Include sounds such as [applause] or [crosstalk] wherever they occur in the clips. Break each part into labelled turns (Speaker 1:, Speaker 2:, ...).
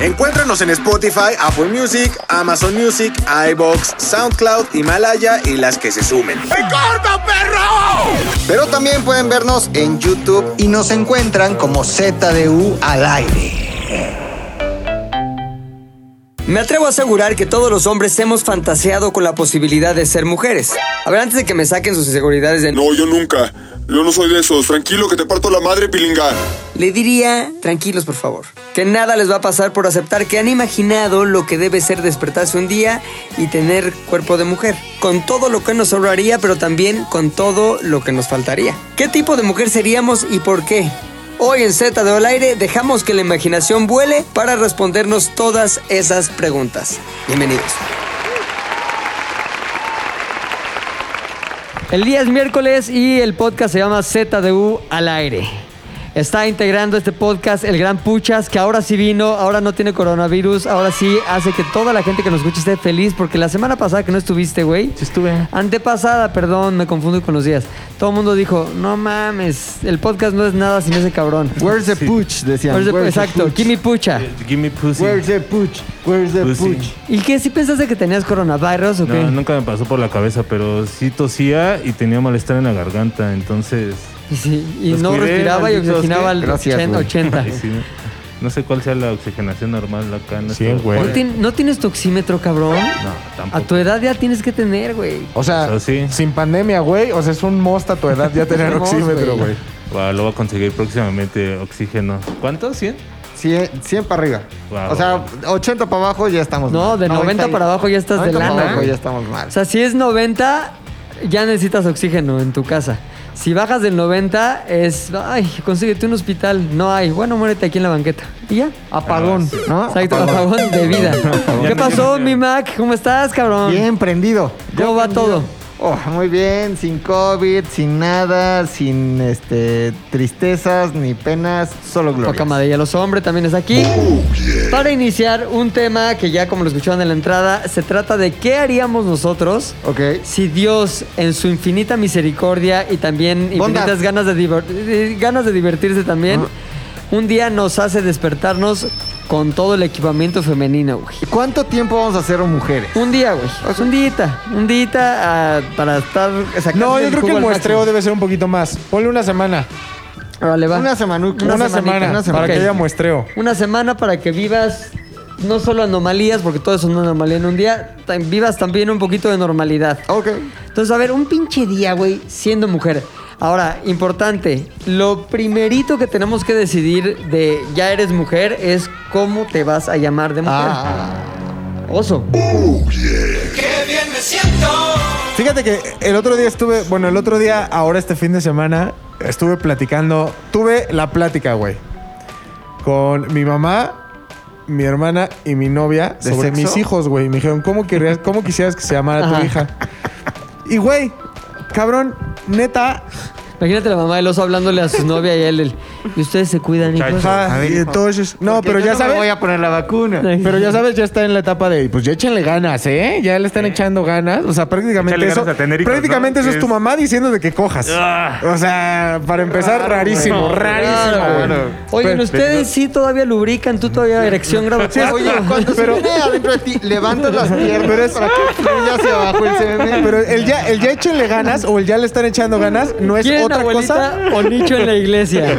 Speaker 1: Encuéntranos en Spotify, Apple Music, Amazon Music, iBox, SoundCloud, Himalaya y las que se sumen.
Speaker 2: Pero también pueden vernos en YouTube.
Speaker 3: y nos encuentran como ZDU al aire.
Speaker 4: Me atrevo a asegurar que todos los hombres hemos fantaseado con la posibilidad de ser mujeres. A ver, antes de que me saquen sus inseguridades de...
Speaker 5: No, yo nunca. Yo no soy de esos. Tranquilo, que te parto la madre, pilinga.
Speaker 4: Le diría, tranquilos por favor, que nada les va a pasar por aceptar que han imaginado lo que debe ser despertarse un día y tener cuerpo de mujer, con todo lo que nos sobraría, pero también con todo lo que nos faltaría. ¿Qué tipo de mujer seríamos y por qué? Hoy en Z de Al Aire dejamos que la imaginación vuele para respondernos todas esas preguntas. Bienvenidos. El día es miércoles y el podcast se llama ZDU al aire. Está integrando este podcast el gran Puchas, que ahora sí vino, ahora no tiene coronavirus, ahora sí hace que toda la gente que nos escucha esté feliz, porque la semana pasada que no estuviste, güey.
Speaker 6: Sí estuve.
Speaker 4: Antepasada, perdón, me confundo con los días. Todo el mundo dijo, no mames, el podcast no es nada sin ese cabrón.
Speaker 6: Where's the pooch? Decían.
Speaker 4: Where's the-
Speaker 6: Where's the
Speaker 4: exacto,
Speaker 6: pooch?
Speaker 4: Kimmy Pucha.
Speaker 7: Give me pussy.
Speaker 6: Where's the pooch? Where's the
Speaker 7: Pussy.
Speaker 6: pooch?
Speaker 4: ¿Y qué? ¿Sí pensaste que tenías coronavirus o qué?
Speaker 7: No, nunca me pasó por la cabeza, pero sí tosía y tenía malestar en la garganta, entonces...
Speaker 4: Y sí, y
Speaker 7: Los
Speaker 4: no
Speaker 7: cuidé,
Speaker 4: respiraba y
Speaker 7: malditos,
Speaker 4: oxigenaba
Speaker 7: ¿qué?
Speaker 4: al
Speaker 6: Gracias,
Speaker 4: 80.
Speaker 6: güey.
Speaker 4: 80.
Speaker 7: ay, [laughs] sí, no- no sé cuál sea la oxigenación normal acá. No
Speaker 1: Sí,
Speaker 7: estoy-
Speaker 1: güey.
Speaker 4: ¿No, tien- no tienes tu oxímetro, cabrón?
Speaker 7: No,
Speaker 4: A
Speaker 7: tampoco.
Speaker 4: tu edad ya tienes que tener, güey.
Speaker 6: O sea,
Speaker 7: O sea, sí.
Speaker 6: sin pandemia, güey. O sea, es un most a tu edad
Speaker 8: [laughs]
Speaker 6: ya tener
Speaker 4: Un most,
Speaker 6: oxímetro,
Speaker 4: güey.
Speaker 6: güey.
Speaker 7: Va, lo voy a conseguir próximamente, oxígeno. ¿Cuánto? ¿100?
Speaker 6: 100, 100 para arriba.
Speaker 7: Wow.
Speaker 6: O sea, 80 para abajo ya estamos
Speaker 4: No, de 90
Speaker 6: y-
Speaker 4: para abajo ya estás de
Speaker 6: 90 para
Speaker 4: lana,
Speaker 6: abajo
Speaker 4: ¿eh?
Speaker 6: ya estamos mal.
Speaker 4: O sea, si es 90, ya necesitas oxígeno en tu casa. Si bajas del 90, es. Ay, consíguete un hospital. No hay. Bueno, muérete aquí en la banqueta. Y ya.
Speaker 6: Apagón, ¿no?
Speaker 4: Exacto,
Speaker 6: Apagón.
Speaker 4: apagón de vida. ¿Qué pasó, mi Mac? ¿Cómo estás, cabrón?
Speaker 6: Bien prendido.
Speaker 4: ¿Cómo va todo?
Speaker 6: Oh, muy bien, sin COVID, sin nada, sin este tristezas ni penas, solo gloria.
Speaker 4: Poca madre, ya los hombres también está aquí.
Speaker 8: Oh,
Speaker 4: Para iniciar un tema que ya como lo escuchaban en la entrada, se trata de qué haríamos nosotros
Speaker 6: Ok.
Speaker 4: si Dios en su infinita misericordia y también infinitas
Speaker 6: Bondad.
Speaker 4: ganas de diver- eh, ganas de divertirse también,
Speaker 8: Ah.
Speaker 4: un día nos hace despertarnos con todo el equipamiento femenino, güey.
Speaker 6: ¿Cuánto tiempo vamos a ser mujeres?
Speaker 4: Un día, güey.
Speaker 8: Ah,
Speaker 4: Un dita, un dita ah, para estar sacando
Speaker 8: No, yo creo que el muestreo debe ser un poquito más. Ponle una semana.
Speaker 4: va.
Speaker 6: Una semanuca.
Speaker 4: Una semanita,
Speaker 8: Una, semana.
Speaker 4: una
Speaker 8: Para
Speaker 4: semanita.
Speaker 8: que
Speaker 4: Ok.
Speaker 8: haya muestreo.
Speaker 4: Una semana para que vivas no solo anomalías, porque todo es una anomalía en un día, tan- vivas también un poquito de normalidad.
Speaker 6: Ok.
Speaker 4: Entonces, a ver, un pinche día, güey, siendo mujer. Ahora, importante, lo primerito que tenemos que decidir de ya eres mujer es cómo te vas a llamar de mujer.
Speaker 6: Ah.
Speaker 4: Oso.
Speaker 8: Fíjate que el otro día estuve, bueno, el otro día, ahora este fin de semana, estuve platicando, tuve la plática, güey, con mi mamá, mi hermana y mi novia
Speaker 6: ¿De
Speaker 8: sobre
Speaker 6: sexo?
Speaker 8: mis hijos, güey. Me dijeron, ¿cómo, querías, ¿cómo quisieras que se llamara
Speaker 4: Ajá.
Speaker 8: tu hija? Y, güey, cabrón, neta,
Speaker 4: Imagínate la mamá del oso hablándole a su novia y a él. el, y ustedes se cuidan, hijos. Ah,
Speaker 8: ajá, y entonces, no,
Speaker 6: Porque
Speaker 8: pero
Speaker 6: yo
Speaker 8: ya
Speaker 6: no me
Speaker 8: sabes.
Speaker 6: voy a poner la vacuna.
Speaker 8: Pero ya sabes, ya está en la etapa de, pues ya échenle ganas, ¿eh? Ya le están echando ganas. O sea, prácticamente
Speaker 7: Échale
Speaker 8: eso,
Speaker 7: ganas a tener hijos,
Speaker 8: prácticamente
Speaker 7: ¿no?
Speaker 8: eso es tu
Speaker 7: Es-
Speaker 8: mamá diciéndote que cojas.
Speaker 7: Ah.
Speaker 8: O sea, para empezar, rarísimo,
Speaker 7: güey.
Speaker 8: rarísimo.
Speaker 4: Claro,
Speaker 8: güey.
Speaker 4: güey. Oigan,
Speaker 8: Pero-
Speaker 4: ustedes sí todavía lubrican, tú todavía
Speaker 8: [laughs]
Speaker 4: erección grado cuatro.
Speaker 6: Oye, cuando
Speaker 8: Pero-
Speaker 6: se viene adentro de ti, levantas las piernas
Speaker 8: [laughs] Pero es-
Speaker 6: para que fluya hacia abajo el semen.
Speaker 8: Pero el ya, el ya échenle ganas o el ya le están echando ganas no es
Speaker 4: ¿Quieren
Speaker 8: otra
Speaker 4: abuelita
Speaker 8: cosa.
Speaker 4: o nicho en la
Speaker 8: [laughs]
Speaker 4: iglesia?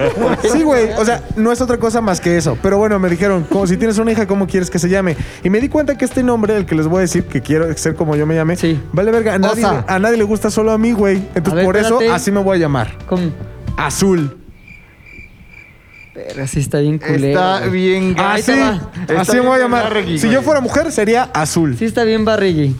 Speaker 8: Sí, güey. O sea, no es otra cosa más que eso. Pero bueno, me dijeron, como si tienes una hija, ¿cómo quieres que se llame? Y me di cuenta que este nombre, el que les voy a decir que quiero ser como yo me llame,
Speaker 4: Sí.
Speaker 8: vale verga. A nadie,
Speaker 6: Osa.
Speaker 8: a nadie le gusta solo a mí, güey. Entonces,
Speaker 4: A ver,
Speaker 8: por
Speaker 4: espérate.
Speaker 8: eso, así me voy a llamar.
Speaker 4: ¿Cómo?
Speaker 8: Azul.
Speaker 4: Verga, sí está bien culero.
Speaker 6: Está
Speaker 4: güey.
Speaker 6: bien
Speaker 4: Ahí
Speaker 8: Así,
Speaker 4: te va.
Speaker 8: así me voy a llamar. Si yo fuera mujer, sería azul.
Speaker 4: Sí está bien barrigui.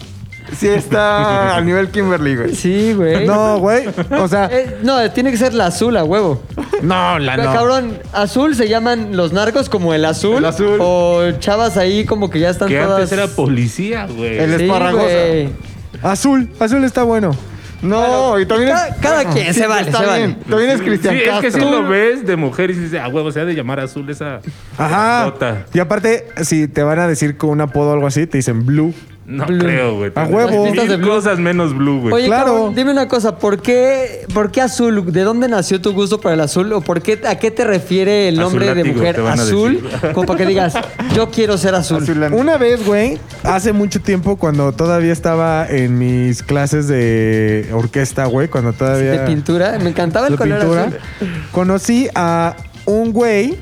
Speaker 6: Sí está al nivel Kimberly, güey.
Speaker 4: Sí, güey.
Speaker 8: No, güey. O sea,
Speaker 4: Eh, no, tiene que ser la azul a huevo.
Speaker 8: no,
Speaker 7: Ah,
Speaker 8: la
Speaker 4: Pero,
Speaker 8: no.
Speaker 4: Cabrón, azul se llaman los narcos como el azul.
Speaker 6: El azul.
Speaker 4: O chavas ahí como que ya están
Speaker 7: Que
Speaker 4: todas.
Speaker 7: antes era policía, güey.
Speaker 6: El
Speaker 4: Sí,
Speaker 6: esparragosa.
Speaker 4: güey.
Speaker 8: Azul, azul está bueno.
Speaker 6: No, y también
Speaker 4: Cada-
Speaker 6: es.
Speaker 4: cada quien, se vale,
Speaker 6: está
Speaker 4: se
Speaker 6: bien.
Speaker 4: vale.
Speaker 6: También es Cristian
Speaker 7: Sí, es
Speaker 6: Castro.
Speaker 7: que si lo ves de mujer y dices, ah, huevo, se ha de llamar azul esa.
Speaker 8: Ajá.
Speaker 7: nota".
Speaker 8: Y aparte, si te van a decir con un apodo o algo así, te dicen Blue.
Speaker 7: No creo, güey.
Speaker 8: A huevo.
Speaker 7: Mil
Speaker 4: Las pistas de Blue.
Speaker 7: cosas menos blue, güey.
Speaker 4: Oye,
Speaker 8: claro.
Speaker 4: cabrón, dime una cosa, ¿por qué, ¿por qué azul? ¿De dónde nació tu gusto para el azul? ¿O por qué, a qué te refiere el
Speaker 7: Azul
Speaker 4: nombre de
Speaker 7: látigo,
Speaker 4: mujer
Speaker 7: te van a
Speaker 4: azul?
Speaker 7: decir.
Speaker 4: Como para que digas, yo quiero ser azul.
Speaker 6: Azulán.
Speaker 8: Una vez, güey, hace mucho tiempo, cuando todavía estaba en mis clases de orquesta, güey, cuando todavía.
Speaker 4: De pintura. Me encantaba el
Speaker 8: de
Speaker 4: color
Speaker 8: pintura,
Speaker 4: azul.
Speaker 8: conocí a un güey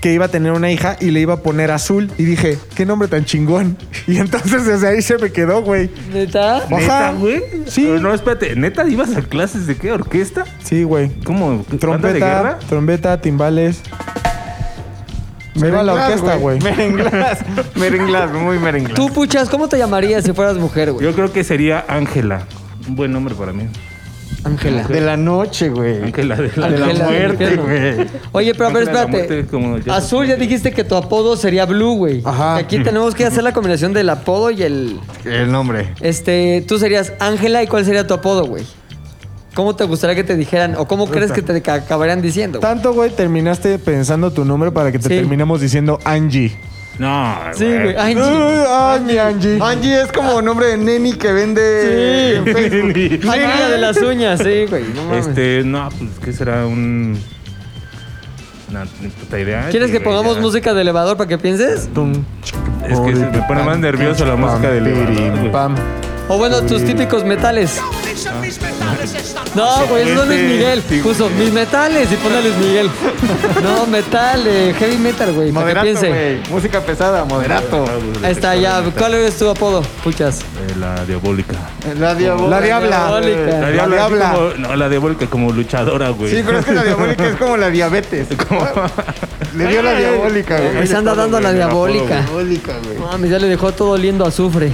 Speaker 8: que iba a tener una hija y le iba a poner azul. Y dije, qué nombre tan chingón. [laughs] Y entonces desde ahí se me quedó, güey.
Speaker 4: ¿Neta?
Speaker 8: Ajá.
Speaker 7: ¿Neta, güey?
Speaker 8: Sí.
Speaker 7: Pero no, espérate. ¿Neta ibas a clases de qué? ¿Orquesta?
Speaker 8: Sí, güey.
Speaker 7: ¿Cómo? ¿Banda de
Speaker 8: Trompeta,
Speaker 7: guerra?
Speaker 8: trompeta, timbales. Me iba a la
Speaker 6: Merenglas,
Speaker 8: orquesta, güey.
Speaker 6: Merenglas. Merenglas, muy merenglas.
Speaker 4: Tú, puchas, ¿cómo te llamarías si fueras mujer, güey?
Speaker 7: Yo creo que sería Ángela. Un buen nombre para mí.
Speaker 4: Ángela.
Speaker 6: De la noche, güey.
Speaker 7: Ángela de la, de la
Speaker 4: Ángela del
Speaker 7: muerte,
Speaker 4: infierno.
Speaker 7: güey.
Speaker 4: Oye, pero a ver,
Speaker 7: Ángela de la
Speaker 4: espérate.
Speaker 7: muerte, como ya-
Speaker 4: Azul, ya dijiste que tu apodo sería Blue, güey.
Speaker 8: Ajá.
Speaker 4: Aquí tenemos que hacer la combinación del apodo y el...
Speaker 6: El nombre.
Speaker 4: Este, tú serías Ángela y cuál sería tu apodo, güey. ¿Cómo te gustaría que te dijeran o cómo crees que te ca- acabarían diciendo? güey?
Speaker 8: Tanto, güey, terminaste pensando tu nombre para que te
Speaker 4: Sí.
Speaker 8: terminamos diciendo Angie.
Speaker 7: No,
Speaker 4: Sí, güey. Ay,
Speaker 8: Ay, mi Angie.
Speaker 6: Angie es como nombre de neni que vende
Speaker 4: [laughs]
Speaker 6: en Facebook.
Speaker 4: Ángela de las uñas, sí, güey. No mames.
Speaker 7: Este, no, pues, ¿qué será? Un... No, ni puta idea.
Speaker 4: ¿Quieres que
Speaker 7: güey,
Speaker 4: pongamos
Speaker 7: ya.
Speaker 4: música de elevador para que pienses?
Speaker 7: Es que se me pone más nervioso la música del elevador, güey.
Speaker 8: Pam.
Speaker 4: O bueno, tus típicos metales.
Speaker 6: Ah.
Speaker 4: No, güey, eso no es Luis
Speaker 7: Este,
Speaker 4: Miguel.
Speaker 7: sí,
Speaker 4: Puso mis metales y ponle Luis Miguel. No, metal, eh, heavy metal, güey. Para que
Speaker 6: Moderato,
Speaker 4: piense.
Speaker 6: güey. Música pesada, moderato.
Speaker 4: Ahí está, ya. ¿Cuál es tu apodo? Puchas.
Speaker 7: Eh, La diabólica.
Speaker 6: La diabólica.
Speaker 8: La diabla.
Speaker 4: Diabólica.
Speaker 7: La
Speaker 8: La
Speaker 7: diabla. así
Speaker 8: diabla.
Speaker 7: como- no, la diabólica como luchadora, güey.
Speaker 6: Sí, pero es que la diabólica es como la diabetes. Le dio la diabólica, güey.
Speaker 4: Ahí se anda dando la diabólica.
Speaker 6: Diabólica, güey.
Speaker 4: Mami, ya le dejó todo oliendo a
Speaker 6: [laughs]
Speaker 4: azufre.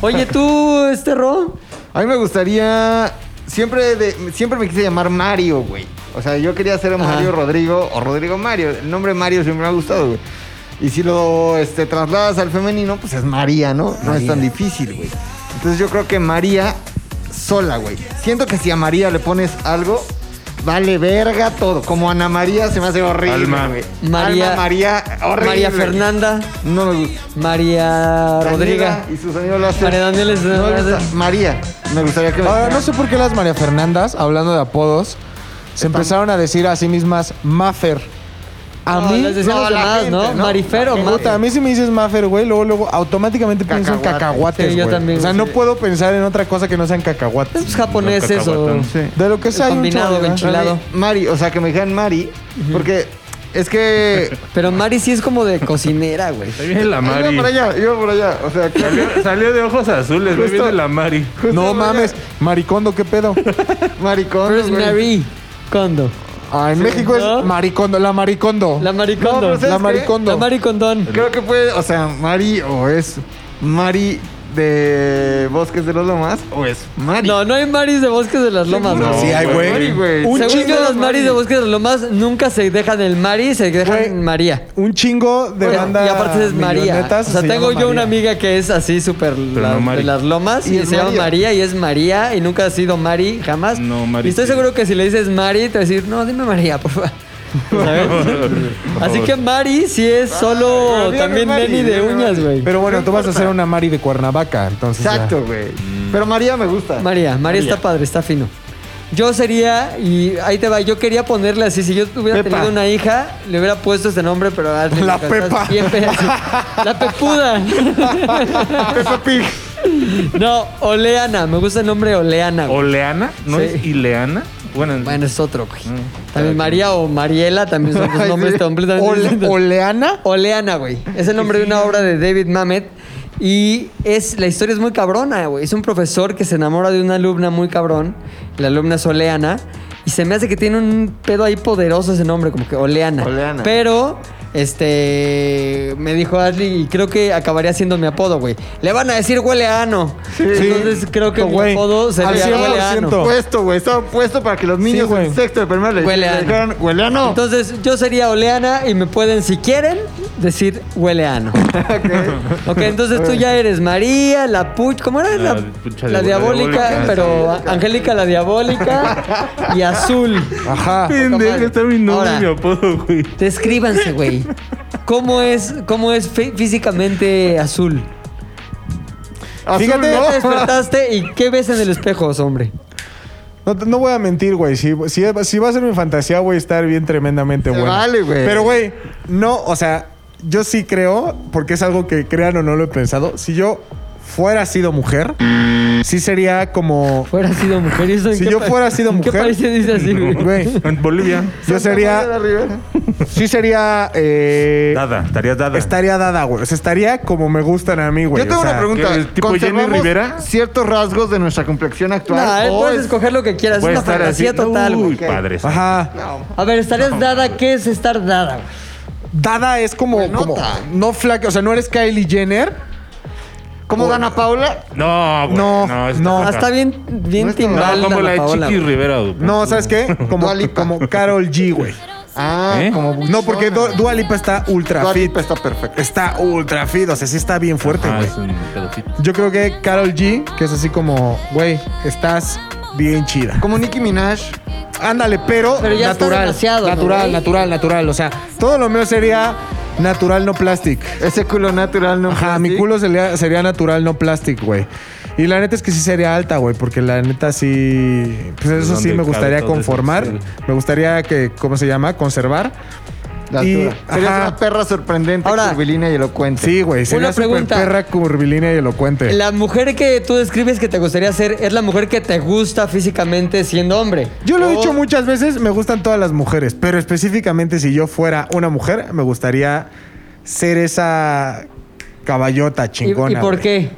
Speaker 4: Oye, tú, este Ro.
Speaker 6: A mí me gustaría. Siempre, de- siempre me quise llamar Mario, güey. O sea, yo quería ser Mario Rodrigo o Rodrigo Mario. El nombre Mario siempre me ha gustado, güey. Y si lo este, trasladas al femenino, pues es María, ¿no? No es tan difícil, güey. Entonces yo creo que María sola, güey. Siento que si a María le pones algo, vale verga todo. Como Ana María se me hace horrible,
Speaker 7: Alma.
Speaker 6: güey.
Speaker 4: María-
Speaker 6: Alma María, horrible.
Speaker 4: María Fernanda.
Speaker 6: No me gusta.
Speaker 4: María Rodríguez.
Speaker 6: Daniela Y sus amigos lo hacen.
Speaker 4: María Daniela y sus
Speaker 6: No me
Speaker 4: amigos lo
Speaker 6: gusta.
Speaker 4: hacen.
Speaker 6: María. Me gustaría que me
Speaker 8: Ahora, Ah, no sé por qué las María Fernandas, hablando de apodos, se empezaron a decir a sí mismas Maffer. A
Speaker 4: No,
Speaker 8: mí,
Speaker 4: les decían
Speaker 6: no,
Speaker 4: los
Speaker 6: la
Speaker 4: demás,
Speaker 6: gente,
Speaker 4: ¿no?
Speaker 6: ¿no?
Speaker 4: Marifer o
Speaker 8: puta, a
Speaker 4: Mata.
Speaker 8: mí si me dices Maffer, güey, luego, luego automáticamente pienso en
Speaker 6: Cacahuate.
Speaker 8: cacahuates,
Speaker 4: Sí, yo
Speaker 8: güey.
Speaker 4: también,
Speaker 8: O sea,
Speaker 4: sí.
Speaker 8: no puedo pensar en otra cosa que no sean cacahuates.
Speaker 4: Es japonés eso.
Speaker 7: cacahuatón.
Speaker 8: De lo que
Speaker 4: El
Speaker 8: sea, hay un
Speaker 4: combinado,
Speaker 8: chorro, ¿verdad?
Speaker 4: venchilado.
Speaker 6: Mari, o sea, que me dijeran Mari, porque es que.
Speaker 4: Pero Mari sí es como de cocinera, güey.
Speaker 7: Ahí viene la
Speaker 6: Iba por
Speaker 7: Mari.
Speaker 6: allá, iba por allá. O sea, que-
Speaker 7: Salió, [laughs] salió de ojos azules, güey.
Speaker 6: Justo.
Speaker 7: Viene la Mari.
Speaker 8: [laughs]
Speaker 6: justo
Speaker 8: No
Speaker 6: por allá.
Speaker 8: mames, maricondo,
Speaker 4: [laughs]
Speaker 8: ¿qué pedo?
Speaker 6: Maricón.
Speaker 4: Pero es
Speaker 6: güey.
Speaker 4: Mary Kondo.
Speaker 8: Ah, en México
Speaker 4: ¿no?
Speaker 8: es maricondo, la maricondo. pues
Speaker 4: La Mari
Speaker 6: No, pues
Speaker 4: Kondo.
Speaker 6: pero ¿sabes
Speaker 8: La
Speaker 6: qué?
Speaker 8: maricondo.
Speaker 4: La Mari Condón.
Speaker 6: Creo que puede, o sea, Mari o es Mari de Bosques de los Lomas o es Mari.
Speaker 4: No, no hay Maris de Bosques de las Lomas,
Speaker 6: Seguro.
Speaker 4: ¿no?
Speaker 8: Sí, hay, güey.
Speaker 6: Mari, güey.
Speaker 8: Un
Speaker 4: Según
Speaker 8: chingo
Speaker 4: yo,
Speaker 8: de
Speaker 4: las Maris
Speaker 8: Mari.
Speaker 4: de Bosques de las Lomas nunca se dejan el Mari, se dejan
Speaker 8: Güey.
Speaker 4: María.
Speaker 8: Un chingo de
Speaker 4: Pero-
Speaker 8: banda.
Speaker 4: y aparte es María. O
Speaker 8: millonetas
Speaker 4: sea,
Speaker 8: se
Speaker 4: tengo
Speaker 8: llama
Speaker 4: yo una
Speaker 8: María.
Speaker 4: amiga que es así súper la-
Speaker 7: no Mari.
Speaker 4: de las lomas y,
Speaker 6: Y es
Speaker 4: se llama
Speaker 6: María.
Speaker 4: María y es María y nunca ha sido Mari jamás.
Speaker 7: No, Mari
Speaker 4: Y estoy
Speaker 7: sí.
Speaker 4: seguro que si le dices Mari te va a decir, no, dime María, por favor. ¿Sabes? ¿Eh? [laughs] así que Mari sí es
Speaker 8: Ah,
Speaker 4: solo
Speaker 6: María,
Speaker 4: también
Speaker 6: Mari,
Speaker 4: neni de
Speaker 6: Mari.
Speaker 4: uñas, güey.
Speaker 8: Pero bueno, tú vas a ser una Mari de Cuernavaca, entonces. ya.
Speaker 6: Exacto, güey. Pero María me gusta.
Speaker 4: María, María está padre, está fino. Yo sería, y ahí te va, yo quería ponerle así, si yo hubiera
Speaker 6: Pepa.
Speaker 4: tenido una hija, le hubiera puesto este nombre, pero... ah,
Speaker 8: La
Speaker 4: estás
Speaker 8: Pepa.
Speaker 4: bien fea, así. La Pepuda.
Speaker 6: Peppa Pig.
Speaker 4: No, Oleana, me gusta el nombre Oleana. güey.
Speaker 7: Oleana, ¿no
Speaker 4: Sí.
Speaker 7: es Ileana? Bueno,
Speaker 4: bueno, es otro, güey. También María o Mariela también son dos
Speaker 6: [laughs] Ay,
Speaker 4: nombres
Speaker 6: sí.
Speaker 4: completamente
Speaker 8: Ole-
Speaker 4: distintos.
Speaker 8: Oleana.
Speaker 4: Oleana, güey. Es el nombre de una obra de David Mamet. Y es, la historia es muy cabrona, güey. Es un profesor que se enamora de una alumna muy cabrón. La alumna es Oleana. Y se me hace que tiene un pedo ahí poderoso ese nombre, como que Oleana.
Speaker 6: Oleana.
Speaker 4: Pero, este, me dijo Ashley, y creo que acabaría siendo mi apodo, güey. Le van a decir huele a ano. Entonces creo que mi
Speaker 8: Güey,
Speaker 4: apodo
Speaker 8: al
Speaker 4: sería
Speaker 8: 100%.
Speaker 4: huele a ano.
Speaker 6: Puesto, güey. Estaba puesto para que los niños
Speaker 8: güey.
Speaker 6: en sexto de primaria le
Speaker 4: Huele a ano.
Speaker 6: dijeran, huele a ano".
Speaker 4: Entonces, yo sería Oleana y me pueden, si quieren, decir huele
Speaker 8: [laughs]
Speaker 4: a ano. ok, entonces tú ya eres María, la puch, ¿cómo era? La,
Speaker 7: La pucha
Speaker 4: la
Speaker 7: diabólica,
Speaker 4: diabólica,
Speaker 7: sí.
Speaker 4: pero a- Angélica la diabólica y azul.
Speaker 8: Ajá.
Speaker 7: Pendeja, está mi nombre
Speaker 4: Ahora.
Speaker 7: y mi apodo, güey.
Speaker 4: Descríbanse, güey. ¿Cómo es, cómo es fí- físicamente azul?
Speaker 8: Fíjate,
Speaker 4: ¿Qué [laughs] te despertaste y qué ves en el espejo, hombre?
Speaker 8: No, no voy a mentir, güey. Si, si, si va a ser mi fantasía, voy a estar bien tremendamente
Speaker 6: Se
Speaker 8: bueno.
Speaker 6: vale, güey.
Speaker 8: Pero, güey, no, o sea, yo sí creo, porque es algo que crean o no lo he pensado. Si yo fuera sido mujer, sí sería como.
Speaker 4: Fuera sido mujer. ¿y eso en
Speaker 8: Si
Speaker 4: qué
Speaker 8: yo
Speaker 4: pa-
Speaker 8: fuera sido
Speaker 4: ¿en ¿Qué
Speaker 8: mujer?
Speaker 4: país se dice así, güey?
Speaker 8: Güey,
Speaker 7: En Bolivia.
Speaker 8: yo sería. Sí sería. eh,
Speaker 7: Dada, estarías dada.
Speaker 8: estaría dada, güey. O sea, estaría como me gustan a mí, güey.
Speaker 6: Yo tengo
Speaker 8: o sea,
Speaker 6: una pregunta.
Speaker 7: ¿qué, tipo Jenny
Speaker 6: ¿Conservamos
Speaker 7: Rivera?
Speaker 6: ciertos rasgos de nuestra complexión
Speaker 4: [laughs]
Speaker 6: actual?
Speaker 4: Nah, eh,
Speaker 6: o
Speaker 4: puedes
Speaker 6: es-
Speaker 4: escoger lo que quieras. Es
Speaker 7: Voy a
Speaker 4: una
Speaker 7: estar
Speaker 4: fantasía
Speaker 7: así.
Speaker 4: total,
Speaker 7: Uy,
Speaker 4: güey.
Speaker 7: padres.
Speaker 8: Ajá.
Speaker 4: A ver, ¿estarías dada? ¿Qué es estar dada, güey?
Speaker 8: Dada es como.
Speaker 6: Buenota.
Speaker 8: como no flaca. O sea, no eres Kylie Jenner.
Speaker 6: ¿Cómo gana Paula?
Speaker 7: No, güey.
Speaker 8: No,
Speaker 7: No, está
Speaker 8: no.
Speaker 4: Ah,
Speaker 7: loca.
Speaker 4: está bien, bien
Speaker 6: No está-
Speaker 4: timbal,
Speaker 7: No, como
Speaker 4: Dana
Speaker 7: la de
Speaker 4: Paola,
Speaker 7: Chiqui
Speaker 4: güey.
Speaker 7: Rivera. güey.
Speaker 8: No, ¿sabes qué? Como,
Speaker 6: Dua Lipa.
Speaker 8: como Carol G, güey.
Speaker 6: Ah,
Speaker 7: ¿Eh?
Speaker 6: como
Speaker 8: No, porque Du- Dua Lipa está ultra
Speaker 6: Dua
Speaker 8: fit.
Speaker 6: Lipa está perfecta.
Speaker 8: Está ultra fit, o sea, sí está bien fuerte,
Speaker 7: Ah,
Speaker 8: güey.
Speaker 7: es un pedofito.
Speaker 8: Yo creo que Carol G, que es así como, güey, estás bien chida.
Speaker 6: Como Nicki Minaj.
Speaker 8: Ándale, pero,
Speaker 4: Pero ya está
Speaker 8: natural.
Speaker 4: demasiado, ¿no,
Speaker 8: natural,
Speaker 4: güey?
Speaker 8: natural, natural. O sea, todo lo mío sería natural, no plastic.
Speaker 6: Ese culo natural, ¿no?
Speaker 8: Ajá,
Speaker 6: plastic.
Speaker 8: mi culo sería, sería natural, no plastic, güey. Y la neta es que sí sería alta, güey, porque la neta sí. Pues eso sí
Speaker 7: donde
Speaker 8: me gustaría
Speaker 7: cabe todo eso,
Speaker 8: conformar.
Speaker 7: sí.
Speaker 8: Me gustaría que, ¿cómo se llama? Conservar.
Speaker 6: La
Speaker 8: Y-
Speaker 6: altura. Serías
Speaker 8: ajá.
Speaker 6: una perra sorprendente,
Speaker 4: Ahora-
Speaker 6: curvilínea y elocuente.
Speaker 8: Sí, güey. Sería
Speaker 4: Una
Speaker 8: súper
Speaker 4: pregunta.
Speaker 8: perra, curvilínea y elocuente.
Speaker 4: La mujer que tú describes que te gustaría ser es la mujer que te gusta físicamente siendo hombre.
Speaker 8: Yo lo he
Speaker 4: O-
Speaker 8: dicho muchas veces, me gustan todas las mujeres, pero específicamente si yo fuera una mujer, me gustaría ser esa caballota
Speaker 4: ¿Y,
Speaker 8: chingona.
Speaker 4: y por
Speaker 8: güey.
Speaker 4: qué?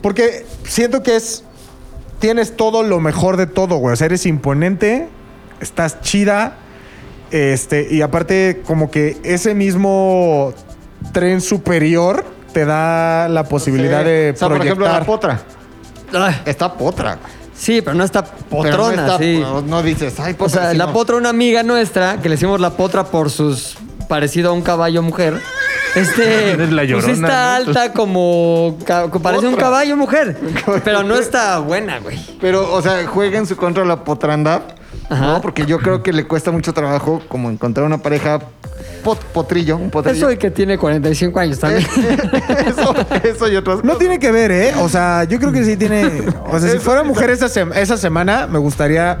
Speaker 8: Porque siento que es. Tienes todo lo mejor de todo, güey. O sea, eres imponente, estás chida. Este, y aparte, como que ese mismo tren superior te da la posibilidad
Speaker 6: Sí.
Speaker 8: de
Speaker 6: O sea, por ejemplo, la
Speaker 8: proyectar.
Speaker 6: potra.
Speaker 4: Ay,
Speaker 6: Está potra. güey.
Speaker 4: sí, pero no está
Speaker 6: Pero
Speaker 4: potrona,
Speaker 6: no, está-
Speaker 4: sí.
Speaker 6: no- no dices, ay, potra.
Speaker 4: O sea,
Speaker 6: sí,
Speaker 4: la
Speaker 6: no.
Speaker 4: potra, una amiga nuestra, que le decimos la potra por sus parecido a un caballo mujer. Este
Speaker 7: Eres la
Speaker 4: pues
Speaker 7: llorona,
Speaker 4: está
Speaker 7: ¿no?
Speaker 4: alta como ca- parece un
Speaker 6: Potra.
Speaker 4: caballo mujer, pero no está buena, güey.
Speaker 6: Pero, o sea, juega en su contra la potrandad.
Speaker 4: Ajá.
Speaker 6: No, porque yo creo que le cuesta mucho trabajo como encontrar una pareja pot- potrillo, un potrillo.
Speaker 4: Eso
Speaker 6: [laughs]
Speaker 4: y que tiene 45 años también.
Speaker 6: eso, eso y otras
Speaker 8: No tiene que ver, ¿eh? O sea, yo creo que sí tiene. O
Speaker 6: [laughs]
Speaker 8: sea, si fuera mujer esa, sem- esa semana, me gustaría,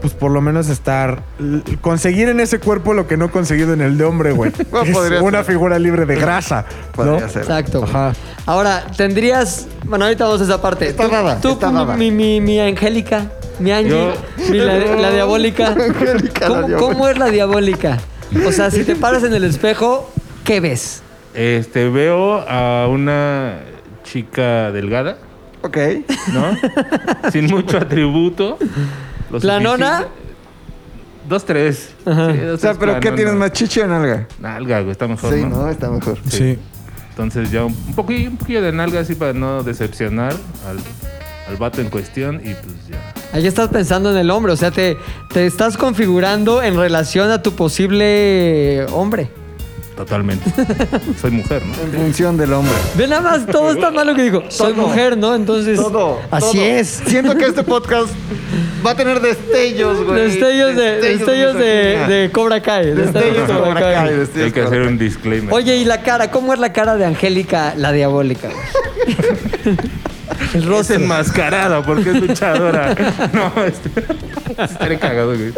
Speaker 8: pues por lo menos estar. l- Conseguir en ese cuerpo lo que no he conseguido en el de hombre,
Speaker 6: [laughs]
Speaker 8: güey.
Speaker 6: Bueno,
Speaker 8: Es
Speaker 6: podría
Speaker 8: una
Speaker 6: ser.
Speaker 8: güey. figura libre de grasa.
Speaker 6: Podría
Speaker 8: ¿no?
Speaker 6: ser.
Speaker 4: Exacto. güey.
Speaker 8: Ajá.
Speaker 4: Ahora, tendrías. Bueno, ahorita vamos a esa parte.
Speaker 6: Está
Speaker 4: Tú-
Speaker 6: dada,
Speaker 4: Tú,
Speaker 6: está
Speaker 4: mi-
Speaker 6: dada.
Speaker 4: Mi, mi, mi Angélica, mi Angie,
Speaker 7: Yo-
Speaker 4: mi la, la diabólica.
Speaker 6: [laughs] Angélica, la
Speaker 4: ¿Cómo,
Speaker 6: diabólica.
Speaker 4: cómo es la diabólica? O sea, si te paras en el espejo, ¿qué ves?
Speaker 7: Este, veo a una chica delgada,
Speaker 6: Ok.
Speaker 7: ¿no?
Speaker 6: [laughs]
Speaker 7: Sin mucho atributo. Lo
Speaker 4: ¿Planona?
Speaker 7: suficiente- Dos, tres. Sí, dos,
Speaker 6: O sea,
Speaker 7: tres
Speaker 6: pero ¿qué
Speaker 7: planona.
Speaker 6: tienes más chiche o nalga?
Speaker 7: Nalga, güey, está mejor,
Speaker 6: Sí,
Speaker 7: ¿no?
Speaker 6: no, está mejor.
Speaker 8: Sí.
Speaker 7: Entonces ya un, un poquillo, un poquillo de nalga así para no decepcionar al, al vato en cuestión y pues ya.
Speaker 4: Ahí estás pensando en el hombre, o sea, te, te estás configurando en relación a tu posible hombre.
Speaker 6: [laughs]
Speaker 7: Totalmente. Soy mujer, ¿no?
Speaker 6: En función del hombre.
Speaker 4: Ve nada más, todo está mal lo que digo. Soy
Speaker 6: Todo.
Speaker 4: mujer, ¿no? Entonces.
Speaker 6: Todo.
Speaker 4: Así
Speaker 6: todo.
Speaker 4: es.
Speaker 6: Siento que este podcast va a tener destellos, güey.
Speaker 4: Destellos de, destellos de,
Speaker 6: misoginia.
Speaker 4: de Cobra Kai.
Speaker 6: Destellos de Cobra Kai. destellos
Speaker 7: Hay que hacer un disclaimer.
Speaker 4: Oye, ¿y la cara? ¿Cómo es la cara de Angélica, la diabólica? El
Speaker 7: Es
Speaker 4: rostro.
Speaker 7: enmascarada porque es
Speaker 4: [laughs]
Speaker 7: luchadora. no, este. Estaré cagado, güey.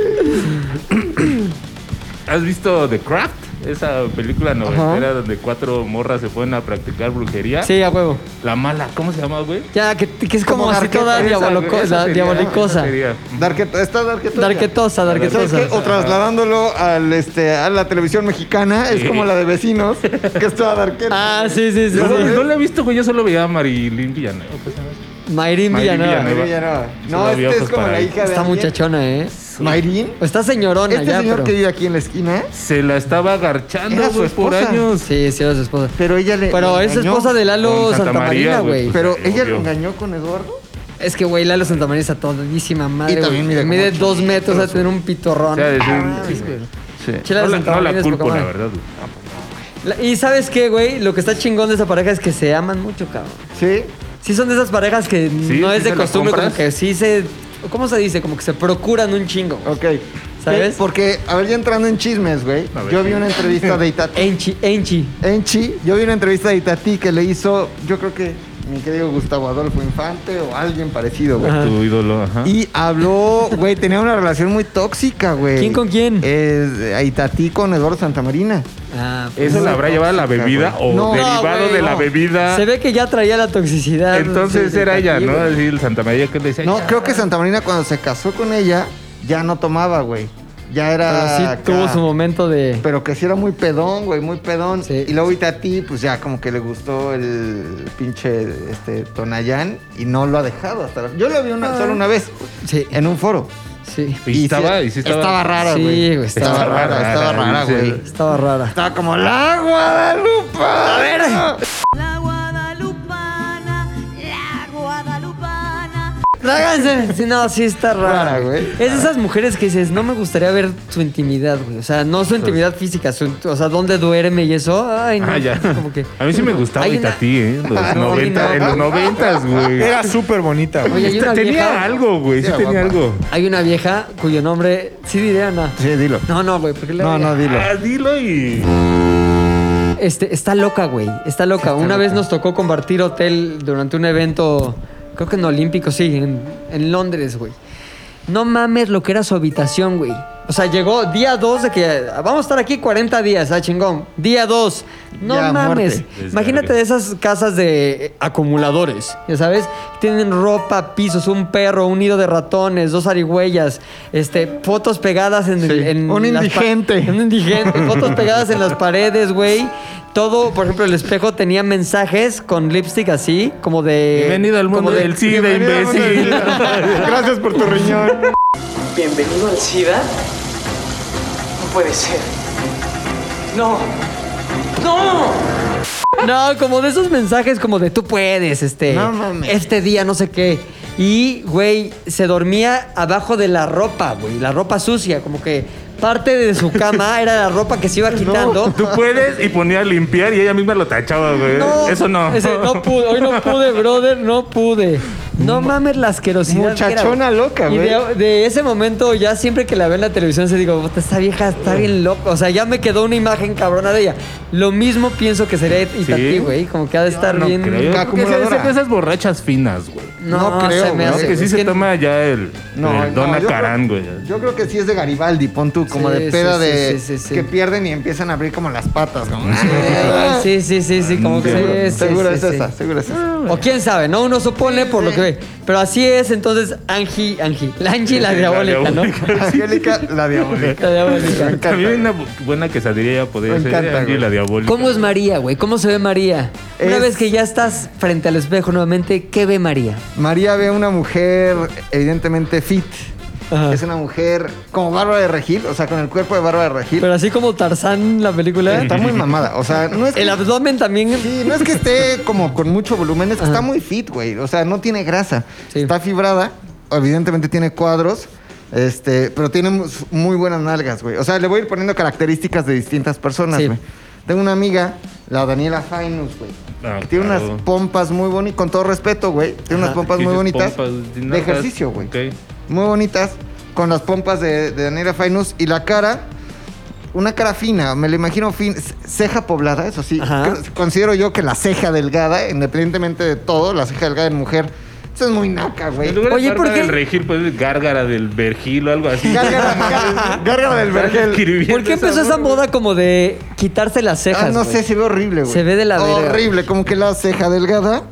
Speaker 7: ¿Has visto The Craft? Esa película noventera donde cuatro morras se ponen a practicar brujería.
Speaker 4: Sí, a huevo.
Speaker 7: La mala, ¿cómo se llama, güey?
Speaker 4: Ya, que, que es como,
Speaker 6: Como
Speaker 4: así
Speaker 6: Darketa,
Speaker 4: toda
Speaker 6: esa,
Speaker 4: diaboloco-
Speaker 7: Esa
Speaker 4: la
Speaker 7: sería-
Speaker 4: diabolicosa.
Speaker 7: esa sería.
Speaker 6: Darket- está Darketosa.
Speaker 4: Darketosa,
Speaker 6: ¿Sabes qué?
Speaker 4: darketosa.
Speaker 6: O trasladándolo al, este, a la televisión mexicana, es
Speaker 7: Sí.
Speaker 6: como la de vecinos, que es toda darketa.
Speaker 4: Ah, sí, sí, sí.
Speaker 7: No,
Speaker 4: sí.
Speaker 7: no la he visto, güey. Yo solo veía a Marilyn Villanueva. pues, ¿sabes?
Speaker 4: Mayrín
Speaker 7: Mayrín
Speaker 4: Villanueva.
Speaker 7: Villanueva.
Speaker 6: Mira, no, no,
Speaker 7: Solo había
Speaker 6: este es
Speaker 7: ojos
Speaker 6: como
Speaker 7: para
Speaker 6: la
Speaker 7: él.
Speaker 6: hija de
Speaker 4: Está
Speaker 6: alguien.
Speaker 4: muchachona, ¿eh?
Speaker 6: ¿Mayrín?
Speaker 4: O Está señorona
Speaker 6: Este
Speaker 4: ya,
Speaker 6: señor
Speaker 4: pero...
Speaker 6: que vive aquí en la esquina,
Speaker 7: Se la estaba agarchando,
Speaker 6: Era su
Speaker 7: güey, por
Speaker 6: esposa.
Speaker 7: años.
Speaker 4: Sí, sí, era su esposa.
Speaker 6: pero ella le
Speaker 4: Pero
Speaker 6: le
Speaker 4: es
Speaker 6: engañó.
Speaker 4: esposa de Lalo
Speaker 7: Con Santa
Speaker 4: Santa María,
Speaker 7: María,
Speaker 4: güey.
Speaker 7: güey.
Speaker 6: Pero
Speaker 7: Sí,
Speaker 6: ella lo
Speaker 7: obvio.
Speaker 6: engañó con Eduardo.
Speaker 4: Es que, güey, Lalo Santamaría está todísima madre.
Speaker 6: Y también
Speaker 4: güey.
Speaker 6: mide como
Speaker 4: mide
Speaker 6: ocho
Speaker 4: dos metros, o sea, tener un pitorrón. Ah,
Speaker 7: O sea, es un- sí, güey.
Speaker 4: Chela
Speaker 7: No
Speaker 4: de
Speaker 7: la,
Speaker 4: Santa
Speaker 7: no la
Speaker 4: María es poca
Speaker 7: culpo, la
Speaker 4: madre.
Speaker 7: verdad. güey.
Speaker 4: La- Y sabes qué, güey, lo que está chingón de esa pareja es que se aman mucho, cabrón.
Speaker 6: ¿Sí?
Speaker 4: Sí son de esas parejas que
Speaker 7: Sí,
Speaker 4: no
Speaker 7: sí
Speaker 4: es de
Speaker 7: se la
Speaker 4: costumbre, como
Speaker 7: compras.
Speaker 4: que sí se... ¿Cómo se dice? Como que se procuran un chingo. güey.
Speaker 6: Ok.
Speaker 4: ¿Sabes?
Speaker 6: Eh, Porque, a ver, ya entrando en chismes, güey.
Speaker 7: A ver.
Speaker 6: Yo vi una entrevista de Itati.
Speaker 4: Enchi, enchi.
Speaker 6: Enchi, yo vi una entrevista de Itati que le hizo, yo creo que mi querido Gustavo Adolfo Infante o alguien parecido, güey.
Speaker 4: Ajá.
Speaker 7: Tu ídolo, ajá.
Speaker 6: Y habló, güey, tenía una relación muy tóxica, güey.
Speaker 4: ¿Quién con quién?
Speaker 6: Eh, Aitatí con Eduardo Santamarina.
Speaker 4: Ah,
Speaker 7: ¿Eso
Speaker 4: pues,
Speaker 7: la habrá llevado la bebida o
Speaker 6: No,
Speaker 7: derivado
Speaker 4: güey,
Speaker 7: de la
Speaker 4: no.
Speaker 7: bebida?
Speaker 4: Se ve que ya traía la toxicidad.
Speaker 7: Entonces
Speaker 4: de- de
Speaker 7: era ella,
Speaker 4: aquí,
Speaker 7: ¿no?
Speaker 4: güey.
Speaker 7: Así el Santa María que le decía.
Speaker 6: No,
Speaker 7: "Ya".
Speaker 6: creo que Santamarina cuando se casó con ella ya no tomaba, güey. Ya
Speaker 7: Ah,
Speaker 4: Pero
Speaker 6: era.
Speaker 4: Ah, sí
Speaker 6: acá.
Speaker 4: tuvo su momento de...
Speaker 6: Pero que sí era muy pedón, güey, muy pedón.
Speaker 4: Sí.
Speaker 6: Y luego Itati, pues ya como que le gustó el pinche este, Tonayán y no lo ha dejado hasta la... Yo lo vi
Speaker 4: Ah.
Speaker 6: una, solo una vez
Speaker 4: Sí,
Speaker 7: eh.
Speaker 6: en un foro.
Speaker 4: sí.
Speaker 7: Y, estaba, y sí estaba. Ah,
Speaker 6: rara,
Speaker 4: Sí,
Speaker 6: güey.
Speaker 4: güey, estaba
Speaker 6: estaba, rara,
Speaker 7: rara,
Speaker 6: estaba
Speaker 7: güey,
Speaker 6: rara,
Speaker 7: sí.
Speaker 6: güey.
Speaker 4: Estaba rara.
Speaker 6: Estaba como la Guadalupa. A ver.
Speaker 9: La guadalupana, la guadalupana.
Speaker 4: Tráganse. Sí, no, sí está rara.
Speaker 6: Rara, güey.
Speaker 4: Es de esas mujeres que dices, no me gustaría ver su intimidad, güey. O sea, no su intimidad física, su, o sea, dónde duerme y eso. Ay, no.
Speaker 7: Ah, ya.
Speaker 4: Como que.
Speaker 7: A mí sí me gustaba
Speaker 4: Hay una-
Speaker 7: Itatí, ¿eh?
Speaker 4: [laughs]
Speaker 7: En Los
Speaker 4: no,
Speaker 7: 90,
Speaker 4: no.
Speaker 7: en los 90, güey.
Speaker 8: Era súper bonita, güey.
Speaker 4: Oye, hay una
Speaker 7: Este, Tenía
Speaker 4: vieja.
Speaker 7: algo, güey. Sí,
Speaker 6: Era
Speaker 7: tenía
Speaker 6: guapa.
Speaker 7: algo.
Speaker 4: Hay una vieja cuyo nombre. Sí, diré Ana.
Speaker 6: Sí, dilo.
Speaker 4: No, no, güey, porque le
Speaker 6: No, no, dilo.
Speaker 7: Ah, dilo y.
Speaker 4: Este, está loca, güey. Está loca. una vez nos tocó compartir hotel durante un evento, creo que en Olímpico, sí, en, en Londres, güey. No mames lo que era su habitación, güey. O sea, llegó día 2 de que ah, vamos a estar aquí 40 días, ah, chingón. Día 2. No
Speaker 6: Ya,
Speaker 4: mames.
Speaker 6: muerte.
Speaker 7: Desvergue.
Speaker 4: Imagínate de esas casas de eh, acumuladores, ya sabes. Tienen ropa, pisos, un perro, un nido de ratones, dos arihuellas, este, fotos pegadas en,
Speaker 6: Sí,
Speaker 4: en
Speaker 6: un
Speaker 4: las pa-
Speaker 6: indigente.
Speaker 4: en un indigente, fotos pegadas en las paredes, güey. Todo, por ejemplo, el espejo tenía mensajes con lipstick así, como de.
Speaker 7: Bienvenido al mundo
Speaker 4: como de-
Speaker 7: del SIDA, imbécil.
Speaker 6: Gracias por tu riñón.
Speaker 10: ¿Bienvenido al SIDA? No puede ser. No. ¡No!
Speaker 4: No, como de esos mensajes como de tú puedes, este.
Speaker 6: No mames.
Speaker 4: Este día, no sé qué. Y, güey, se dormía abajo de la ropa, güey. La ropa sucia, como que parte de su cama era la ropa que se iba quitando.
Speaker 7: Tú puedes y ponía a limpiar y ella misma lo tachaba, güey. Eso no.
Speaker 4: ese, no pude, hoy no pude, brother, no pude. No mames la asquerosidad. que era,
Speaker 6: Muchachona
Speaker 4: güey.
Speaker 6: loca,
Speaker 4: Y
Speaker 6: güey.
Speaker 4: de, de ese momento, ya siempre que la veo en la televisión, se digo, "Puta, esta vieja está bien loca. O sea, ya me quedó una imagen cabrona de ella. Lo mismo pienso que sería Itatí,
Speaker 7: Sí.
Speaker 4: güey. Como que ha de estar
Speaker 7: no
Speaker 4: bien.
Speaker 7: creo. Yo creo que
Speaker 6: acumuladora.
Speaker 7: esas- esas borrachas finas, güey.
Speaker 4: No,
Speaker 6: No creo,
Speaker 4: se me
Speaker 6: güey.
Speaker 4: hace.
Speaker 7: Es que sí
Speaker 4: es
Speaker 7: se
Speaker 4: que-
Speaker 7: toma ya el, el Dona
Speaker 6: yo creo-
Speaker 7: Carán, güey.
Speaker 6: Yo creo que sí es de Garibaldi, pon tú, como
Speaker 4: Sí,
Speaker 6: de peda
Speaker 4: sí,
Speaker 6: de
Speaker 4: sí, sí, sí, sí.
Speaker 6: que pierden y empiezan a abrir como las patas, ¿no? Ah,
Speaker 4: Sí, sí, sí, sí, como que
Speaker 7: Seguro,
Speaker 4: sí, sí,
Speaker 6: seguro
Speaker 4: sí,
Speaker 6: es
Speaker 4: sí.
Speaker 6: esa, seguro es esa.
Speaker 4: O quién sabe, ¿no? Uno supone por lo que ve. Pero así es, entonces, Angie, Angie. La Angie
Speaker 7: [laughs]
Speaker 4: la diabólica, ¿no?
Speaker 6: Angélica, la diabólica.
Speaker 4: La diabólica.
Speaker 7: A mí una bu- buena quesadilla ya podría
Speaker 6: Me
Speaker 7: ser
Speaker 6: encanta,
Speaker 7: Angie
Speaker 6: güey.
Speaker 7: la diabólica.
Speaker 4: ¿Cómo es María, güey? ¿Cómo se ve María? Una
Speaker 6: Es-
Speaker 4: vez que ya estás frente al espejo nuevamente, ¿qué ve María?
Speaker 6: María ve una mujer evidentemente fit.
Speaker 4: Ajá.
Speaker 6: Es una mujer como Bárbara de Regil, o sea, con el cuerpo de Bárbara de Regil.
Speaker 4: Pero así como Tarzán, la película. [laughs]
Speaker 6: está muy mamada, o sea, no es que,
Speaker 4: El abdomen también.
Speaker 6: sí, no es que esté como con mucho volumen, es que
Speaker 4: Ajá.
Speaker 6: está muy fit, güey. O sea, no tiene grasa.
Speaker 4: Sí.
Speaker 6: Está fibrada, evidentemente tiene cuadros. Este, pero tiene mu- muy buenas nalgas, güey. O sea, le voy a ir poniendo características de distintas personas,
Speaker 4: Sí.
Speaker 6: güey. Tengo una amiga, la Daniela Fainus, güey.
Speaker 7: Ah,
Speaker 6: que tiene
Speaker 7: claro.
Speaker 6: unas pompas muy bonitas, con todo respeto, güey. Tiene unas
Speaker 4: Ajá.
Speaker 6: pompas muy
Speaker 7: Dices,
Speaker 6: bonitas.
Speaker 7: pompas
Speaker 6: de
Speaker 7: dinámicas,
Speaker 6: ejercicio, güey.
Speaker 7: ok.
Speaker 6: Muy bonitas, con las pompas de, de Daniela Fainus y la cara, una cara fina, me la imagino fin, c- ceja poblada, eso sí.
Speaker 4: Ajá.
Speaker 6: Creo- Considero yo que la ceja delgada, independientemente de todo, la ceja delgada en mujer, eso es muy naca, güey.
Speaker 7: En lugar
Speaker 4: Oye,
Speaker 7: de
Speaker 4: ¿por
Speaker 7: ¿por
Speaker 4: qué?
Speaker 7: del regil, pues gárgara del vergil o algo así.
Speaker 6: Gárgara gár- gárgara del vergel.
Speaker 4: ¿Por qué empezó esa moda como de quitarse las cejas?
Speaker 6: Ah, no
Speaker 4: güey?
Speaker 6: sé, se ve horrible, güey.
Speaker 4: Se ve de la verga.
Speaker 6: Horrible, como que la ceja delgada.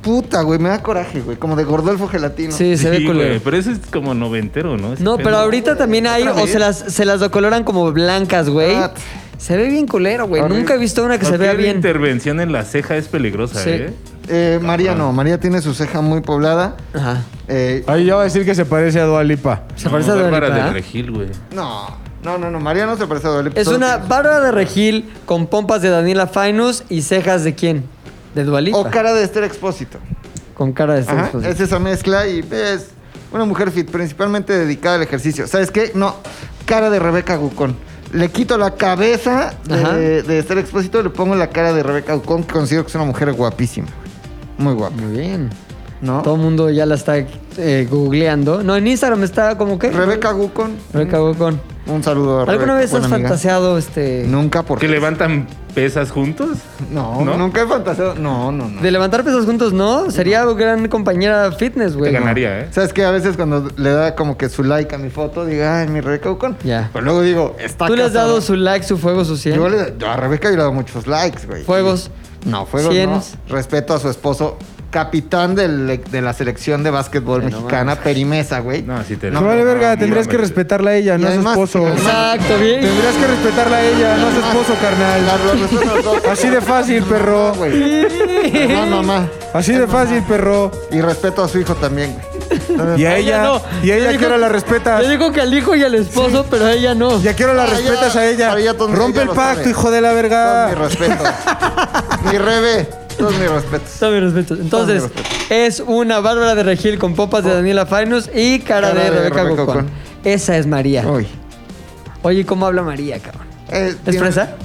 Speaker 6: Puta, güey, me da coraje, güey. Como de Gordolfo Gelatino.
Speaker 4: Sí, se ve
Speaker 7: Sí,
Speaker 4: culero.
Speaker 7: güey, pero eso es como noventero, ¿no? Ese
Speaker 4: No, pero
Speaker 7: pedo.
Speaker 4: ahorita también hay,
Speaker 6: Otra
Speaker 4: o se
Speaker 6: vez.
Speaker 4: las, se las decoloran como blancas, güey.
Speaker 6: Ah,
Speaker 4: Se ve bien culero, güey.
Speaker 6: Horrible.
Speaker 4: Nunca he visto una que se vea
Speaker 7: Cualquier
Speaker 4: bien.
Speaker 7: intervención en la ceja es peligrosa,
Speaker 4: Sí.
Speaker 7: ¿eh?
Speaker 6: Eh, María no, María tiene su ceja muy poblada.
Speaker 4: Ajá.
Speaker 6: Eh,
Speaker 8: Ahí yo voy a decir que se parece a Dua Lipa.
Speaker 4: Se parece a Dua
Speaker 7: Bárbara
Speaker 4: Lipa,
Speaker 7: del
Speaker 4: ¿eh?
Speaker 7: regil, güey.
Speaker 6: no, no, no, no, María no se parece a Dua Lipa,
Speaker 4: Es
Speaker 6: solo
Speaker 4: una
Speaker 6: tiene-
Speaker 4: bárbara de regil con pompas de Daniela Fainus y cejas de quién? De Dualipa.
Speaker 6: O cara de Esther Expósito.
Speaker 4: Con cara de
Speaker 6: Ajá,
Speaker 4: Steve Jobs.
Speaker 6: es esa mezcla y es una mujer fit, principalmente dedicada al ejercicio. ¿Sabes qué? No, cara de Rebeca Gucón. Le quito la cabeza de, de Esther Expósito y le pongo la cara de Rebeca Ocon, que considero que es una mujer guapísima. Muy guapa.
Speaker 4: Muy bien.
Speaker 6: ¿No?
Speaker 4: Todo el mundo ya la está eh, googleando. No, en Instagram está como que.
Speaker 6: Rebeca Gucon.
Speaker 4: Rebeca Bocón.
Speaker 6: Un saludo a Rebeca.
Speaker 4: ¿Alguna vez has
Speaker 6: buena amiga.
Speaker 4: fantaseado este.
Speaker 6: Nunca porque.
Speaker 7: ¿Que levantan pesas juntos?
Speaker 6: No,
Speaker 7: ¿No?
Speaker 6: nunca he fantaseado. No, no, no.
Speaker 4: De levantar pesas juntos, no. Sería gran compañera fitness, güey.
Speaker 7: Te ganaría, ¿eh?
Speaker 6: ¿Sabes qué? A veces cuando le da como que su like a mi foto, diga, ay, mi Rebeca Ocon.
Speaker 4: Ya.
Speaker 6: Pero luego digo, está
Speaker 4: Tú le has
Speaker 6: casada.
Speaker 4: dado su like, su fuego, su cien.
Speaker 6: Yo le- yo a Rebeca yo le he dado muchos likes, güey.
Speaker 4: Fuegos.
Speaker 6: No, fuegos
Speaker 4: Cienes.
Speaker 6: no. Respeto a su esposo, capitán del- de la selección de básquetbol mexicana, Perimesa, güey.
Speaker 7: No, sí te
Speaker 8: No vale verga, tendrías que
Speaker 7: mames.
Speaker 8: respetarla a ella,
Speaker 6: Y
Speaker 8: no a su
Speaker 6: además-
Speaker 8: esposo.
Speaker 4: Exacto, bien.
Speaker 8: Tendrías que respetarla a ella, no a su esposo,
Speaker 6: La-
Speaker 8: carnal.
Speaker 6: los otros
Speaker 8: [laughs]
Speaker 6: pues, dos- [laughs]
Speaker 8: Así de fácil, perro.
Speaker 6: güey. No, mamá.
Speaker 8: Así de fácil, perro.
Speaker 6: Y respeto a su hijo también, güey.
Speaker 8: Y
Speaker 4: Ella
Speaker 8: a ella,
Speaker 4: no.
Speaker 8: y a
Speaker 4: Le
Speaker 8: ella
Speaker 4: dijo-
Speaker 8: que ahora la respetas.
Speaker 4: Le digo que al hijo y al esposo, pero a ella no.
Speaker 8: Y a que ahora la
Speaker 6: Ah, ya,
Speaker 8: respetas a ella.
Speaker 6: para ella todo el mundo
Speaker 8: Rompe
Speaker 6: ya
Speaker 8: el
Speaker 6: lo
Speaker 8: pacto,
Speaker 6: sabe.
Speaker 8: hijo de la
Speaker 6: Todo mi
Speaker 8: verga.
Speaker 6: respeto. mi Rebe, todos mis respetos.
Speaker 4: Todo mi respeto. Entonces,
Speaker 6: Todo mi
Speaker 4: es una Bárbara de Regil con popas
Speaker 6: Oh.
Speaker 4: de Daniela Fainus y cara, de, Rebeca Gocón.
Speaker 6: Gocón.
Speaker 4: Esa es María.
Speaker 6: Uy.
Speaker 4: Oye, ¿cómo habla María, cabrón?
Speaker 6: Eh,
Speaker 4: ¿Es
Speaker 6: tiene-
Speaker 4: fresa?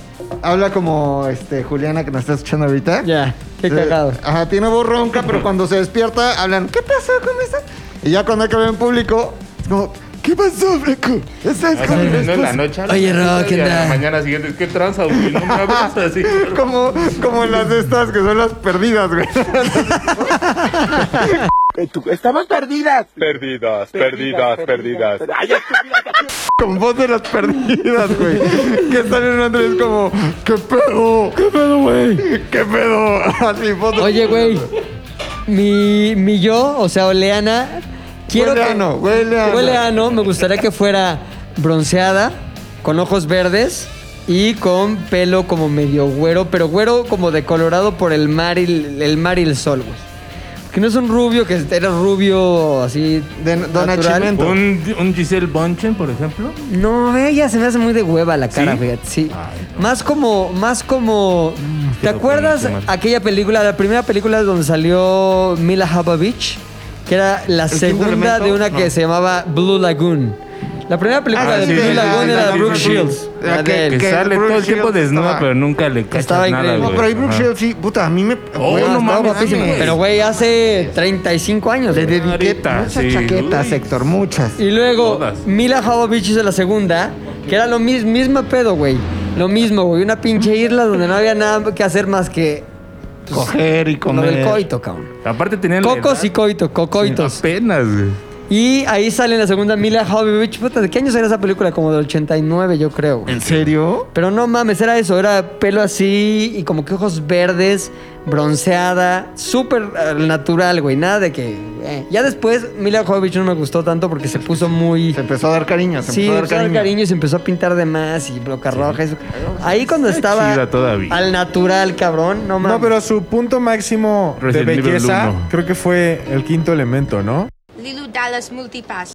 Speaker 6: Habla como este, Juliana que nos está escuchando ahorita.
Speaker 4: Ya, qué
Speaker 6: Eh,
Speaker 4: cagado.
Speaker 6: Ajá, tiene voz ronca, pero cuando se despierta hablan, ¿qué pasó con esa? Y ya cuando acaba en público, es como, ¿qué pasó, Reco? Esa es
Speaker 7: O sea,
Speaker 6: como,
Speaker 7: Ah, no en la noche. a la
Speaker 4: Oye,
Speaker 7: mañana,
Speaker 4: Ro, ¿qué
Speaker 7: y a la
Speaker 4: onda?
Speaker 7: mañana siguiente, ¿qué tranza, güey? No me abras [laughs] así.
Speaker 6: [laughs] como, como las de estas que son las perdidas, güey.
Speaker 5: Perdidas, perdidas, perdidas.
Speaker 6: Con voz de las perdidas, güey. Que están en un Andrés como, ¿qué pedo? ¿Qué pedo, güey? ¿Qué pedo? [laughs] Así, voz de-
Speaker 4: Oye, güey. Mi, mi yo, o sea, Oleana, quiero
Speaker 6: Huele
Speaker 4: que.
Speaker 6: a ano, huele a ano.
Speaker 4: Huele a ano, me gustaría que fuera bronceada, con ojos verdes y con pelo como medio güero, pero güero como decolorado por el mar y el, el mar y el sol, güey. Que no es un rubio, que era rubio así
Speaker 6: De- don
Speaker 4: natural.
Speaker 6: Achimento.
Speaker 7: ¿Un, un Giselle Bonchen, por ejemplo.
Speaker 4: No, ella se me hace muy de hueva la cara,
Speaker 7: ¿Sí?
Speaker 4: fíjate, sí.
Speaker 7: Ay, Mm,
Speaker 4: Más como, más como. ¿Te
Speaker 7: qué
Speaker 4: acuerdas
Speaker 7: buenísimo.
Speaker 4: aquella película, la primera película donde salió Mila Jovovich, que era la
Speaker 6: quinto
Speaker 4: segunda
Speaker 6: elemento?
Speaker 4: de una que
Speaker 6: No.
Speaker 4: se llamaba Blue Lagoon? La primera película
Speaker 7: Ah,
Speaker 4: de
Speaker 7: sí,
Speaker 4: Blue
Speaker 7: sí,
Speaker 4: Lagoon
Speaker 7: sí,
Speaker 4: era
Speaker 7: sí,
Speaker 4: Brooke
Speaker 7: sí.
Speaker 4: Shields.
Speaker 6: Ah,
Speaker 4: la
Speaker 6: que-
Speaker 4: de él.
Speaker 7: Que
Speaker 6: que
Speaker 7: sale
Speaker 6: Brooke
Speaker 7: todo el tiempo
Speaker 6: Shields
Speaker 7: desnuda,
Speaker 6: estaba-
Speaker 7: pero nunca le cachas
Speaker 4: Estaba
Speaker 7: nada,
Speaker 4: increíble.
Speaker 6: No,
Speaker 7: güey.
Speaker 6: pero ahí Brooke
Speaker 7: Ajá.
Speaker 6: Shields, sí, puta, a mí me.
Speaker 7: Oh,
Speaker 6: güey,
Speaker 7: no
Speaker 6: estaba
Speaker 7: mames.
Speaker 6: guapísima.
Speaker 4: Pero güey, hace 35 años.
Speaker 6: Le
Speaker 4: güey.
Speaker 6: dediqué
Speaker 7: Ahorita,
Speaker 6: muchas
Speaker 7: sí.
Speaker 6: chaquetas,
Speaker 7: Uy.
Speaker 6: Héctor, muchas.
Speaker 4: Y luego,
Speaker 7: Todas.
Speaker 4: Mila Jovovich hizo la segunda, que era lo mismo, mismo pedo, güey. Lo mismo, güey. Una pinche isla donde no había nada que hacer más que
Speaker 6: Coger y
Speaker 4: lo del
Speaker 6: comer.
Speaker 4: coito, cabrón.
Speaker 7: Aparte tenían la
Speaker 4: Cocos
Speaker 7: edad.
Speaker 4: y coito, cocoitos.
Speaker 7: Apenas, güey.
Speaker 4: Y ahí sale en la segunda Mila Jovovich. Puta, ¿de qué años era esa película? Como del 89, yo creo. güey.
Speaker 6: ¿En serio?
Speaker 4: Pero no mames, era eso. Era pelo así y como que ojos verdes, bronceada, súper eh, natural, güey. Nada de que... eh. Ya después, Mila Jovovich no me gustó tanto porque se puso muy...
Speaker 6: Se empezó a dar cariño, se
Speaker 4: Sí,
Speaker 6: empezó a dar
Speaker 4: empezó a dar
Speaker 6: cariño.
Speaker 4: cariño y se empezó a pintar de más y bloca roja. y eso. Ahí cuando estaba
Speaker 7: chida todavía.
Speaker 4: al natural, cabrón, no mames.
Speaker 8: No, pero su punto máximo de
Speaker 7: Resident Evil
Speaker 8: belleza
Speaker 7: uno.
Speaker 8: creo que fue el quinto elemento, ¿no?
Speaker 9: Lilu Dallas Multipass.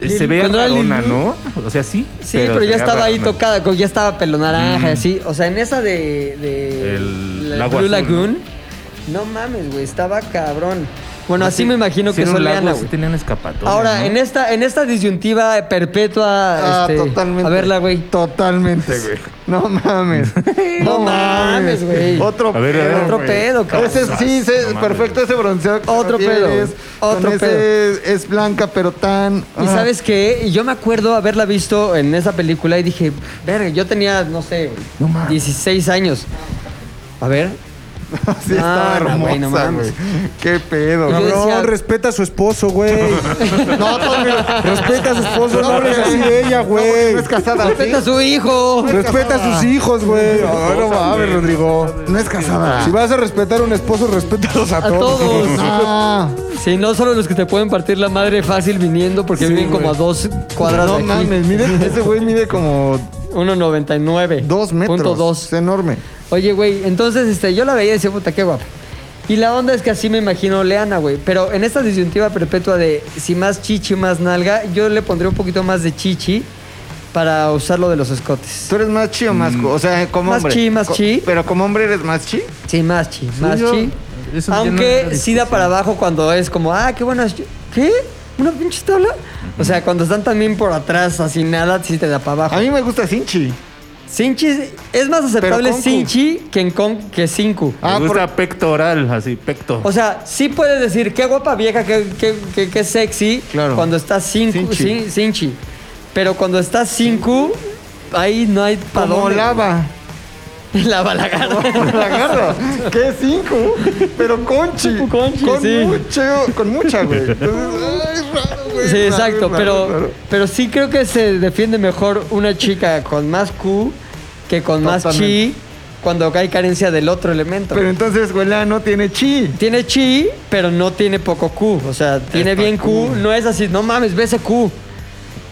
Speaker 7: Se ve
Speaker 4: Cuando era
Speaker 7: rarona,
Speaker 4: Lili-
Speaker 7: ¿no? O sea, sí.
Speaker 4: Sí, pero, ya
Speaker 7: se ve
Speaker 4: estaba ahí
Speaker 7: rarona.
Speaker 4: tocada, como ya estaba pelo naranja,
Speaker 7: Mm.
Speaker 4: así. O sea, en esa de, de
Speaker 7: El
Speaker 4: la
Speaker 7: lago
Speaker 4: Blue
Speaker 7: azul,
Speaker 4: Lagoon, no mames, güey, estaba cabrón. Bueno, así me imagino
Speaker 7: Pues Sí,
Speaker 4: que
Speaker 7: en un
Speaker 4: Soleana,
Speaker 7: lago sí
Speaker 4: güey.
Speaker 7: tenían escapatoria.
Speaker 4: Ahora,
Speaker 7: ¿no?
Speaker 4: en esta en esta disyuntiva perpetua,
Speaker 6: Ah,
Speaker 4: este,
Speaker 6: totalmente.
Speaker 4: a verla, güey.
Speaker 6: Totalmente, güey. No mames.
Speaker 4: No mames, güey.
Speaker 6: Otro
Speaker 7: A ver, a ver.
Speaker 6: pedo.
Speaker 4: Otro
Speaker 6: güey.
Speaker 4: pedo, cabrón.
Speaker 6: Ese sí,
Speaker 7: No
Speaker 6: se,
Speaker 7: mames.
Speaker 6: perfecto ese bronceado. que
Speaker 4: Otro
Speaker 6: tienes,
Speaker 4: pedo, güey.
Speaker 6: con
Speaker 4: Otro
Speaker 6: ese
Speaker 4: pedo.
Speaker 6: Es blanca, pero tan.
Speaker 4: Y
Speaker 6: ajá.
Speaker 4: sabes qué, yo me acuerdo haberla visto en esa película y dije, verga, yo tenía, no sé, güey, 16 años. A ver,
Speaker 6: [laughs] Sí, estaba
Speaker 4: No, no, güey, no
Speaker 6: hermosa,
Speaker 4: mames.
Speaker 6: güey. Qué pedo.
Speaker 4: Yo
Speaker 6: güey.
Speaker 8: Cabrón,
Speaker 4: decía-
Speaker 8: respeta a su esposo, güey.
Speaker 6: [laughs] No, todo bien.
Speaker 8: respeta a su esposo, no,
Speaker 6: No,
Speaker 8: hables
Speaker 6: güey.
Speaker 8: así de ella,
Speaker 6: No, porque
Speaker 8: güey.
Speaker 6: no es casada.
Speaker 4: respeta a
Speaker 6: ¿sí?
Speaker 4: su hijo.
Speaker 8: respeta a sus hijos, güey. Ay, no mames, Rodrigo.
Speaker 6: No es casada.
Speaker 8: Si vas a respetar a un esposo, respétalos a,
Speaker 4: A todos.
Speaker 6: No.
Speaker 4: Sí, no solo los que te pueden partir la madre fácil viniendo porque viven como a dos cuadras
Speaker 6: No
Speaker 4: de aquí.
Speaker 6: mames, mire, ese güey mide como
Speaker 4: 1.99.
Speaker 6: dos metros.
Speaker 4: Punto
Speaker 6: Es
Speaker 4: dos.
Speaker 6: enorme.
Speaker 4: Oye, güey, entonces este, yo la veía y decía, puta, qué guapa. Y la onda es que así me imagino Leana, güey. Pero en esta disyuntiva perpetua de si más chichi, más nalga, yo le pondría un poquito más de chichi para usar lo de los escotes.
Speaker 6: ¿Tú eres más chi o
Speaker 4: Mm.
Speaker 6: más cu? O sea, como
Speaker 4: Más
Speaker 6: hombre.
Speaker 4: chi, más
Speaker 6: Co-
Speaker 4: chi.
Speaker 6: Pero como hombre eres más chi.
Speaker 4: Sí, más chi, más
Speaker 7: yo-
Speaker 4: chi.
Speaker 7: eso ya
Speaker 4: Aunque
Speaker 7: no es la
Speaker 4: sí da
Speaker 7: discusión.
Speaker 4: para abajo cuando es como, ah, qué buenas. ¿Qué? ¿Una pinche tabla? O sea, cuando están también por atrás, así nada, sí te da para
Speaker 6: A
Speaker 4: abajo.
Speaker 6: mí me gusta sin chi.
Speaker 4: Sinchi es más aceptable
Speaker 6: Pero Concu.
Speaker 4: Sinchi que, en con, que Sinku.
Speaker 6: Ah,
Speaker 7: Me gusta pectoral, así, pecto.
Speaker 4: O sea, sí puedes decir qué guapa vieja, qué, qué- qué- qué sexy
Speaker 6: Claro.
Speaker 4: cuando estás Sinku,
Speaker 6: Sinchi.
Speaker 4: sin, Sinchi. Pero cuando estás Sinku, ahí no hay pa'
Speaker 6: Como
Speaker 4: dónde. [laughs]
Speaker 6: lava. [laughs]
Speaker 4: La balagarda.
Speaker 6: La agarra. ¿Qué cinco? Pero conchi.
Speaker 4: Conchi,
Speaker 6: con
Speaker 4: sí.
Speaker 6: mucho- con mucha,
Speaker 4: [laughs]
Speaker 6: güey. Entonces, ay, es raro, güey.
Speaker 4: Sí,
Speaker 6: Es raro,
Speaker 4: exacto,
Speaker 6: es raro, es
Speaker 4: pero,
Speaker 6: raro.
Speaker 4: pero sí creo que se defiende mejor una chica con más Q que con más chi
Speaker 6: Totalmente.
Speaker 4: cuando hay carencia del otro elemento.
Speaker 6: Pero entonces, güey, la no tiene chi.
Speaker 4: tiene chi, pero no tiene poco Q. O sea, tiene bien Q, no es así, no mames, ves Q.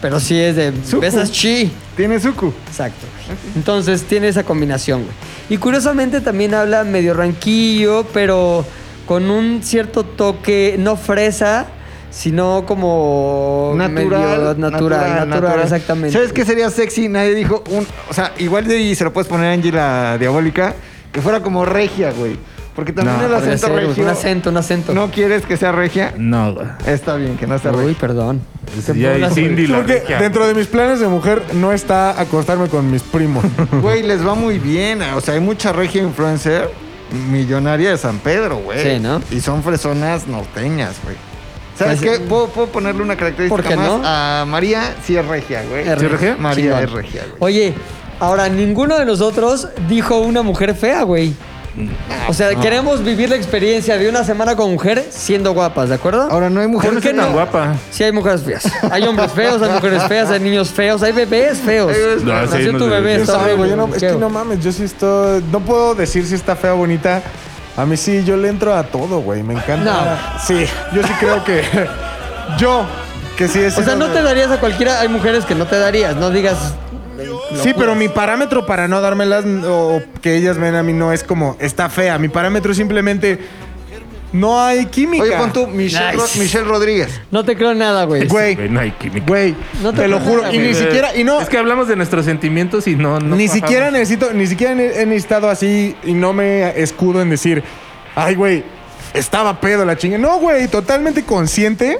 Speaker 4: Pero sí es de
Speaker 6: Su
Speaker 4: besas
Speaker 6: Q.
Speaker 4: chi.
Speaker 6: Tiene suku.
Speaker 4: Exacto. güey. Entonces tiene esa combinación, güey. Y curiosamente también habla medio ranquillo, pero con un cierto toque, no fresa, sino como
Speaker 6: Natural,
Speaker 4: medio natural, natural, exactamente.
Speaker 6: ¿Sabes qué sería sexy? Nadie dijo un. O sea, igual de ahí se lo puedes poner a Angela Diabólica, que fuera como regia, güey. Porque también
Speaker 7: No,
Speaker 6: el
Speaker 4: Podría
Speaker 6: acento
Speaker 4: ser, güey,
Speaker 6: regio.
Speaker 4: Un acento, un acento.
Speaker 6: ¿No quieres que sea regia?
Speaker 7: No, güey.
Speaker 6: Está bien, que no sea
Speaker 4: Uy,
Speaker 6: regia.
Speaker 4: perdón.
Speaker 7: Sí, ya hay
Speaker 4: pongas-
Speaker 7: Cindy la
Speaker 8: Porque
Speaker 7: regia.
Speaker 8: dentro de mis planes de mujer no está acostarme con
Speaker 4: [laughs]
Speaker 8: mis primos.
Speaker 6: Güey, les va muy bien. O sea, hay mucha regia influencer millonaria de San Pedro, güey.
Speaker 4: Sí, ¿no?
Speaker 6: Y son fresonas norteñas, güey. ¿Sabes
Speaker 4: Pues,
Speaker 6: qué? ¿Puedo, puedo ponerle una característica
Speaker 4: ¿por qué
Speaker 6: más?
Speaker 4: no?
Speaker 6: A María sí es regia, güey.
Speaker 4: Es regia.
Speaker 6: María
Speaker 4: Chingón.
Speaker 6: es regia, güey.
Speaker 4: Oye, ahora ninguno de nosotros dijo una mujer fea, güey. O sea, queremos vivir la experiencia de una semana con mujer siendo guapas, ¿de acuerdo?
Speaker 6: Ahora, no hay mujeres
Speaker 4: ¿Por qué
Speaker 6: tan
Speaker 4: no?
Speaker 7: guapa.
Speaker 4: Sí, hay mujeres feas. Hay hombres feos, hay mujeres feas, hay niños feos, hay bebés feos.
Speaker 7: No, sí,
Speaker 4: Nació
Speaker 7: no
Speaker 4: tu
Speaker 7: sé.
Speaker 4: bebé,
Speaker 8: Yo
Speaker 4: está
Speaker 8: sabe, güey,
Speaker 4: horrible,
Speaker 8: yo no- es que
Speaker 4: feo.
Speaker 8: no mames, yo sí estoy. No puedo decir si está fea o bonita. A mí sí, yo le entro a todo, güey. Me encanta. Sí, yo sí creo que. [laughs] yo, que sí es.
Speaker 4: O sea, no te darías a cualquiera. Hay mujeres que no te darías, no digas.
Speaker 8: Sí, pero mi parámetro para no dármelas o que ellas ven a mí no es como está fea. Mi parámetro es simplemente no hay química.
Speaker 6: Oye, pon tú Michelle,
Speaker 4: Nice.
Speaker 6: Ro- Michelle Rodríguez.
Speaker 4: No te creo nada, güey.
Speaker 8: Güey,
Speaker 7: Güey, no hay química.
Speaker 8: güey,
Speaker 4: No te
Speaker 8: te, lo
Speaker 4: pasa
Speaker 8: juro.
Speaker 4: nada,
Speaker 8: Y ni
Speaker 4: güey.
Speaker 8: siquiera, y no,
Speaker 7: Es que hablamos de nuestros sentimientos y no. no
Speaker 8: ni
Speaker 7: bajamos.
Speaker 8: siquiera necesito, ni siquiera he he necesitado así y no me escudo en decir, ay, güey, estaba pedo la chinga. No, güey, totalmente consciente.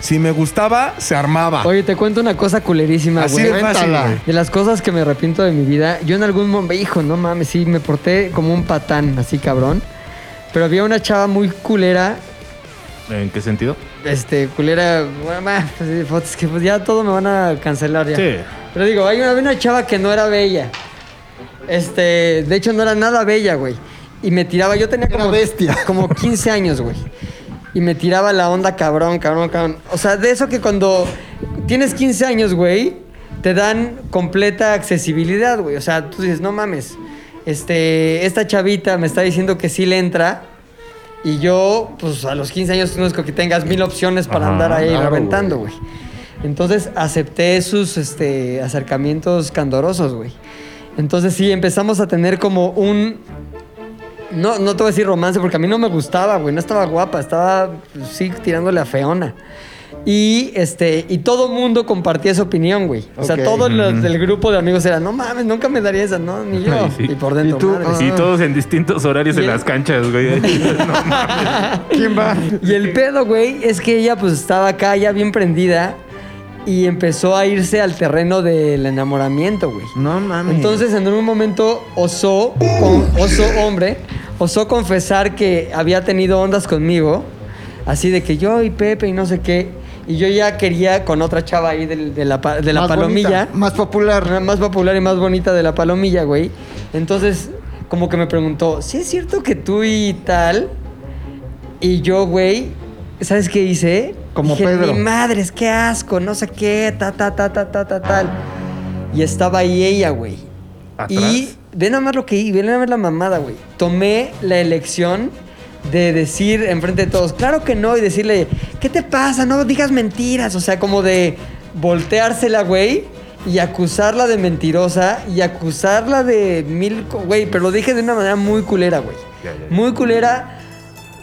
Speaker 8: Si me gustaba, se armaba.
Speaker 4: Oye, te cuento una cosa culerísima,
Speaker 8: así
Speaker 4: güey.
Speaker 8: de fácil,
Speaker 6: cuéntala.
Speaker 8: güey.
Speaker 4: De las cosas que me arrepiento de mi vida, yo en algún momento, hijo, no mames, sí, me porté como un patán, así cabrón. Pero había una chava muy culera,
Speaker 7: ¿En qué sentido?
Speaker 4: este, culera, bueno, ma, pues, sí, fotos que pues ya todo me van a cancelar ya.
Speaker 7: Sí.
Speaker 4: Pero digo, hay una, había una chava que no era bella. Este, de hecho no era nada bella, güey. Y me tiraba, yo tenía como,
Speaker 6: bestia.
Speaker 4: como 15 años, güey. Y me tiraba la onda cabrón, cabrón, cabrón. O sea, de eso que cuando tienes 15 años, güey, te dan completa accesibilidad, güey. O sea, tú dices, no mames, este, esta chavita me está diciendo que sí le entra. Y yo, pues a los 15 años no es como que tengas mil opciones para
Speaker 7: Ajá,
Speaker 4: andar ahí
Speaker 7: claro,
Speaker 4: aventando, güey. Entonces acepté sus este, acercamientos candorosos, güey. Entonces sí, empezamos a tener como un... No, no te voy a decir romance porque a mí no me gustaba, güey. No estaba guapa, estaba pues, sí tirándole a feona. Y este y todo mundo compartía esa opinión, güey. O sea,
Speaker 6: Ok.
Speaker 4: todo el del grupo de amigos era, no mames, nunca me daría esa, no,
Speaker 7: [laughs]
Speaker 4: ni yo.
Speaker 7: Ay, sí.
Speaker 4: Y por dentro,
Speaker 6: ¿Y tú?
Speaker 4: madres.
Speaker 7: Y todos en distintos horarios
Speaker 4: Ah. Y-
Speaker 7: en las canchas, güey. [laughs]
Speaker 6: ¿Quién va?
Speaker 4: Y el pedo, güey, es que ella pues estaba acá ya bien prendida y empezó a irse al terreno del enamoramiento, güey.
Speaker 6: No mames.
Speaker 4: Entonces en un momento osó, con- osó hombre, osó confesar que había tenido ondas conmigo, así de que yo y Pepe y no sé qué, y yo ya quería con otra chava ahí del- de, la, pa- de la
Speaker 6: Más
Speaker 4: palomilla.
Speaker 6: bonita, más popular.
Speaker 4: Más popular y más bonita de la palomilla, güey. Entonces, como que me preguntó, ¿sí es cierto que tú y tal? Y yo, güey, ¿sabes qué hice?
Speaker 6: Como
Speaker 4: Dije,
Speaker 6: Pedro.
Speaker 4: Mi madres, qué asco, no sé qué, ta, ta, ta, ta, ta, ta, tal. Y estaba ahí ella, güey. Y
Speaker 7: Atrás.
Speaker 4: ve nada más lo que hice, ve nada más la mamada, güey. Tomé la elección de decir enfrente de todos, claro que no, y decirle, ¿qué te pasa? No digas mentiras. O sea, como de volteársela, güey, y acusarla de mentirosa y acusarla de mil. co- Güey, pero lo dije de una manera muy culera, güey.
Speaker 7: Ya, ya, ya.
Speaker 4: Muy culera.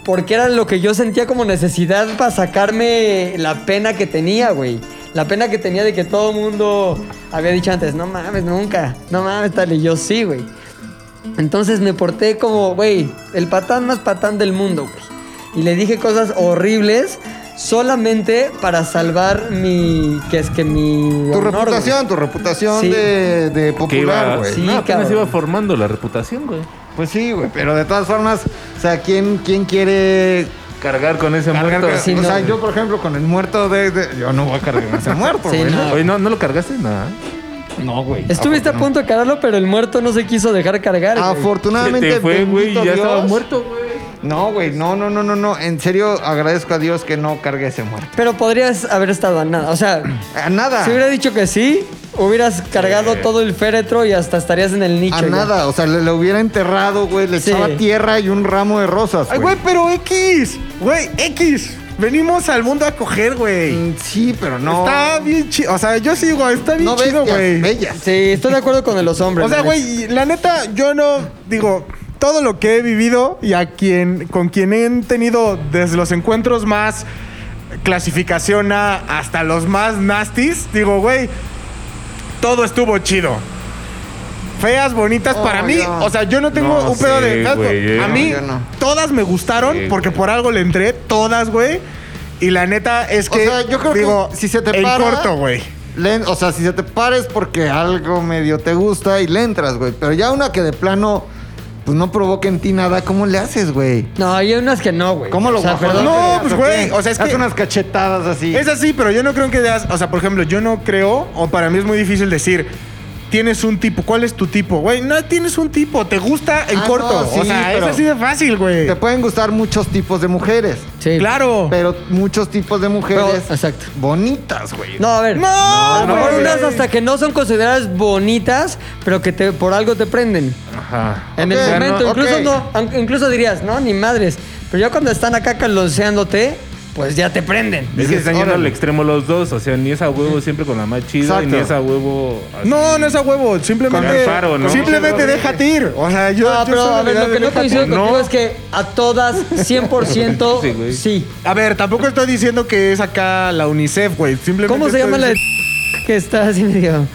Speaker 4: Porque era lo que yo sentía como necesidad para sacarme la pena que tenía, güey. La pena que tenía de que todo el mundo había dicho antes, no mames, nunca. No mames, tal. Y yo sí, güey. Entonces me porté como, güey, el patán más patán del mundo, güey. Y le dije cosas horribles solamente para salvar mi. que es que mi.
Speaker 6: Tu
Speaker 4: honor, güey.
Speaker 6: reputación, tu reputación
Speaker 4: Sí.
Speaker 6: de, de
Speaker 7: Que iba,
Speaker 6: popular, güey.
Speaker 4: Sí,
Speaker 7: no, apenas
Speaker 4: cabrón.
Speaker 7: iba formando la reputación, güey.
Speaker 6: Pues sí, güey, pero de todas formas, o sea, ¿quién, quién quiere
Speaker 7: Cargar con ese
Speaker 6: cargar?
Speaker 7: muerto.
Speaker 6: con-
Speaker 4: Sí,
Speaker 6: o
Speaker 4: no.
Speaker 6: sea, yo, por ejemplo, con el muerto de... de- yo no voy a cargar
Speaker 4: [laughs]
Speaker 6: con ese muerto,
Speaker 4: Sí,
Speaker 6: güey.
Speaker 4: no.
Speaker 7: Oye, ¿no, ¿no lo cargaste? Nada.
Speaker 6: No, güey.
Speaker 4: Estuviste a punto de cargarlo, pero el muerto no se quiso dejar cargar.
Speaker 6: Ah,
Speaker 4: güey.
Speaker 6: Afortunadamente,
Speaker 7: te fue, güey, y
Speaker 6: bendito
Speaker 7: ya estaba
Speaker 6: Dios.
Speaker 7: muerto, güey.
Speaker 6: No, güey, no, no, no, no, no. En serio, agradezco a Dios que no cargue ese muerto.
Speaker 4: Pero podrías haber estado a nada. O sea,
Speaker 6: A nada.
Speaker 4: si hubiera dicho que sí, hubieras cargado todo el féretro y hasta estarías en el nicho.
Speaker 6: A
Speaker 4: ya.
Speaker 6: nada, o sea, le, le hubiera enterrado, güey, le
Speaker 4: Sí.
Speaker 6: echaba tierra y un ramo de rosas.
Speaker 8: Ay, güey, pero X. Güey, X. Venimos al mundo a coger, güey.
Speaker 6: Mm, Sí, pero no.
Speaker 8: Está bien chido. O sea, yo sigo, está bien
Speaker 6: no
Speaker 8: chido,
Speaker 6: bestias,
Speaker 8: güey.
Speaker 6: bellas.
Speaker 4: Sí, estoy de acuerdo con el los hombres.
Speaker 8: O sea,
Speaker 4: la
Speaker 8: güey, la neta, yo no. Digo, todo lo que he vivido y a quien, con quien he tenido desde los encuentros más clasificación A hasta los más nasties, digo, güey, todo estuvo chido. Feas, bonitas,
Speaker 6: Oh,
Speaker 8: para mí,
Speaker 6: no.
Speaker 8: o sea, yo no tengo
Speaker 7: No
Speaker 8: un pedo
Speaker 7: sé,
Speaker 8: de... tanto.
Speaker 7: güey, eh.
Speaker 8: a mí,
Speaker 6: No, yo no.
Speaker 8: todas me gustaron,
Speaker 7: Sí,
Speaker 8: porque
Speaker 7: güey.
Speaker 8: por algo le entré, todas, güey. Y la neta es
Speaker 6: O
Speaker 8: que,
Speaker 6: sea, yo creo que
Speaker 8: digo,
Speaker 6: si se te
Speaker 8: en
Speaker 6: para-
Speaker 8: corto, güey.
Speaker 6: Le- o sea, si se te pares porque algo medio te gusta y le entras, güey. Pero ya una que de plano, pues no provoca en ti nada, ¿cómo le haces, güey?
Speaker 4: No, hay unas que no, güey.
Speaker 6: ¿Cómo lo
Speaker 4: O sea,
Speaker 6: guajas?
Speaker 4: perdón,
Speaker 8: No,
Speaker 4: pero-
Speaker 8: pues, güey, o sea, es
Speaker 6: Haz
Speaker 8: que-
Speaker 6: unas cachetadas así.
Speaker 8: Es así, pero yo no creo que das. O sea, por ejemplo, yo no creo, o para mí es muy difícil decir. Tienes un tipo, ¿cuál es tu tipo? Güey, no tienes un tipo, te gusta en
Speaker 6: Ah,
Speaker 8: corto.
Speaker 6: no, sí,
Speaker 8: o sea, es
Speaker 6: pero-
Speaker 8: así de fácil, güey.
Speaker 6: Te pueden gustar muchos tipos de mujeres,
Speaker 4: Sí.
Speaker 8: Claro.
Speaker 6: pero muchos tipos de mujeres
Speaker 4: Pero- exacto.
Speaker 6: bonitas, güey.
Speaker 4: No, a ver.
Speaker 8: No,
Speaker 4: a lo mejor
Speaker 8: güey.
Speaker 4: unas hasta que no son consideradas bonitas, pero que te, por algo te prenden.
Speaker 7: Ajá.
Speaker 4: En
Speaker 6: Ok,
Speaker 4: el momento,
Speaker 6: no,
Speaker 4: incluso
Speaker 6: ok.
Speaker 4: no, aun- incluso dirías, no, ni madres. Pero ya cuando están acá calonceándote, pues ya te prenden.
Speaker 7: Es que
Speaker 6: Dices,
Speaker 7: están yendo al
Speaker 6: órale.
Speaker 7: exacto. extremo los dos. O sea, ni esa huevo siempre con la más chida,
Speaker 6: Exacto.
Speaker 7: ni esa huevo. así.
Speaker 8: No, no es a huevo. Simplemente.
Speaker 7: Con el faro, ¿no?
Speaker 8: Simplemente déjate ir. O sea, yo.
Speaker 4: No,
Speaker 8: yo
Speaker 4: Ah, pero
Speaker 8: soy
Speaker 4: a ver,
Speaker 8: de
Speaker 4: lo que no
Speaker 8: déjate
Speaker 4: coincido
Speaker 8: ir.
Speaker 4: contigo
Speaker 8: No.
Speaker 4: es que a todas 100%
Speaker 7: Sí,
Speaker 4: sí.
Speaker 7: güey.
Speaker 8: A ver, tampoco estoy diciendo que es acá la UNICEF, güey. Simplemente.
Speaker 4: ¿Cómo se
Speaker 8: estoy
Speaker 4: llama la de [laughs]
Speaker 8: diciendo-
Speaker 4: que está así medio?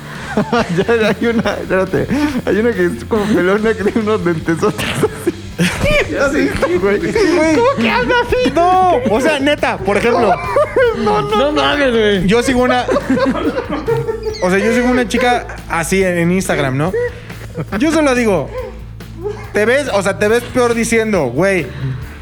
Speaker 6: Ya [laughs] hay una, espérate, hay una que es como pelona que tiene unos dentesotes así.
Speaker 8: [laughs]
Speaker 6: Así, güey. ¿Cómo que habla así?
Speaker 8: No, o sea, neta, por ejemplo.
Speaker 6: Oh,
Speaker 4: No mames, güey.
Speaker 8: Yo sigo una. O sea, yo sigo una chica así en en Instagram, ¿no? Yo solo digo. Te ves, o sea, te ves peor diciendo, güey.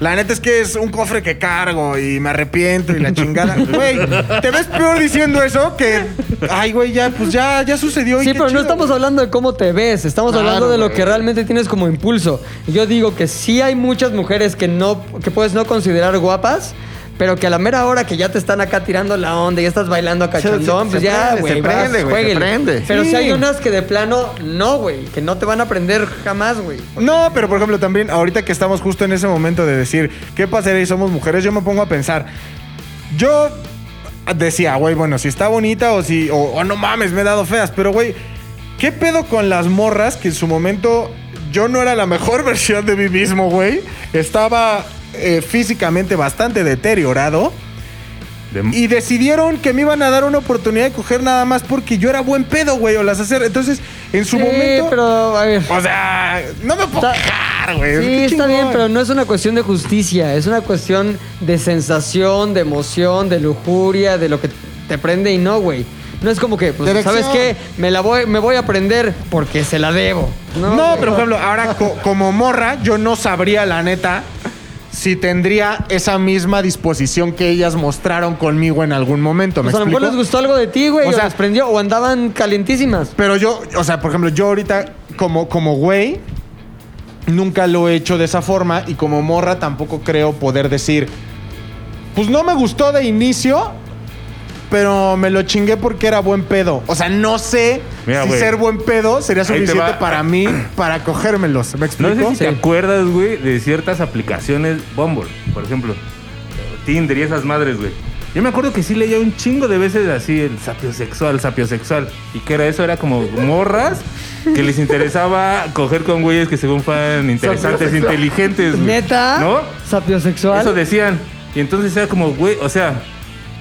Speaker 8: La neta es que es un cofre que cargo y me arrepiento y la chingada. Güey, te ves peor diciendo eso que. Ay, güey, ya, pues ya, ya sucedió. y
Speaker 4: Sí,
Speaker 8: qué
Speaker 4: pero no
Speaker 8: chido,
Speaker 4: estamos hablando de cómo te ves, estamos
Speaker 6: Claro,
Speaker 4: hablando de lo
Speaker 6: güey.
Speaker 4: que realmente tienes como impulso. Y Yo digo que sí hay muchas mujeres que no que puedes no considerar guapas, pero que a la mera hora que ya te están acá tirando la onda y ya estás bailando a
Speaker 6: Se-
Speaker 4: cachondón,
Speaker 6: se-
Speaker 4: pues
Speaker 6: se
Speaker 4: ya,
Speaker 6: prende,
Speaker 4: güey,
Speaker 6: se
Speaker 4: vas,
Speaker 6: prende, güey, se
Speaker 4: juéguele.
Speaker 6: prende.
Speaker 4: Pero
Speaker 8: Sí.
Speaker 4: sí hay unas que de plano no, güey, que no te van a aprender jamás, güey.
Speaker 8: No, pero por ejemplo, también ahorita que estamos justo en ese momento de decir, ¿qué pasaría si somos mujeres? Yo me pongo a pensar. Yo decía, güey, bueno, si está bonita o si. O, o no mames, me he dado feas, pero güey, ¿qué pedo con las morras que en su momento yo no era la mejor [laughs] versión de mí mismo, güey? Estaba eh, físicamente bastante deteriorado.
Speaker 7: De-
Speaker 8: Y decidieron que me iban a dar una oportunidad de coger nada más porque yo era buen pedo, güey, o las hacer. Entonces, en su
Speaker 4: sí,
Speaker 8: momento.
Speaker 4: pero a ver.
Speaker 8: O sea, no me puedo
Speaker 4: Está-
Speaker 8: quejar, güey.
Speaker 4: Sí,
Speaker 8: Qué
Speaker 4: está
Speaker 8: chingón.
Speaker 4: bien, pero no es una cuestión de justicia, es una cuestión de sensación, de emoción, de lujuria, de lo que te prende y no, güey. No es como que, pues,
Speaker 6: Dirección.
Speaker 4: ¿sabes qué? Me la voy, me voy a prender porque se la debo. No,
Speaker 8: No,
Speaker 4: güey.
Speaker 8: pero por ejemplo, ahora co- como morra, yo no sabría, la neta, si tendría esa misma disposición que ellas mostraron conmigo en algún momento. ¿Me
Speaker 4: Pues, a lo mejor les
Speaker 8: explico?
Speaker 4: gustó algo de ti, güey,
Speaker 8: O
Speaker 4: o,
Speaker 8: sea-
Speaker 4: las prendió, o andaban calientísimas.
Speaker 8: Pero yo, o sea, por ejemplo, yo ahorita, como, como güey, nunca lo he hecho de esa forma y como morra tampoco creo poder decir, pues no me gustó de inicio, pero me lo chingué porque era buen pedo. O sea, no sé
Speaker 7: Mira,
Speaker 8: si
Speaker 7: güey.
Speaker 8: ser buen pedo sería
Speaker 7: Ahí te
Speaker 8: suficiente
Speaker 7: va.
Speaker 8: para mí para cogérmelos. ¿Me explico?
Speaker 7: No sé si te
Speaker 4: Sí.
Speaker 7: acuerdas, güey, de ciertas aplicaciones, Bumble, por ejemplo, Tinder y esas madres, güey. Yo me acuerdo que sí leía un chingo de veces así el sapiosexual, sapiosexual. Y que era eso, era como morras que les interesaba coger con güeyes que según fueran interesantes, inteligentes, güey.
Speaker 4: Neta,
Speaker 7: ¿No?
Speaker 4: sapiosexual.
Speaker 7: Eso decían. Y entonces era como, güey, o sea,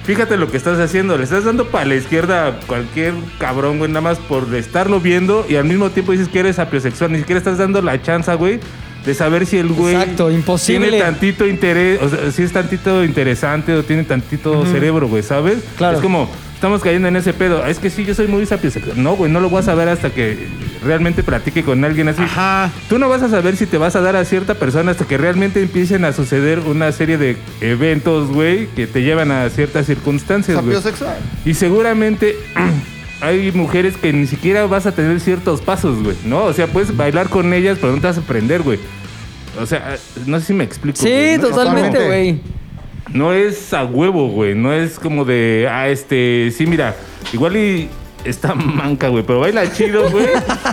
Speaker 7: fíjate lo que estás haciendo. Le estás dando para la izquierda a cualquier cabrón, güey, nada más por estarlo viendo y al mismo tiempo dices que eres apiosexual. Ni siquiera estás dando la chance, güey, de saber si el güey
Speaker 11: Exacto, imposible.
Speaker 7: tiene tantito interés, o sea, si es tantito interesante o tiene tantito cerebro, güey, ¿sabes?
Speaker 11: Claro.
Speaker 7: Es como, estamos cayendo en ese pedo. Ah, Es que sí, yo soy muy sapiosexual. No, güey, no lo vas a ver hasta que realmente platique con alguien así.
Speaker 8: Ajá.
Speaker 7: Tú no vas a saber si te vas a dar a cierta persona hasta que realmente empiecen a suceder una serie de eventos, güey, que te llevan a ciertas circunstancias, güey.
Speaker 6: Sapio sexual.
Speaker 7: Y seguramente [clears throat] hay mujeres que ni siquiera vas a tener ciertos pasos, güey, ¿no? O sea, puedes bailar con ellas, pero no te vas a aprender, güey. O sea, no sé si me explico.
Speaker 11: Sí,
Speaker 7: güey. No-
Speaker 11: totalmente,
Speaker 6: totalmente.
Speaker 11: güey.
Speaker 7: No es a huevo, güey. No es como de, ah, este, sí, mira, igual y está [laughs] manca, güey, pero baila chido, güey.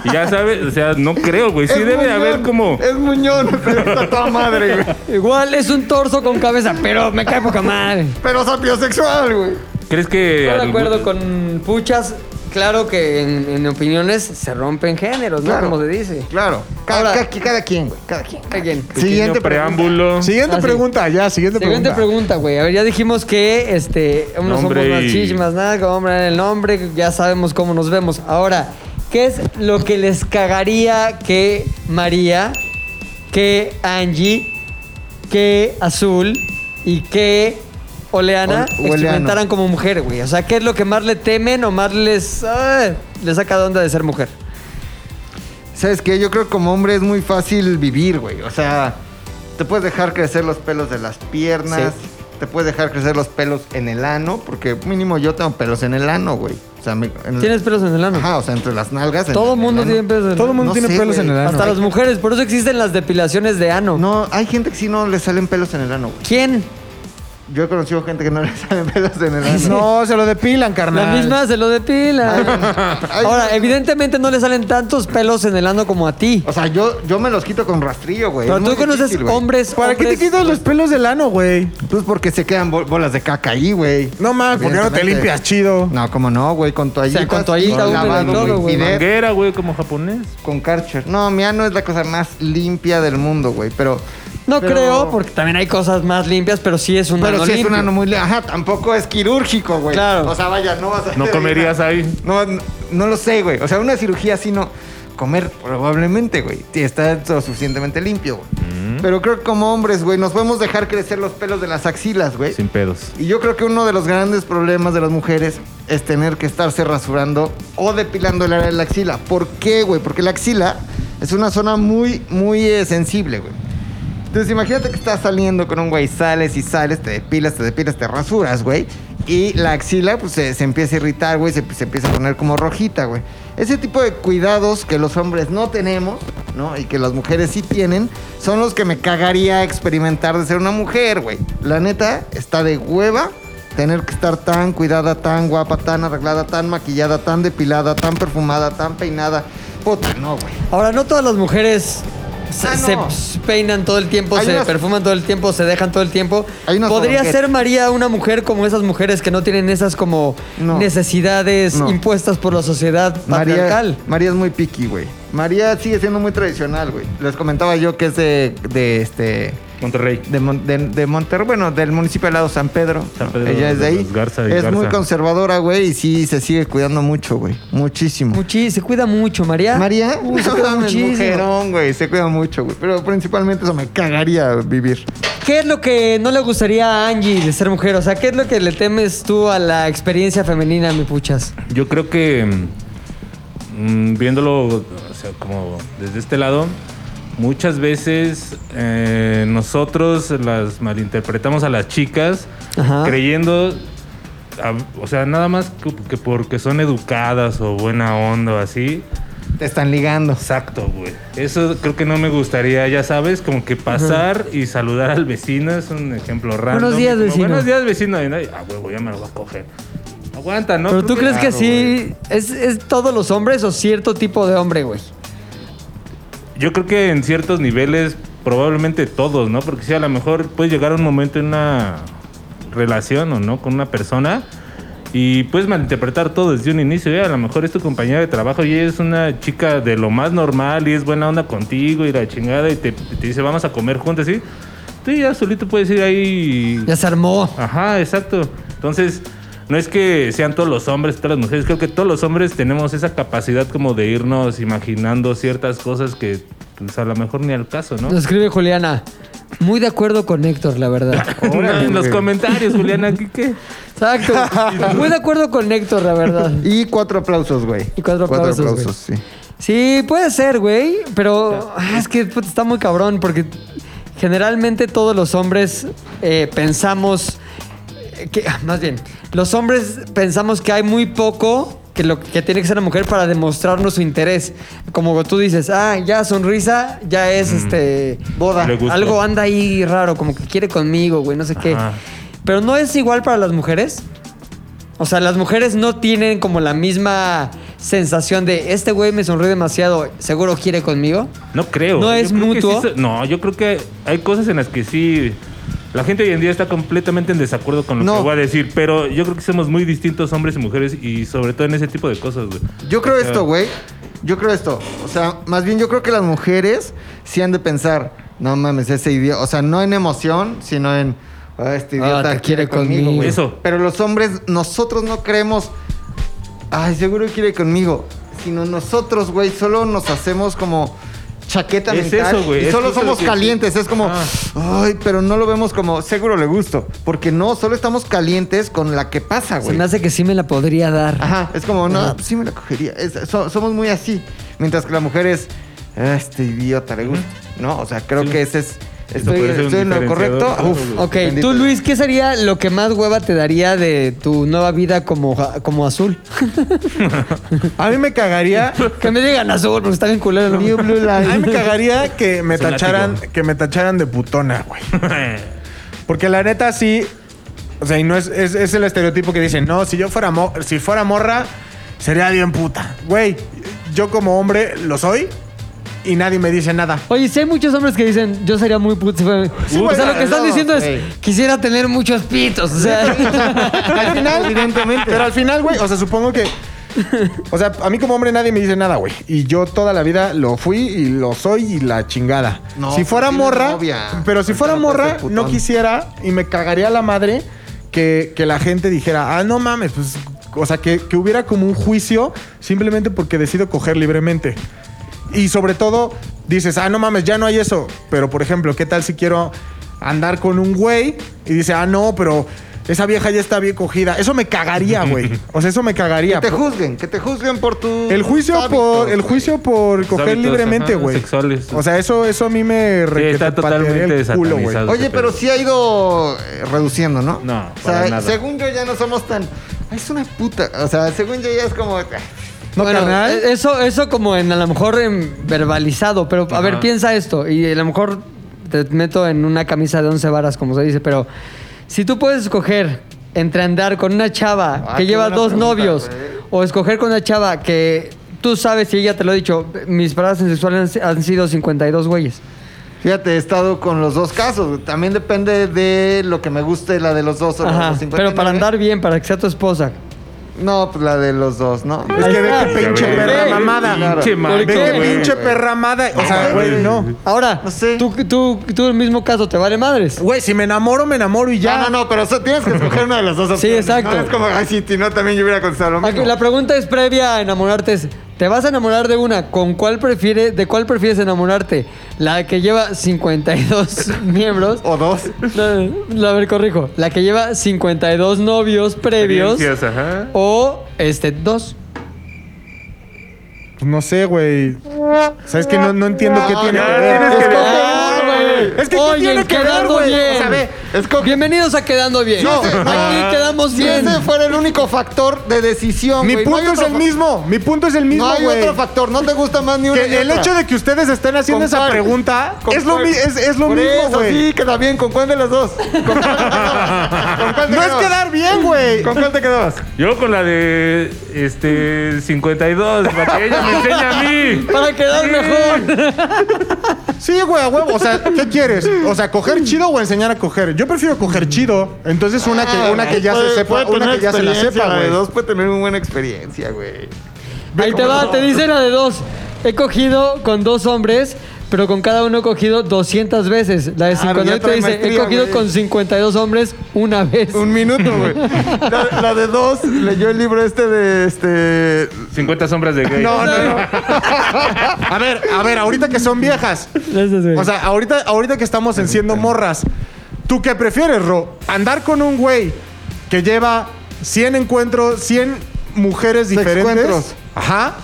Speaker 7: Y ya sabes, o sea, no creo, güey. Sí
Speaker 6: Es
Speaker 7: debe de
Speaker 6: muñón,
Speaker 7: haber como...
Speaker 6: Es muñón, [laughs] pero está toda madre, güey.
Speaker 11: Igual es un torso con cabeza, pero me cae poca madre.
Speaker 6: Pero sapiosexual, güey.
Speaker 7: ¿Crees
Speaker 4: Estoy
Speaker 7: que...
Speaker 4: de
Speaker 7: algún-
Speaker 4: acuerdo con Puchas. Claro que en, en opiniones se rompen géneros, ¿no?
Speaker 6: Claro.
Speaker 4: Como se dice.
Speaker 6: Claro. Cada,
Speaker 4: Ahora-
Speaker 6: cada- cada quien, güey. Cada quien.
Speaker 4: Alguien.
Speaker 7: Pequeño
Speaker 6: Siguiente
Speaker 7: preámbulo.
Speaker 8: Siguiente
Speaker 4: Ah, sí.
Speaker 8: pregunta, ya, siguiente,
Speaker 4: Siguiente
Speaker 8: pregunta.
Speaker 4: pregunta, güey. A ver, ya dijimos que este, unos
Speaker 7: Nombre
Speaker 4: somos más
Speaker 7: y-
Speaker 4: chichis, más nada, como hombre el nombre, ya sabemos cómo nos vemos. Ahora, ¿qué es lo que les cagaría que María, que Angie, que Azul y que Oleana
Speaker 6: Ol- Oleano.
Speaker 4: experimentaran como mujer, güey? O sea, ¿qué es lo que más le temen o más les, ah, les saca de onda de ser mujer?
Speaker 6: ¿Sabes qué? Yo creo que como hombre es muy fácil vivir, güey. O sea, te puedes dejar crecer los pelos de las piernas.
Speaker 4: Sí.
Speaker 6: Te puedes dejar crecer los pelos en el ano, porque mínimo yo tengo pelos en el ano, güey. O sea, me- en el-
Speaker 4: ¿Tienes pelos en el ano?
Speaker 6: Ajá, o sea, entre las nalgas. en-
Speaker 4: Todo
Speaker 6: en
Speaker 4: mundo
Speaker 6: ano.
Speaker 4: tiene pelos en el
Speaker 8: Todo
Speaker 4: ano.
Speaker 8: mundo
Speaker 6: No
Speaker 8: tiene
Speaker 6: sé,
Speaker 8: pelos en
Speaker 6: güey.
Speaker 8: el ano.
Speaker 4: Hasta las mujeres, por eso existen las depilaciones de ano.
Speaker 6: No, hay gente que sí no le salen pelos en el ano, güey.
Speaker 4: ¿Quién?
Speaker 6: Yo he conocido gente que no le [laughs] salen pelos en el
Speaker 4: [laughs]
Speaker 6: ano.
Speaker 8: No, se lo depilan, carnal.
Speaker 4: La misma se lo depila. [laughs]
Speaker 6: Ay,
Speaker 4: Ahora,
Speaker 6: no.
Speaker 4: evidentemente no le salen tantos pelos en el ano como a ti.
Speaker 6: O sea, yo, yo me los quito con rastrillo, güey.
Speaker 4: Pero
Speaker 6: Es
Speaker 4: tú
Speaker 6: muy
Speaker 4: conoces
Speaker 6: difícil, güey.
Speaker 4: hombres,
Speaker 8: ¿Para qué te
Speaker 4: hombres-
Speaker 8: quitas los pelos del ano, güey?
Speaker 6: Pues porque se quedan bol- bolas de caca ahí, güey.
Speaker 8: No mames, porque no te
Speaker 6: Evidentemente.
Speaker 8: limpias chido.
Speaker 6: No, como no, güey, con toallitas.
Speaker 4: con toallita,
Speaker 6: con
Speaker 4: húmedo y
Speaker 6: lavado,
Speaker 4: todo,
Speaker 6: güey.
Speaker 4: güey.
Speaker 6: Y de-
Speaker 7: Manguera, güey, como japonés.
Speaker 6: con Karcher. No, mi ano es la cosa más limpia del mundo, güey. Pero.
Speaker 4: No
Speaker 6: pero-
Speaker 4: creo, porque también hay cosas más limpias, pero sí es un
Speaker 6: Pero
Speaker 4: ano
Speaker 6: sí es un
Speaker 4: limpio.
Speaker 6: ano muy. li- Ajá, tampoco es quirúrgico, güey.
Speaker 4: Claro.
Speaker 6: O sea, vaya, no vas a.
Speaker 7: No comerías ahí.
Speaker 6: No, no, no lo sé, güey. O sea, una cirugía así no. Comer probablemente, güey. Sí, está lo suficientemente limpio, güey.
Speaker 7: Mm.
Speaker 6: Pero creo que como hombres, güey, nos podemos dejar crecer los pelos de las axilas, güey.
Speaker 7: Sin pedos.
Speaker 6: Y yo creo que uno de los grandes problemas de las mujeres es tener que estarse rasurando o depilando el área de la axila. ¿Por qué, güey? Porque la axila es una zona muy, muy eh, sensible, güey. Entonces imagínate que estás saliendo con un güey, sales y sales, te depilas, te depilas, te rasuras, güey. Y la axila pues se, se empieza a irritar, güey, se, se empieza a poner como rojita, güey. Ese tipo de cuidados que los hombres no tenemos, ¿no? Y que las mujeres sí tienen, son los que me cagaría experimentar de ser una mujer, güey. La neta, está de hueva tener que estar tan cuidada, tan guapa, tan arreglada, tan maquillada, tan depilada, tan perfumada, tan peinada. Puta, no, güey.
Speaker 4: Ahora, no todas las mujeres se,
Speaker 6: Ah,
Speaker 4: se
Speaker 6: no.
Speaker 4: peinan todo el tiempo,
Speaker 6: Hay
Speaker 4: se
Speaker 6: unas-
Speaker 4: perfuman todo el tiempo, se dejan todo el tiempo.
Speaker 6: Hay unas
Speaker 4: ¿Podría
Speaker 6: como-
Speaker 4: ser María una mujer como esas mujeres que no tienen esas como
Speaker 6: No.
Speaker 4: necesidades
Speaker 6: No.
Speaker 4: impuestas por la sociedad
Speaker 6: María,
Speaker 4: patriarcal?
Speaker 6: María es muy picky, güey. María sigue siendo muy tradicional, güey. Les comentaba yo que es de, de este
Speaker 7: Monterrey.
Speaker 6: de, Mon- de- de Monterrey, bueno, del municipio al lado San Pedro.
Speaker 7: San Pedro
Speaker 6: Ella es de
Speaker 7: de
Speaker 6: ahí.
Speaker 7: los Garza y
Speaker 6: es muy
Speaker 7: Garza.
Speaker 6: conservadora, güey, y sí se sigue cuidando mucho, güey. Muchísimo.
Speaker 4: Muchi- se cuida mucho, María.
Speaker 6: María,
Speaker 4: Uy, se
Speaker 6: [laughs] no
Speaker 4: cuida
Speaker 6: mames,
Speaker 4: muchísimo.
Speaker 6: mujerón, güey, se cuida mucho, güey. Pero principalmente eso me cagaría vivir.
Speaker 4: ¿Qué es lo que no le gustaría a Angie de ser mujer? O sea, ¿qué es lo que le temes tú a la experiencia femenina, mi puchas?
Speaker 7: Yo creo que mm, mm, viéndolo o sea, como desde este lado, muchas veces eh, nosotros las malinterpretamos a las chicas
Speaker 4: Ajá.
Speaker 7: creyendo, a- o sea, nada más que, que porque son educadas o buena onda o así.
Speaker 6: Te están ligando.
Speaker 7: Exacto, güey. Eso creo que no me gustaría, ya sabes, como que pasar y saludar al vecino es un ejemplo raro.
Speaker 4: Buenos días, vecino.
Speaker 7: Buenos días, vecino. Y nadie, ah, huevo, ya me lo voy a coger. Aguanta, ¿no?
Speaker 4: ¿Pero tú
Speaker 7: Creo
Speaker 4: crees que
Speaker 7: Claro, güey.
Speaker 4: sí es, es todos los hombres o cierto tipo de hombre, güey?
Speaker 7: Yo creo que en ciertos niveles, probablemente todos, ¿no? Porque sí, a lo mejor puedes llegar a un momento en una relación o no con una persona y puedes malinterpretar todo desde un inicio. ¿eh? A lo mejor es tu compañera de trabajo y ella es una chica de lo más normal y es buena onda contigo y la chingada y te, te dice vamos a comer juntos, ¿sí? Tú ya solito puedes ir ahí. y-
Speaker 4: Ya se armó.
Speaker 7: Ajá, exacto. Entonces, no es que sean todos los hombres, todas las mujeres. Creo que todos los hombres tenemos esa capacidad como de irnos imaginando ciertas cosas que pues a lo mejor ni al caso, ¿no?
Speaker 4: Nos escribe Juliana. Muy de acuerdo con Héctor, la verdad.
Speaker 7: [laughs] Órale, en los güey. comentarios, Juliana, ¿qué,
Speaker 4: Exacto. Muy de acuerdo con Héctor, la verdad.
Speaker 6: Y cuatro aplausos, güey.
Speaker 4: Y cuatro aplausos.
Speaker 6: Cuatro
Speaker 4: güey.
Speaker 6: aplausos, sí.
Speaker 4: Sí, puede ser, güey, pero ah, es que puta, está muy cabrón porque generalmente todos los hombres eh, pensamos eh, que, más bien, los hombres pensamos que hay muy poco que lo que tiene que ser la mujer para demostrarnos su interés. Como tú dices, ah, ya sonrisa, ya es este boda,
Speaker 7: Le gustó.
Speaker 4: algo anda ahí raro, como que quiere conmigo, güey, no sé qué.
Speaker 7: Ajá.
Speaker 4: Pero no es igual para las mujeres. O sea, las mujeres no tienen como la misma sensación de este güey me sonríe demasiado, seguro quiere conmigo.
Speaker 7: No creo.
Speaker 4: ¿No es
Speaker 7: creo que
Speaker 4: mutuo?
Speaker 7: sí se- no, yo creo que hay cosas en las que sí. La gente hoy en día está completamente en desacuerdo con lo
Speaker 6: No.
Speaker 7: que voy a decir, pero yo creo que somos muy distintos hombres y mujeres y sobre todo en ese tipo de cosas, güey.
Speaker 6: Yo creo esto,
Speaker 7: Ah.
Speaker 6: güey. Yo creo esto. O sea, más bien yo creo que las mujeres sí han de pensar, no mames, ese idiota. O sea, no en emoción, sino en, "Ah, este
Speaker 4: Ah,
Speaker 6: idiota
Speaker 4: te quiere
Speaker 6: quiere
Speaker 4: conmigo".
Speaker 6: conmigo, güey.
Speaker 7: Eso.
Speaker 6: [laughs] Pero los hombres, nosotros no creemos, ay, seguro quiere conmigo. Sino nosotros, güey, solo nos hacemos como chaqueta
Speaker 7: Es
Speaker 6: mental.
Speaker 7: eso, güey,
Speaker 6: Y
Speaker 7: es
Speaker 6: solo
Speaker 7: justo
Speaker 6: somos
Speaker 7: lo que-
Speaker 6: calientes. Es como,
Speaker 7: Ajá.
Speaker 6: ay, pero no lo vemos como, seguro le gusto. Porque no, solo estamos calientes con la que pasa,
Speaker 4: Se
Speaker 6: güey.
Speaker 4: me hace que sí me la podría dar.
Speaker 6: Ajá, es como, no,
Speaker 4: Ajá.
Speaker 6: pues sí me la cogería. Es- so- somos muy así. Mientras que la mujer es, "Ah, este idiota le gusta. No, o sea, creo
Speaker 7: Sí.
Speaker 6: que ese es.
Speaker 7: Eso
Speaker 6: Estoy,
Speaker 7: puede ser un
Speaker 6: estoy en lo
Speaker 7: diferenciador.
Speaker 6: correcto.
Speaker 7: Claro,
Speaker 6: Uf,
Speaker 7: güey.
Speaker 4: Ok,
Speaker 6: bendito
Speaker 4: tú
Speaker 6: Dios.
Speaker 4: Luis, ¿qué sería lo que más hueva te daría de tu nueva vida como, como
Speaker 6: [laughs]
Speaker 4: azul?
Speaker 8: A mí me cagaría.
Speaker 4: [laughs] que me digan azul, porque está bien culero. ¿no?
Speaker 6: New Blue
Speaker 8: A
Speaker 4: [laughs]
Speaker 8: mí me
Speaker 6: [laughs] Line.
Speaker 8: cagaría que me
Speaker 7: Es un
Speaker 8: tacharan,
Speaker 7: látigo.
Speaker 8: que me tacharan de putona, güey. Porque la neta sí. O sea, y no es, es, es el estereotipo que dicen, no, si yo fuera mo- si fuera morra, sería bien puta. Güey, yo como hombre lo soy y nadie me dice nada.
Speaker 4: Oye, sí hay muchos hombres que dicen, yo sería muy puto. si fuera- o
Speaker 8: güey,
Speaker 4: sea, lo que están
Speaker 6: no,
Speaker 4: diciendo
Speaker 6: güey.
Speaker 4: es, quisiera tener muchos pitos. O [laughs] sea,
Speaker 8: Al final,
Speaker 6: Evidentemente.
Speaker 8: Pero al final, güey, o sea, supongo que. O sea, a mí como hombre nadie me dice nada, güey. Y yo toda la vida lo fui y lo soy y la chingada.
Speaker 6: No,
Speaker 8: si fuera
Speaker 6: tienes
Speaker 8: morra.
Speaker 6: novia.
Speaker 8: Pero si
Speaker 6: Ahorita
Speaker 8: fuera
Speaker 6: no puedes
Speaker 8: morra,
Speaker 6: ser putón.
Speaker 8: no quisiera y me cagaría la madre que, que la gente dijera, ah, no mames, pues. O sea, que, que hubiera como un juicio simplemente porque decido coger libremente. Y sobre todo, dices, ah, no mames, ya no hay eso. Pero, por ejemplo, ¿qué tal si quiero andar con un güey? Y dice, ah, no, pero esa vieja ya está bien cogida. Eso me
Speaker 7: [laughs]
Speaker 8: cagaría, güey. O sea, eso me
Speaker 6: Que
Speaker 8: cagaría.
Speaker 7: Este
Speaker 6: te juzguen, que te juzguen por tu.
Speaker 8: El juicio
Speaker 6: hábitos,
Speaker 8: por, el
Speaker 6: güey.
Speaker 8: juicio por coger
Speaker 7: hábitos,
Speaker 8: libremente,
Speaker 7: ajá,
Speaker 8: güey.
Speaker 7: sexuales.
Speaker 8: O sea, eso, eso a mí me requete
Speaker 7: está totalmente
Speaker 8: patearía el culo, güey.
Speaker 7: satanizado.
Speaker 6: Oye, pero sí ha ido eh, reduciendo, ¿no?
Speaker 7: No,
Speaker 6: O sea,
Speaker 7: para nada.
Speaker 6: según yo ya no somos tan. "Ay, Es una puta. O sea, según yo ya es como. "Ah,
Speaker 8: No,
Speaker 4: bueno,
Speaker 8: carnal.
Speaker 4: eh, eso, eso como en a lo mejor en verbalizado, pero a
Speaker 7: Ajá.
Speaker 4: ver, piensa esto, y a lo mejor te meto en una camisa de once varas, como se dice, pero si tú puedes escoger entre andar con una chava
Speaker 6: Ah,
Speaker 4: que
Speaker 6: qué
Speaker 4: lleva
Speaker 6: buena
Speaker 4: dos
Speaker 6: pregunta,
Speaker 4: novios,
Speaker 6: güey.
Speaker 4: o escoger con una chava que tú sabes, y ella te lo ha dicho, mis palabras sexuales han, han sido 52 güeyes.
Speaker 6: Fíjate, he estado con los dos casos. También depende de lo que me guste, la de los dos o la de
Speaker 4: Ajá,
Speaker 6: los 59.
Speaker 4: pero para andar bien, para que sea tu esposa.
Speaker 6: No, pues la de los dos, ¿no?
Speaker 8: Es que ve
Speaker 4: Ahí
Speaker 8: qué
Speaker 4: está.
Speaker 8: pinche
Speaker 7: Ya ves.
Speaker 8: perra mamada.
Speaker 6: Claro.
Speaker 7: Pinche
Speaker 8: Ve
Speaker 7: manco,
Speaker 8: qué
Speaker 7: güey.
Speaker 8: pinche perra mamada. O sea, güey, no.
Speaker 4: Ahora,
Speaker 6: No sé.
Speaker 4: tú, tú, tú en el mismo caso, ¿te vale madres?
Speaker 8: Güey, si me enamoro, me enamoro y ya.
Speaker 6: Ya, no, no, pero eso tienes que escoger una de las dos opciones.
Speaker 4: exacto.
Speaker 6: No es como, ay, si no, también yo hubiera contestado
Speaker 8: Ah,
Speaker 6: lo mismo.
Speaker 4: Aquí, La pregunta es previa a enamorarte. es, ¿Te vas a enamorar de una? ¿Con cuál prefiere, ¿De cuál prefieres enamorarte? ¿La que lleva
Speaker 6: [laughs]
Speaker 4: 52 miembros?
Speaker 6: O dos.
Speaker 4: No, no, a ver, corrijo. ¿La que lleva 52 novios previos?
Speaker 7: Experiencias, ajá.
Speaker 4: ¿O este, dos?
Speaker 8: Pues No sé, güey. ¿Sabes que no, no entiendo qué tiene
Speaker 6: ya
Speaker 8: que ver.
Speaker 6: tienes que
Speaker 8: Escoge-
Speaker 6: ver.
Speaker 4: Ah, güey.
Speaker 8: Es que ¿qué
Speaker 4: Oye,
Speaker 8: tiene que ver,
Speaker 4: quedando
Speaker 8: güey?
Speaker 4: bien.
Speaker 8: O sea, ve,
Speaker 6: escoge-
Speaker 4: Bienvenidos a Quedando Bien.
Speaker 6: No,
Speaker 4: Aquí
Speaker 6: no.
Speaker 4: quedamos
Speaker 6: Si
Speaker 4: bien.
Speaker 6: ese fuera el único factor de decisión,
Speaker 8: Mi
Speaker 6: güey, no
Speaker 8: punto
Speaker 6: hay
Speaker 8: es
Speaker 6: otro
Speaker 8: el
Speaker 6: fa-
Speaker 8: mismo. Mi punto es el mismo,
Speaker 6: No hay
Speaker 8: güey.
Speaker 6: otro factor, no te gusta más ni una ni
Speaker 8: Que el
Speaker 6: otra.
Speaker 8: hecho de que ustedes estén haciendo
Speaker 6: Con
Speaker 8: esa
Speaker 6: cuál.
Speaker 8: pregunta
Speaker 6: ¿Con
Speaker 8: es lo,
Speaker 6: cuál?
Speaker 8: mi- es, es lo
Speaker 6: Por
Speaker 8: mismo,
Speaker 6: eso,
Speaker 8: güey.
Speaker 6: Sí, queda bien, ¿con cuál de
Speaker 8: [laughs]
Speaker 6: las dos? ¿Con cuál te quedabas? ¿Con cuál te
Speaker 8: No es
Speaker 6: quedabas?
Speaker 8: quedar bien, güey.
Speaker 6: ¿Con cuál te quedabas?
Speaker 7: Yo con la de este 52, para que ella me enseñe a mí.
Speaker 4: Para quedar mejor.
Speaker 8: Sí, güey, a huevo. O sea, ¿qué quieres? O sea, ¿coger chido o enseñar a coger? Yo prefiero coger chido. Entonces una que, una que ya
Speaker 6: Ah, Puede-
Speaker 8: se sepa,
Speaker 6: puede
Speaker 8: una
Speaker 6: tener
Speaker 8: que ya se la
Speaker 6: experiencia,
Speaker 8: sepa,
Speaker 6: la de
Speaker 8: güey.
Speaker 6: dos puede tener muy buena experiencia, güey.
Speaker 4: Ahí te va, te dice la de dos. He cogido con dos hombres, pero con cada uno he cogido 200 veces. La de
Speaker 6: Ah, ya
Speaker 4: 59 te
Speaker 6: trae
Speaker 4: dice, he
Speaker 6: maestría,
Speaker 4: cogido
Speaker 6: güey.
Speaker 4: con 52 hombres una vez.
Speaker 6: Un minuto, güey. La, la de dos leyó el libro este de este.
Speaker 7: 50 sombras de gay.
Speaker 8: No, no, no. [laughs] A ver, a ver, ahorita que son viejas. O sea, ahorita, ahorita que estamos en siendo morras, ¿tú qué prefieres, Ro? ¿Andar con un güey que lleva 100 encuentros, 100 mujeres diferentes?
Speaker 6: Sexcuentros.
Speaker 8: Ajá.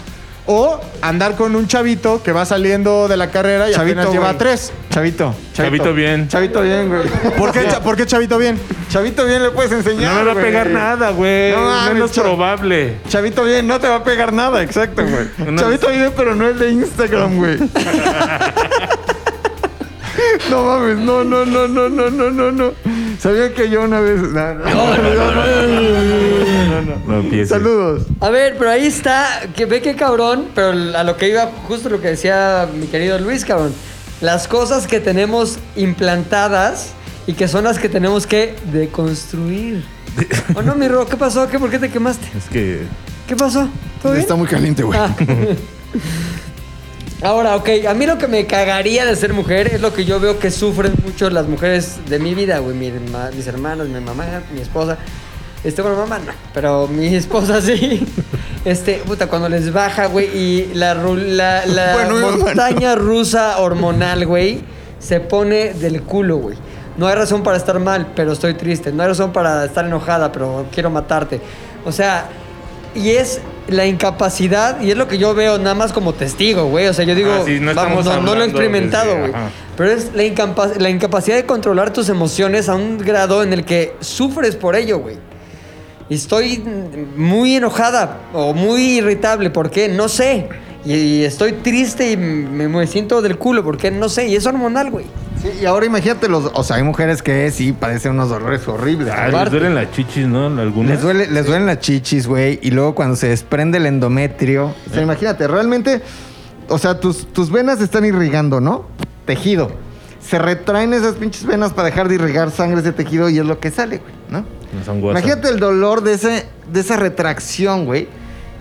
Speaker 8: O andar con un chavito que va saliendo de la carrera y apenas lleva
Speaker 6: güey.
Speaker 8: tres.
Speaker 6: Chavito.
Speaker 7: Chavito bien.
Speaker 6: Chavito bien, güey.
Speaker 8: ¿Por qué, cha- por qué chavito bien?
Speaker 6: Chavito bien le puedes enseñar.
Speaker 7: No me va a
Speaker 6: güey.
Speaker 7: pegar nada, güey.
Speaker 6: No mames,
Speaker 7: Menos
Speaker 6: cha-
Speaker 7: probable.
Speaker 6: Chavito bien, no te va a pegar nada,
Speaker 8: [laughs]
Speaker 6: exacto, güey.
Speaker 7: Una-
Speaker 6: Chavito bien, pero no el de Instagram, güey. no mames, no, no, no, no, no, no, no, no. Sabía que yo una vez. No, no, no, no, no, no, no.
Speaker 7: No empieces.
Speaker 6: Saludos.
Speaker 4: A ver, pero ahí está, que ve qué cabrón, pero a lo que iba, justo lo que decía mi querido Luis, cabrón. Las cosas que tenemos implantadas y que son las que tenemos que
Speaker 6: [laughs]
Speaker 4: deconstruir. ¿O no, mi Ro? ¿Qué pasó? ¿Qué, ¿Por qué te quemaste?
Speaker 7: Es que.
Speaker 4: ¿Qué pasó? ¿Todo
Speaker 6: Este,
Speaker 4: bien?
Speaker 1: Está muy caliente, güey.
Speaker 4: Ah. [laughs] Ahora, ok, a mí lo que me cagaría de ser mujer es lo que yo veo que sufren mucho las mujeres de mi vida, güey. Mi herma- mis hermanas, mi mamá, mi esposa. Este, bueno, mamá no, pero mi [laughs] esposa sí. Este, puta, cuando les baja, güey, y la, ru- la, la
Speaker 1: [laughs] Bueno, mi mamá no.
Speaker 4: montaña rusa hormonal, güey, se pone del culo, güey. No hay razón para estar mal, pero estoy triste. No hay razón para estar enojada, pero quiero matarte. O sea, y es la incapacidad, y es lo que yo veo nada más como testigo, güey. O sea, yo digo,
Speaker 7: Ah, sí, no
Speaker 4: vamos, no, no lo
Speaker 7: estamos
Speaker 4: he
Speaker 7: hablando
Speaker 4: experimentado,
Speaker 7: desde-
Speaker 4: güey.
Speaker 7: ajá.
Speaker 4: Pero es la, incapa- la incapacidad de controlar tus emociones a un grado en el que sufres por ello, güey. Y estoy muy enojada o muy irritable, ¿por qué? No sé. Y, y estoy triste y me, me siento del culo, ¿por qué? No sé. Y es hormonal, güey.
Speaker 6: Sí, y ahora imagínate los. O sea, hay mujeres que sí padecen unos dolores horribles.
Speaker 7: Ah,
Speaker 6: güey.
Speaker 7: les duelen las chichis, ¿no? Algunas.
Speaker 6: Les, duele, les duelen las chichis, güey. Y luego cuando se desprende el endometrio. O sea, imagínate, realmente. O sea, tus, tus venas están irrigando, ¿no? Tejido. Se retraen esas pinches venas para dejar de irrigar sangre ese tejido y es lo que sale, güey, ¿no?
Speaker 7: Son guasas.
Speaker 6: Imagínate el dolor de, ese, de esa retracción, güey.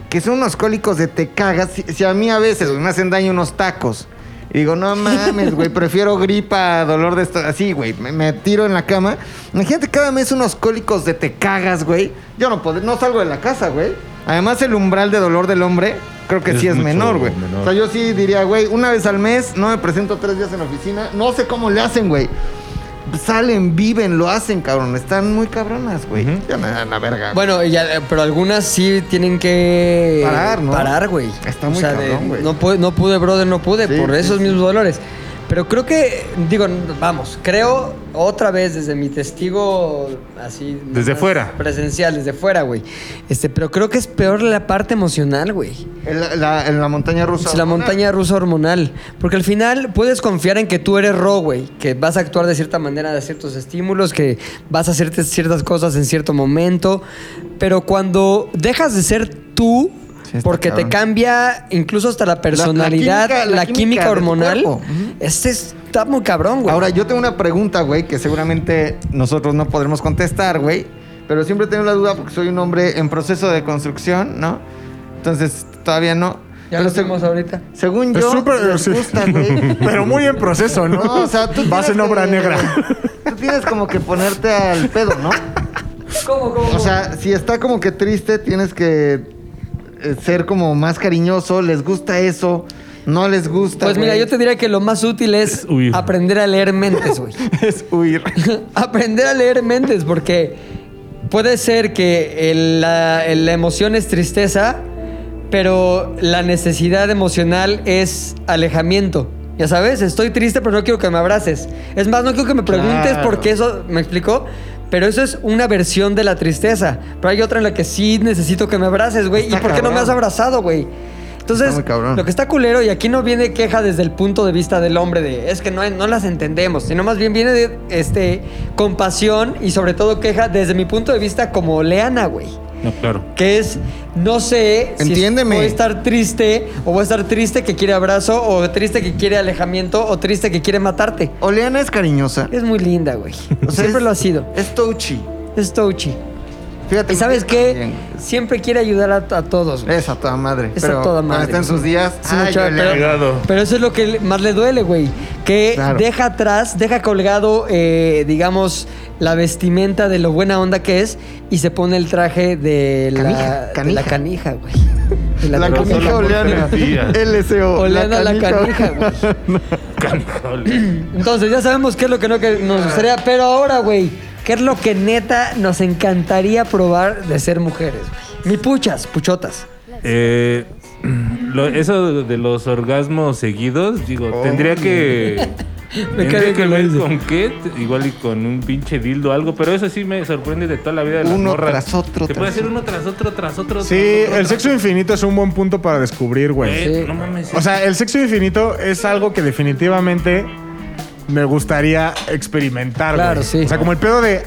Speaker 6: Que son unos cólicos de te cagas. Si, si a mí a veces güey, me hacen daño unos tacos. Y digo, no mames, güey, prefiero gripa, a dolor de esto. Así, güey, me, me tiro en la cama. Imagínate cada mes unos cólicos de te cagas, güey. Yo no, pod- no salgo de la casa, güey. Además, el umbral de dolor del hombre creo que
Speaker 7: Es
Speaker 6: sí es
Speaker 7: mucho
Speaker 6: menor, güey.
Speaker 7: menor.
Speaker 6: O sea, yo sí diría, güey, una vez al mes, no me presento tres días en la oficina. No sé cómo le hacen, güey salen, viven, lo hacen, cabrón. Están muy cabronas, güey. Ya me dan la verga.
Speaker 4: Bueno, y ya- eh, pero algunas sí tienen que
Speaker 6: Parar, ¿no?
Speaker 4: parar, güey.
Speaker 6: Está
Speaker 4: de-
Speaker 6: muy cabrón, güey.
Speaker 4: No pude, no pude, brother, no pude
Speaker 6: Sí,
Speaker 4: por
Speaker 6: sí,
Speaker 4: esos
Speaker 6: sí.
Speaker 4: mismos dolores. Pero creo que digo, vamos, creo otra vez desde mi testigo así
Speaker 7: Desde
Speaker 4: más
Speaker 7: fuera.
Speaker 4: presencial, desde fuera, güey. Este, pero creo que es peor la parte emocional, güey.
Speaker 6: en, la, la- en la montaña rusa.
Speaker 4: Es la montaña rusa hormonal. Porque al final puedes confiar en que tú eres Ro, güey. Que vas a actuar de cierta manera de ciertos estímulos, que vas a hacer ciertas cosas en cierto momento. Pero cuando dejas de ser tú,
Speaker 6: Sí, está
Speaker 4: porque
Speaker 6: cabrón.
Speaker 4: te cambia incluso hasta la personalidad, la,
Speaker 6: química- la
Speaker 4: química,
Speaker 6: química de tu
Speaker 4: hormonal,
Speaker 6: cuerpo.
Speaker 4: este está muy cabrón, güey.
Speaker 6: Ahora, yo tengo una pregunta, güey, que seguramente nosotros no podremos contestar, güey. Pero siempre tengo la duda porque soy un hombre en proceso de construcción, ¿no? Entonces, todavía no.
Speaker 4: ya lo hacemos ahorita.
Speaker 6: Según
Speaker 8: Es
Speaker 6: yo,
Speaker 8: súper-
Speaker 6: les
Speaker 8: sí.
Speaker 6: gusta, güey.
Speaker 8: Pero muy en proceso, ¿no?
Speaker 6: No, o sea,
Speaker 8: [laughs]
Speaker 6: tú
Speaker 8: Vas
Speaker 6: tienes
Speaker 8: en obra
Speaker 6: que-
Speaker 8: negra.
Speaker 6: Tú tienes como que ponerte al pedo, ¿no?
Speaker 4: ¿Cómo, cómo?
Speaker 6: O sea, si está como que triste, tienes que eh, ser como más cariñoso. ¿Les gusta eso? ¿No les gusta?
Speaker 4: Pues mira,
Speaker 6: güey?
Speaker 4: yo te diría que lo más útil es
Speaker 7: huir.
Speaker 4: aprender a leer mentes,
Speaker 6: [laughs]
Speaker 4: güey.
Speaker 6: [laughs] Es huir.
Speaker 4: [laughs] aprender a leer mentes, porque puede ser que el- la, el- la emoción es tristeza, pero la necesidad emocional es alejamiento. Ya sabes, estoy triste, pero no quiero que me abraces. Es más, no quiero que me preguntes
Speaker 6: Claro.
Speaker 4: por qué eso, ¿me explicó? Pero eso es una versión de la tristeza. Pero hay otra en la que sí necesito que me abraces, güey. ¿Y
Speaker 6: Está
Speaker 4: por qué no me
Speaker 6: cabrón.
Speaker 4: has abrazado, güey? Entonces,
Speaker 6: Está muy cabrón.
Speaker 4: lo que está culero, y aquí no viene queja desde el punto de vista del hombre de es que no, no las entendemos, sino más bien viene de este, compasión y sobre todo queja desde mi punto de vista como Leana, güey.
Speaker 7: No, claro.
Speaker 4: Que es, no sé
Speaker 6: Entiéndeme.
Speaker 4: si voy a estar triste o voy a estar triste que quiere abrazo o triste que quiere alejamiento o triste que quiere matarte.
Speaker 6: Oleana es cariñosa.
Speaker 4: Es muy linda, güey.
Speaker 6: O sea,
Speaker 4: Siempre
Speaker 6: es-
Speaker 4: lo ha sido.
Speaker 6: Es touchy.
Speaker 4: Es touchy.
Speaker 6: Fíjate,
Speaker 4: Y sabes qué?
Speaker 6: también.
Speaker 4: Siempre quiere ayudar a, a todos. güey.
Speaker 6: Es a toda madre.
Speaker 4: Es
Speaker 6: pero
Speaker 4: a toda
Speaker 6: cuando
Speaker 4: madre.
Speaker 6: está en sus
Speaker 4: güey.
Speaker 6: días.
Speaker 4: Es una
Speaker 6: ay,
Speaker 4: chava,
Speaker 6: yo le
Speaker 4: pero,
Speaker 6: ayudo.
Speaker 4: pero eso es lo que le- más le duele, güey. Que
Speaker 6: Claro.
Speaker 4: deja atrás, deja colgado, eh, digamos, la vestimenta de lo buena onda que es y se pone el traje de la
Speaker 6: Canija,
Speaker 4: de
Speaker 6: canija.
Speaker 4: la canija, güey. De
Speaker 6: La
Speaker 4: droga.
Speaker 6: canija oleana. [laughs] LSO.
Speaker 4: Oleana la canija, güey.
Speaker 7: Canijole.
Speaker 4: Entonces, ya sabemos qué es lo que no que nos gustaría, pero ahora, güey, qué es lo que neta nos encantaría probar de ser mujeres. güey? Mi puchas, puchotas.
Speaker 7: Eh, [clears throat] lo- eso de los orgasmos seguidos, digo,
Speaker 8: Oh,
Speaker 7: tendría
Speaker 8: [laughs]
Speaker 7: que.
Speaker 4: Me cae
Speaker 7: tendría
Speaker 4: bien
Speaker 7: que
Speaker 4: que lo
Speaker 7: ver
Speaker 4: dices.
Speaker 7: con qué, t- igual y con un pinche dildo o algo, pero eso sí me sorprende de toda la vida de las
Speaker 6: Uno
Speaker 7: morras.
Speaker 6: tras otro,
Speaker 7: Se
Speaker 6: tras
Speaker 7: puede hacer uno tras otro, tras otro.
Speaker 8: Sí,
Speaker 7: tras otro, tras
Speaker 8: el sexo infinito es un buen punto para descubrir, güey.
Speaker 7: Eh, No mames.
Speaker 8: O sea, el sexo infinito es algo que definitivamente me gustaría experimentar, güey.
Speaker 4: Claro, sí.
Speaker 8: O sea, como el pedo de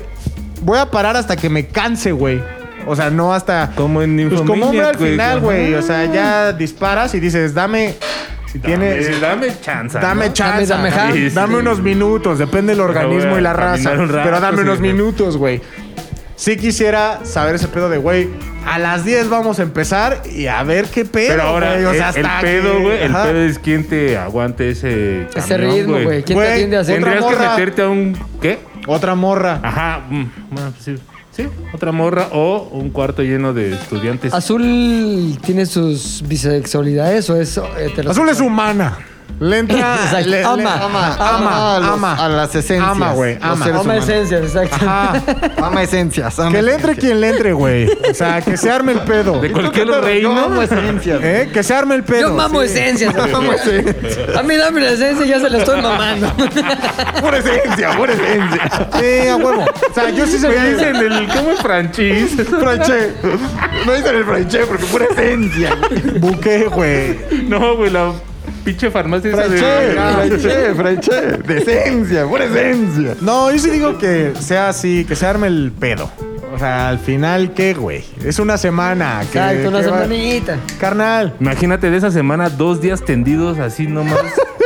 Speaker 8: voy a parar hasta que me canse, güey. O sea, no hasta
Speaker 7: Como en
Speaker 8: Pues como hombre
Speaker 7: Nymphomaniac,
Speaker 8: al final, güey. O
Speaker 7: Ajá.
Speaker 8: sea, ya disparas y dices, dame. Si
Speaker 7: Dame,
Speaker 8: tienes.
Speaker 7: dame chance.
Speaker 8: Dame
Speaker 7: ¿no?
Speaker 8: chance.
Speaker 4: Dame- dame
Speaker 8: Dame,
Speaker 7: chance.
Speaker 8: unos minutos, depende del organismo
Speaker 7: voy a
Speaker 8: y la raza.
Speaker 7: caminar un rato,
Speaker 8: pero dame
Speaker 7: sí,
Speaker 8: unos
Speaker 7: güey.
Speaker 8: minutos, güey. Sí quisiera saber ese pedo de, güey, a las 10 vamos a empezar y a ver qué pedo.
Speaker 7: Pero ahora,
Speaker 8: güey. O sea,
Speaker 7: el, el
Speaker 8: hasta
Speaker 7: pedo,
Speaker 8: que-
Speaker 7: güey, el
Speaker 8: Ajá.
Speaker 7: pedo es quién te aguante ese.
Speaker 4: Ese
Speaker 7: camión,
Speaker 4: ritmo, güey. ¿Quién
Speaker 8: Güey,
Speaker 4: te atiende a hacer?
Speaker 7: Tendrías que
Speaker 8: morra.
Speaker 7: meterte a un. ¿Qué?
Speaker 8: Otra morra.
Speaker 7: Ajá. mm, bueno, pues sí. Sí, otra morra o un cuarto lleno de estudiantes.
Speaker 4: Azul tiene sus bisexualidades o es heterosexual?
Speaker 8: Azul es humana. Le
Speaker 6: [laughs]
Speaker 8: entra.
Speaker 4: Exacto.
Speaker 8: le- le-
Speaker 4: Ama,
Speaker 8: ama,
Speaker 4: ama
Speaker 8: ama,
Speaker 6: a los-
Speaker 8: ama.
Speaker 6: a las esencias,
Speaker 8: Ama, güey.
Speaker 6: los
Speaker 8: Ama.
Speaker 6: seres-
Speaker 4: Ama
Speaker 6: humano.
Speaker 4: esencias, exacto.
Speaker 8: Ajá.
Speaker 6: [laughs] Ama esencias. ama
Speaker 8: Que le entre
Speaker 6: esencias.
Speaker 8: quien le entre, güey. O sea, que se arme el pedo.
Speaker 7: De cualquier
Speaker 6: Yo amo
Speaker 7: reino.
Speaker 6: esencias.
Speaker 8: ¿Eh? Que se arme el pedo.
Speaker 4: Yo mamo
Speaker 8: Sí. [laughs]
Speaker 4: esencias. A mí dame la esencia y ya se la estoy mamando.
Speaker 8: Pura esencia, pura esencia. Sí, a huevo. O sea, yo sí se
Speaker 7: Me dicen el. ¿Cómo es franchise? [laughs]
Speaker 8: Franche. No dicen el franche porque pura esencia. Buque, güey.
Speaker 7: No, güey, la pinche farmacia esa
Speaker 8: Franche,
Speaker 7: de.
Speaker 8: franche, franche. De esencia, pura esencia. No, yo sí digo que sea así, que se arme el pedo. O sea, al final, ¿qué, güey? Es una semana. que-
Speaker 4: Exacto, una
Speaker 8: que va-
Speaker 4: semanita.
Speaker 8: Carnal.
Speaker 7: Imagínate de esa semana dos días tendidos así nomás.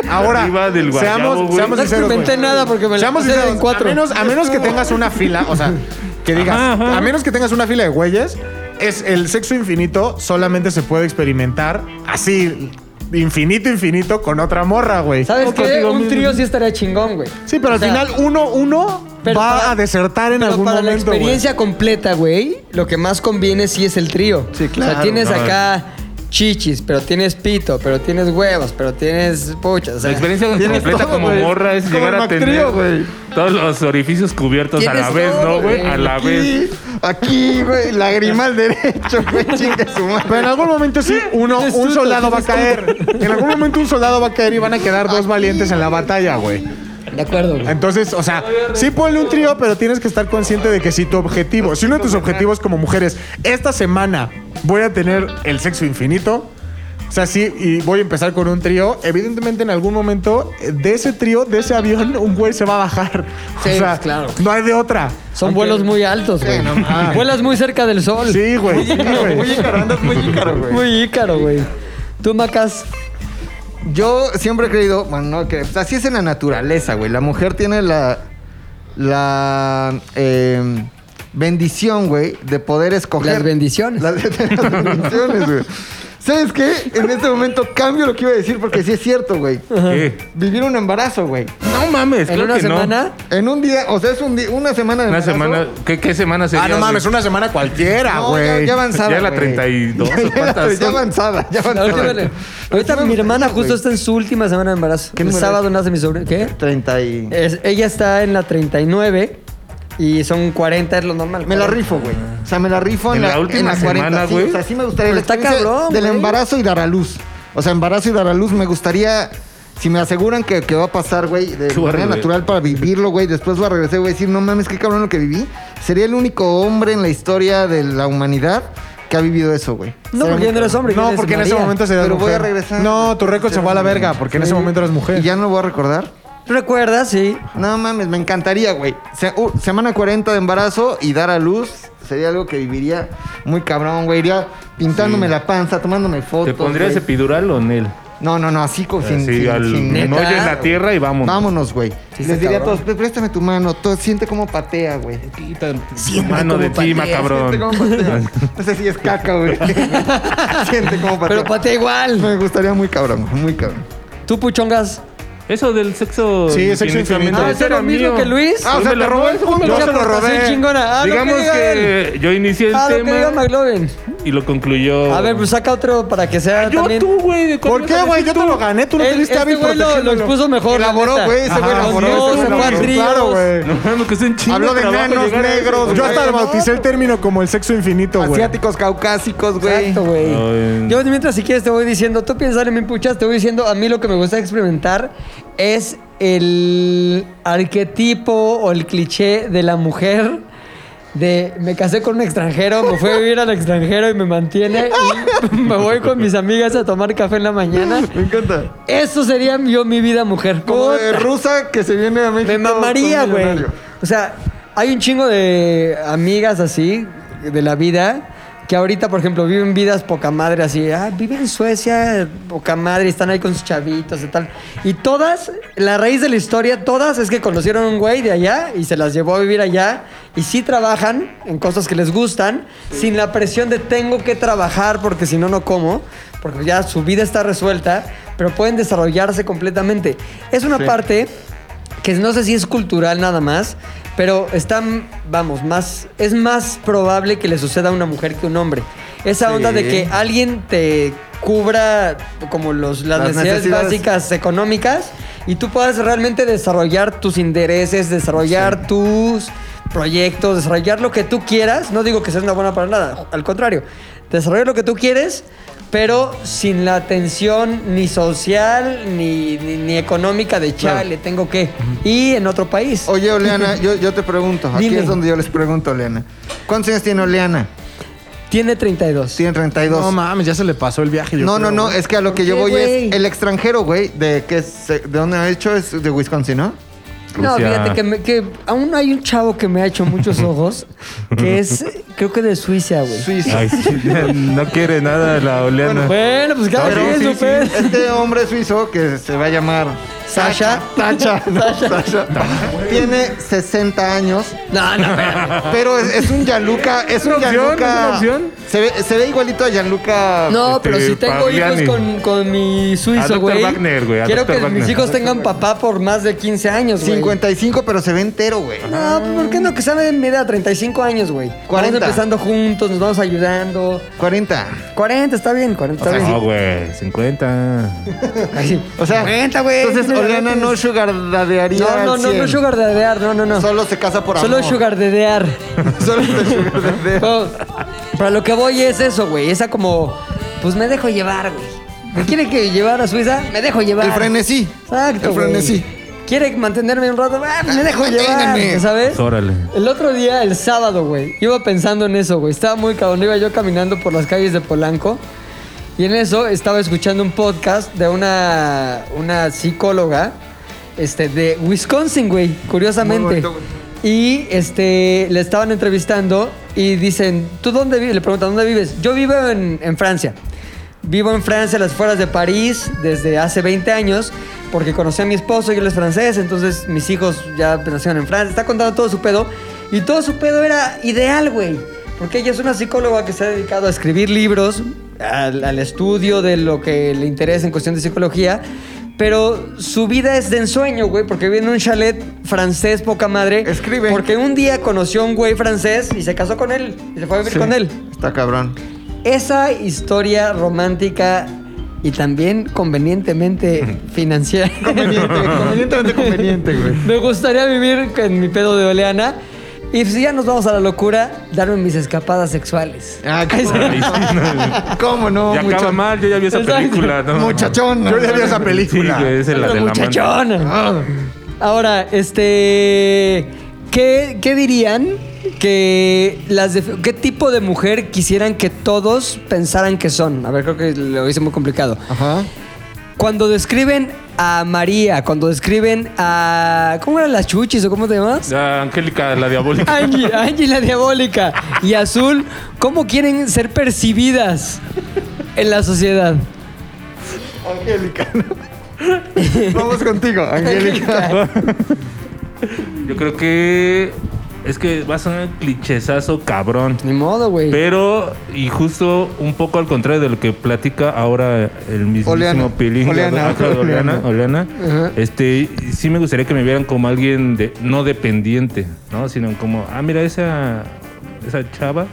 Speaker 8: Ahora,
Speaker 7: arriba del guayabo,
Speaker 8: seamos-
Speaker 7: güey.
Speaker 8: seamos
Speaker 4: No
Speaker 8: sinceros,
Speaker 4: experimenté
Speaker 8: güey.
Speaker 4: nada porque me la
Speaker 8: Seamos
Speaker 4: pasé
Speaker 8: sinceros,
Speaker 4: en cuatro.
Speaker 8: A menos, a menos que tengas una fila, o sea, que digas,
Speaker 7: Ajá, ajá.
Speaker 8: a menos que tengas una fila de güeyes, es el sexo infinito solamente se puede experimentar así, infinito, infinito, con otra morra, güey.
Speaker 4: ¿Sabes
Speaker 8: O
Speaker 4: qué?
Speaker 8: contigo
Speaker 4: Un
Speaker 8: mismo.
Speaker 4: trío sí estaría chingón, güey.
Speaker 8: Sí, pero
Speaker 4: O
Speaker 8: al
Speaker 4: sea,
Speaker 8: final uno, uno
Speaker 4: pero
Speaker 8: va
Speaker 4: para-
Speaker 8: a desertar en
Speaker 4: Pero
Speaker 8: algún
Speaker 4: para la
Speaker 8: momento, güey.
Speaker 4: experiencia completa, güey, lo que más conviene sí es el trío.
Speaker 6: Sí,
Speaker 4: O
Speaker 6: claro.
Speaker 4: sea, tienes
Speaker 7: No,
Speaker 4: acá chichis, pero tienes pito, pero tienes huevos, pero tienes puchas. O
Speaker 7: La
Speaker 4: sea,
Speaker 7: experiencia
Speaker 6: Tienes
Speaker 7: completa
Speaker 6: todo,
Speaker 7: como
Speaker 6: güey.
Speaker 7: morra es
Speaker 6: Como
Speaker 7: llegar
Speaker 6: el
Speaker 7: a tener
Speaker 6: Mactrío, güey.
Speaker 7: todos los orificios cubiertos a la
Speaker 4: Tienes
Speaker 7: vez,
Speaker 4: todo,
Speaker 7: ¿no, güey? A la vez.
Speaker 6: Aquí, aquí, güey, lagrimal derecho, güey, chinga su madre.
Speaker 8: Pero en algún momento sí, uno,
Speaker 4: Tienes
Speaker 8: un
Speaker 4: tú,
Speaker 8: soldado va a
Speaker 4: tienes tú.
Speaker 8: caer. En algún momento un soldado va a caer y van a quedar dos valientes en la batalla, güey.
Speaker 4: de acuerdo, güey.
Speaker 8: Entonces, o sea, sí ponle un trío, pero tienes que estar consciente de que si tu objetivo, si uno de tus objetivos como mujeres, esta semana voy a tener el sexo infinito, o sea, sí, y voy a empezar con un trío, evidentemente en algún momento eh, de ese trío, de ese avión, un güey se va a bajar.
Speaker 4: Sí,
Speaker 8: o sea,
Speaker 4: pues, claro.
Speaker 8: No hay de otra.
Speaker 4: Son vuelos muy altos, güey. Vuelas muy cerca del sol. [laughs]
Speaker 8: Sí, güey. sí, güey.
Speaker 6: muy ícaro, güey.
Speaker 4: Muy ícaro, güey. Tú, Macas,
Speaker 6: Yo siempre he creído, bueno, no, que pues, así es en la naturaleza, güey. La mujer tiene la, la eh, bendición, güey, de poder escoger.
Speaker 4: Las bendiciones.
Speaker 6: Las, las [laughs] bendiciones, güey. ¿Sabes qué? En este momento cambio lo que iba a decir porque sí es cierto, güey.
Speaker 7: ¿Qué?
Speaker 6: Vivir un embarazo, güey.
Speaker 7: No mames,
Speaker 4: en
Speaker 7: claro
Speaker 4: una
Speaker 7: que
Speaker 4: semana.
Speaker 6: En un día, o sea, es un día, una semana de
Speaker 7: no. Una
Speaker 6: embarazo.
Speaker 7: semana. ¿Qué, qué semana sería?
Speaker 8: Ah, no
Speaker 7: güey?
Speaker 8: mames, una semana cualquiera,
Speaker 6: No,
Speaker 8: güey.
Speaker 6: ya, ya avanzada.
Speaker 7: Ya la
Speaker 6: güey.
Speaker 7: 32,
Speaker 6: [laughs] Ya, ya
Speaker 7: ¿cuántas
Speaker 6: la- ya
Speaker 7: son?
Speaker 6: avanzada,
Speaker 4: [laughs]
Speaker 6: ya
Speaker 4: La última-
Speaker 6: avanzada.
Speaker 4: Ahorita mi hermana justo
Speaker 6: güey.
Speaker 4: está en su última semana de embarazo.
Speaker 6: ¿Qué
Speaker 4: El
Speaker 6: número
Speaker 4: sábado
Speaker 6: es?
Speaker 4: nace mi sobrino. ¿Qué?
Speaker 6: 30 y...
Speaker 4: Es- ella está en la 39 y son 40, es lo normal.
Speaker 6: Me la
Speaker 4: 40.
Speaker 6: rifo, güey. O sea, me la rifo en,
Speaker 7: En la última
Speaker 6: en 40,
Speaker 7: semana,
Speaker 6: sí.
Speaker 7: güey.
Speaker 6: o sea, sí me gustaría
Speaker 4: Pero
Speaker 6: la
Speaker 4: está
Speaker 6: experiencia
Speaker 4: cabrón,
Speaker 6: Del
Speaker 4: güey.
Speaker 6: embarazo y dar a luz. O sea, embarazo y dar a luz me gustaría... Si me aseguran que, que va a pasar, güey, de
Speaker 7: Qué
Speaker 6: manera
Speaker 7: horrible.
Speaker 6: natural para vivirlo, güey, después voy a regresar, güey, a decir, no mames, qué cabrón lo que viví. Sería el único hombre en la historia de la humanidad que ha vivido eso, güey.
Speaker 4: No, porque ya no eres hombre. ya
Speaker 8: No,
Speaker 4: eres
Speaker 8: porque en ese
Speaker 4: María.
Speaker 8: momento serías
Speaker 6: Pero voy
Speaker 8: mujer.
Speaker 6: a regresar.
Speaker 8: No, tu récord se fue a la verga, porque en ese momento eras mujer.
Speaker 6: Y ya no voy a recordar.
Speaker 4: ¿Recuerdas? Sí.
Speaker 6: No mames, me encantaría, güey. Se- uh, semana 40 de embarazo y dar a luz sería algo que viviría muy cabrón, güey. Iría pintándome la panza, tomándome fotos.
Speaker 7: ¿Te pondrías
Speaker 6: güey.
Speaker 7: epidural o Nel?
Speaker 6: No, no, no, así como sin,
Speaker 7: Así
Speaker 6: sin-
Speaker 7: al
Speaker 6: sin-
Speaker 7: meollo en la tierra y vámonos.
Speaker 6: Vámonos, güey.
Speaker 7: Sí, está
Speaker 6: Les diría a
Speaker 7: cabrón.
Speaker 6: todos, "Pre- préstame tu mano, todo, siente cómo patea, güey. [laughs]
Speaker 7: Siente mano de
Speaker 6: cómo
Speaker 7: ti,
Speaker 6: patea,
Speaker 7: macabrón.
Speaker 6: siente cómo
Speaker 7: [laughs]
Speaker 6: patea. No sé si es caca, güey. [laughs] siente cómo patea.
Speaker 4: Pero patea igual.
Speaker 6: Me gustaría muy cabrón, güey, muy cabrón.
Speaker 4: ¿Tú, puchongas?
Speaker 7: Eso del sexo.
Speaker 8: Sí, sexo infinito.
Speaker 4: Ah, ¿es lo mismo que Luis?
Speaker 6: Ah, o sea,
Speaker 7: Pónmelo,
Speaker 6: te robó el
Speaker 7: no,
Speaker 6: punto.
Speaker 7: pónmelo.
Speaker 4: Yo se lo robé. chingona. Ah, lo
Speaker 7: Digamos
Speaker 4: que diga
Speaker 7: que yo inicié el
Speaker 4: Ah, lo que diga
Speaker 7: tema
Speaker 4: McLovin.
Speaker 7: y lo
Speaker 6: Oh.
Speaker 7: concluyó.
Speaker 4: A ver, pues saca otro para que sea
Speaker 7: Ah, yo
Speaker 4: también...
Speaker 7: tú, güey. ¿de cuál
Speaker 8: ¿Por
Speaker 7: ibas a
Speaker 8: qué, güey?
Speaker 7: decir
Speaker 8: Yo te
Speaker 7: tú?
Speaker 8: lo gané, tú no
Speaker 4: Él-
Speaker 8: tuviste a mí
Speaker 4: este güey lo, lo
Speaker 8: protegiéndolo.
Speaker 4: expuso mejor. la
Speaker 6: Elaboró,
Speaker 4: neta.
Speaker 6: güey, ese güey
Speaker 4: Ajá,
Speaker 6: elaboró,
Speaker 4: No,
Speaker 6: ese
Speaker 4: se
Speaker 6: güey
Speaker 4: fue a
Speaker 6: elaboró.
Speaker 4: tríos.
Speaker 8: Claro, güey.
Speaker 7: No, mames, que es un chingo.
Speaker 6: Habló de
Speaker 7: trabajo
Speaker 6: enanos
Speaker 7: llegar a eso,
Speaker 6: negros,
Speaker 7: güey.
Speaker 8: Yo
Speaker 6: güey.
Speaker 8: hasta le
Speaker 6: no.
Speaker 8: bauticé el término como el sexo infinito, güey.
Speaker 6: Asiáticos, caucásicos, güey.
Speaker 4: Exacto, güey.
Speaker 7: Ay.
Speaker 4: Yo mientras si quieres te voy diciendo, tú piensas en mi puchas, te voy diciendo, a mí lo que me gusta experimentar es el arquetipo o el cliché de la mujer de me casé con un extranjero, me fui a vivir al extranjero y me mantiene y [laughs] me voy con mis amigas a tomar café en la mañana.
Speaker 6: Me encanta.
Speaker 4: Eso sería yo mi vida mujer.
Speaker 6: Como de
Speaker 4: Puta.
Speaker 6: rusa que se viene a México.
Speaker 4: Me mamaría,
Speaker 6: con un
Speaker 4: güey.
Speaker 6: millonario.
Speaker 4: O sea, hay un chingo de amigas así, de la vida, que ahorita, por ejemplo, viven vidas poca madre así. Ah, vive en Suecia, poca madre, y están ahí con sus chavitos y tal. Y todas, la raíz de la historia, todas es que conocieron a un güey de allá y se las llevó a vivir allá. Y sí trabajan en cosas que les gustan, sin la presión de tengo que trabajar porque si no, no como. Porque ya su vida está resuelta, pero pueden desarrollarse completamente. Es una parte que no sé si es cultural nada más, pero están, vamos, más, es más probable que le suceda a una mujer que a un hombre. Esa onda de que alguien te cubra como los, las,
Speaker 6: Las
Speaker 4: necesidades,
Speaker 6: necesidades.
Speaker 4: básicas económicas y tú puedas realmente desarrollar tus intereses, desarrollar tus proyectos, desarrollar lo que tú quieras. No digo que seas una buena para nada, al contrario, desarrollar lo que tú quieres. Pero sin la tensión ni social ni, ni, ni económica de chale, tengo que. Y en otro país.
Speaker 6: Oye, Oleana, yo, yo te pregunto. Aquí
Speaker 4: Dime.
Speaker 6: es donde yo les pregunto, Oleana. ¿Cuántos años tiene Oleana?
Speaker 4: Tiene 32.
Speaker 6: Tiene 32.
Speaker 8: No mames, ya se le pasó el viaje. yo
Speaker 6: No,
Speaker 8: creo,
Speaker 6: no, no,
Speaker 8: güey.
Speaker 6: es que a lo que
Speaker 4: ¿Por
Speaker 6: yo
Speaker 4: qué,
Speaker 6: voy
Speaker 4: güey?
Speaker 6: es el extranjero, güey, de que es- de dónde ha hecho es de
Speaker 8: [laughs]
Speaker 6: Wisconsin, ¿no?
Speaker 4: No,
Speaker 7: Rusia.
Speaker 4: fíjate que, me- que aún hay un chavo que me ha hecho
Speaker 7: [laughs]
Speaker 4: muchos ojos, que es, creo que de Suiza, güey.
Speaker 7: Ay, sí, no quiere nada la oleana.
Speaker 4: Bueno, pues cada
Speaker 7: Pero
Speaker 4: quien
Speaker 7: sí,
Speaker 4: su
Speaker 7: sí.
Speaker 4: pedo.
Speaker 6: Este hombre suizo que se va a llamar
Speaker 4: [laughs] Sasha.
Speaker 6: Tacha, no, Sasha. Tiene 60 años,
Speaker 4: No, no, espérame.
Speaker 6: pero es, es un Gianluca, es un
Speaker 7: una opción? ¿Es
Speaker 6: Gianluca.
Speaker 7: una opción?
Speaker 6: Se ve, se ve igualito a Gianluca.
Speaker 4: No, pero
Speaker 7: Este,
Speaker 4: si tengo
Speaker 7: Pagliani.
Speaker 4: hijos con, con mi
Speaker 7: A
Speaker 4: suizo,
Speaker 7: Dr.
Speaker 4: güey.
Speaker 7: Wagner, güey, a
Speaker 4: Quiero
Speaker 7: Dr.
Speaker 4: que mis
Speaker 7: Wagner.
Speaker 4: hijos tengan papá por más de 15 años, güey.
Speaker 6: 55, pero se ve entero, güey.
Speaker 4: No, pues, ¿por qué no? Que sabe de mi edad, 35 años, güey.
Speaker 6: 40.
Speaker 4: Vamos empezando juntos, nos vamos ayudando.
Speaker 6: 40.
Speaker 4: 40, está bien, 40 está
Speaker 7: No,
Speaker 4: bien.
Speaker 7: güey, 50.
Speaker 4: Ay,
Speaker 6: O sea,
Speaker 4: 40, güey.
Speaker 6: Entonces, Oleana no sugar dadearía
Speaker 4: No, no,
Speaker 6: al
Speaker 4: no, no
Speaker 6: 100.
Speaker 4: sugar dadear, no, no, no.
Speaker 6: Solo se casa por
Speaker 4: Solo
Speaker 6: amor.
Speaker 4: sugar dadear.
Speaker 6: Solo se sugar dadea.
Speaker 4: Pero, para lo que voy es eso, güey. Esa como, pues me dejo llevar, güey. ¿Me quiere que llevar a Suiza? Me dejo llevar.
Speaker 6: El frenesí.
Speaker 4: Exacto.
Speaker 6: El
Speaker 4: güey.
Speaker 6: frenesí.
Speaker 4: ¿Quiere mantenerme un rato? Ah, me dejo llevar.
Speaker 6: Manténganme.
Speaker 4: ¿Sabes?
Speaker 7: Órale.
Speaker 4: El otro día, el sábado, güey, iba pensando en eso, güey. Estaba muy cabrón. Iba yo caminando por las calles de Polanco. Y en eso estaba escuchando un podcast de una, una psicóloga este, de Wisconsin, güey, curiosamente.
Speaker 6: Muy bonito, güey.
Speaker 4: Y este, le estaban entrevistando y dicen, ¿tú dónde vives? Le preguntan, ¿dónde vives? Yo vivo en, en Francia. Vivo en Francia, a las afueras de París, desde hace 20 años, porque conocí a mi esposo y él es francés, entonces mis hijos ya nacieron en Francia. Está contando todo su pedo. Y todo su pedo era ideal, güey. Porque ella es una psicóloga que se ha dedicado a escribir libros, al, al estudio de lo que le interesa en cuestión de psicología. Pero su vida es de ensueño, güey, porque vive en un chalet francés, poca madre.
Speaker 6: Escribe.
Speaker 4: Porque un día conoció a un güey francés y se casó con él y se fue a vivir con él.
Speaker 6: Está cabrón.
Speaker 4: Esa historia romántica y también convenientemente financiera. [laughs]
Speaker 6: [laughs] Convenientemente conveniente, güey.
Speaker 4: Me gustaría vivir en mi pedo de oleana. Y si ya nos vamos a la locura, darme mis escapadas sexuales.
Speaker 6: Ah, qué
Speaker 7: Ahí sí, no.
Speaker 6: ¿Cómo no?
Speaker 7: y acaba
Speaker 6: mucha-
Speaker 7: mal, yo ya vi esa
Speaker 4: Exacto.
Speaker 7: película. No,
Speaker 6: Muchachón.
Speaker 8: Yo ya vi esa película.
Speaker 7: Sí, güey, esa es la
Speaker 4: Otra
Speaker 7: del amante.
Speaker 4: muchachona. Ah. Ahora, este. ¿Qué, qué dirían que las def- qué tipo de mujer quisieran que todos pensaran que son? A ver, creo que lo hice muy complicado.
Speaker 6: Ajá.
Speaker 4: Cuando describen a María, cuando describen a. ¿Cómo eran las chuchis o cómo te
Speaker 7: [laughs]
Speaker 4: llamas?
Speaker 7: Ah, Angélica, la diabólica.
Speaker 4: Angie, Angie la diabólica y Azul, ¿cómo quieren ser percibidas en la sociedad?
Speaker 6: Angélica. Vamos contigo, Angélica.
Speaker 7: Yo creo que es que va a sonar clichesazo cabrón.
Speaker 4: Ni modo, güey.
Speaker 7: Pero, y justo un poco al contrario de lo que platica ahora el mismísimo
Speaker 6: Oleana.
Speaker 7: Pilín.
Speaker 6: Oleana,
Speaker 7: Ajá, Oleana,
Speaker 6: Oleana.
Speaker 7: Oleana.
Speaker 6: Ajá.
Speaker 7: Este, y sí me gustaría que me vieran como alguien de, no dependiente, ¿no? Sino como, ah, mira, esa, esa chava,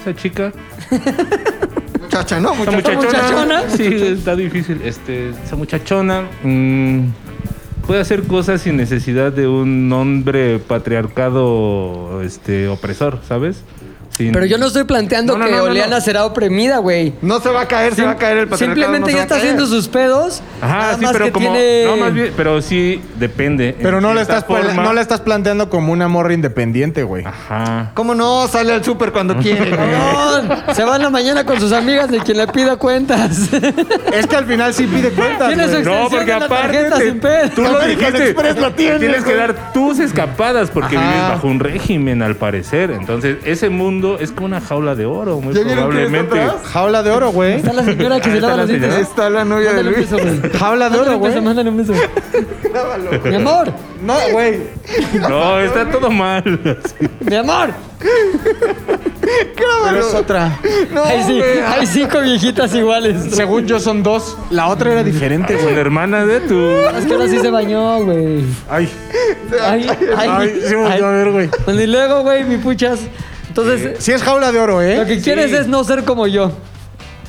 Speaker 7: esa chica.
Speaker 6: Muchacha, ¿no?
Speaker 7: Esa
Speaker 6: Muchacha.
Speaker 7: muchachona. Sí, está difícil. Este, esa muchachona mm, puede hacer cosas sin necesidad de un hombre patriarcado este, opresor, ¿sabes? Sin-
Speaker 4: Pero yo no estoy planteando
Speaker 7: No, no,
Speaker 4: que
Speaker 7: no, no,
Speaker 4: Oleana
Speaker 7: no.
Speaker 4: será oprimida, güey.
Speaker 6: No se va a caer, se va a caer el patriarcado.
Speaker 4: Simplemente ya está haciendo sus pedos.
Speaker 7: Ajá,
Speaker 4: nada
Speaker 7: sí,
Speaker 4: más
Speaker 7: pero
Speaker 4: que
Speaker 7: como.
Speaker 4: tiene-
Speaker 7: No, más bien, pero sí depende.
Speaker 8: Pero
Speaker 7: en
Speaker 8: no le,
Speaker 7: cierta
Speaker 8: estás pla-
Speaker 7: forma.
Speaker 8: no le estás planteando como una morra independiente, güey.
Speaker 7: Ajá.
Speaker 6: ¿Cómo no? Sale al
Speaker 4: [laughs]
Speaker 6: súper cuando quiere. güey.
Speaker 4: Cabrón, se va en la mañana con sus amigas de quien le pida [laughs] cuentas.
Speaker 8: Es que al final sí pide cuentas.
Speaker 4: Tiene su
Speaker 8: güey.
Speaker 4: extensión
Speaker 7: No, porque
Speaker 4: de la
Speaker 7: aparte.
Speaker 4: tarjeta
Speaker 7: te-
Speaker 4: sin pedo.
Speaker 7: tú lo
Speaker 8: American
Speaker 7: dijiste.
Speaker 8: Express la tiene,
Speaker 7: tienes que
Speaker 8: güey.
Speaker 7: dar tus escapadas porque
Speaker 6: Ajá.
Speaker 7: vives bajo un régimen, al parecer. Entonces, ese mundo es como una jaula de oro, muy
Speaker 6: ¿Ya vieron quién está
Speaker 7: probablemente.
Speaker 6: atrás?
Speaker 8: Jaula de oro, güey.
Speaker 4: Está la señora que
Speaker 7: Ahí
Speaker 4: se
Speaker 7: está
Speaker 4: lava
Speaker 7: la
Speaker 4: los dientes.
Speaker 7: señora.
Speaker 6: Está la novia de
Speaker 4: Mándale un
Speaker 6: Luis.
Speaker 4: beso, güey.
Speaker 8: Jaula de
Speaker 4: Mándale
Speaker 8: oro,
Speaker 4: un beso,
Speaker 8: güey.
Speaker 4: Mándale un beso. Mi amor,
Speaker 8: No, güey.
Speaker 7: No, está todo mal.
Speaker 4: mi amor.
Speaker 8: Pero es otra.
Speaker 4: hay, sí- hay cinco viejitas iguales.
Speaker 8: Según yo son dos. La otra era diferente,
Speaker 7: Con
Speaker 8: güey.
Speaker 7: la hermana de tu.
Speaker 4: Es que ahora sí se bañó, güey.
Speaker 8: Ay.
Speaker 4: Ay, ay,
Speaker 8: Ay, sí me volteó a
Speaker 4: ay.
Speaker 8: ver, güey.
Speaker 4: Bueno, Y luego, güey, mi puchas. Entonces,
Speaker 8: Sí es jaula de oro,
Speaker 4: lo
Speaker 8: ¿eh?
Speaker 4: que quieres es no ser como yo.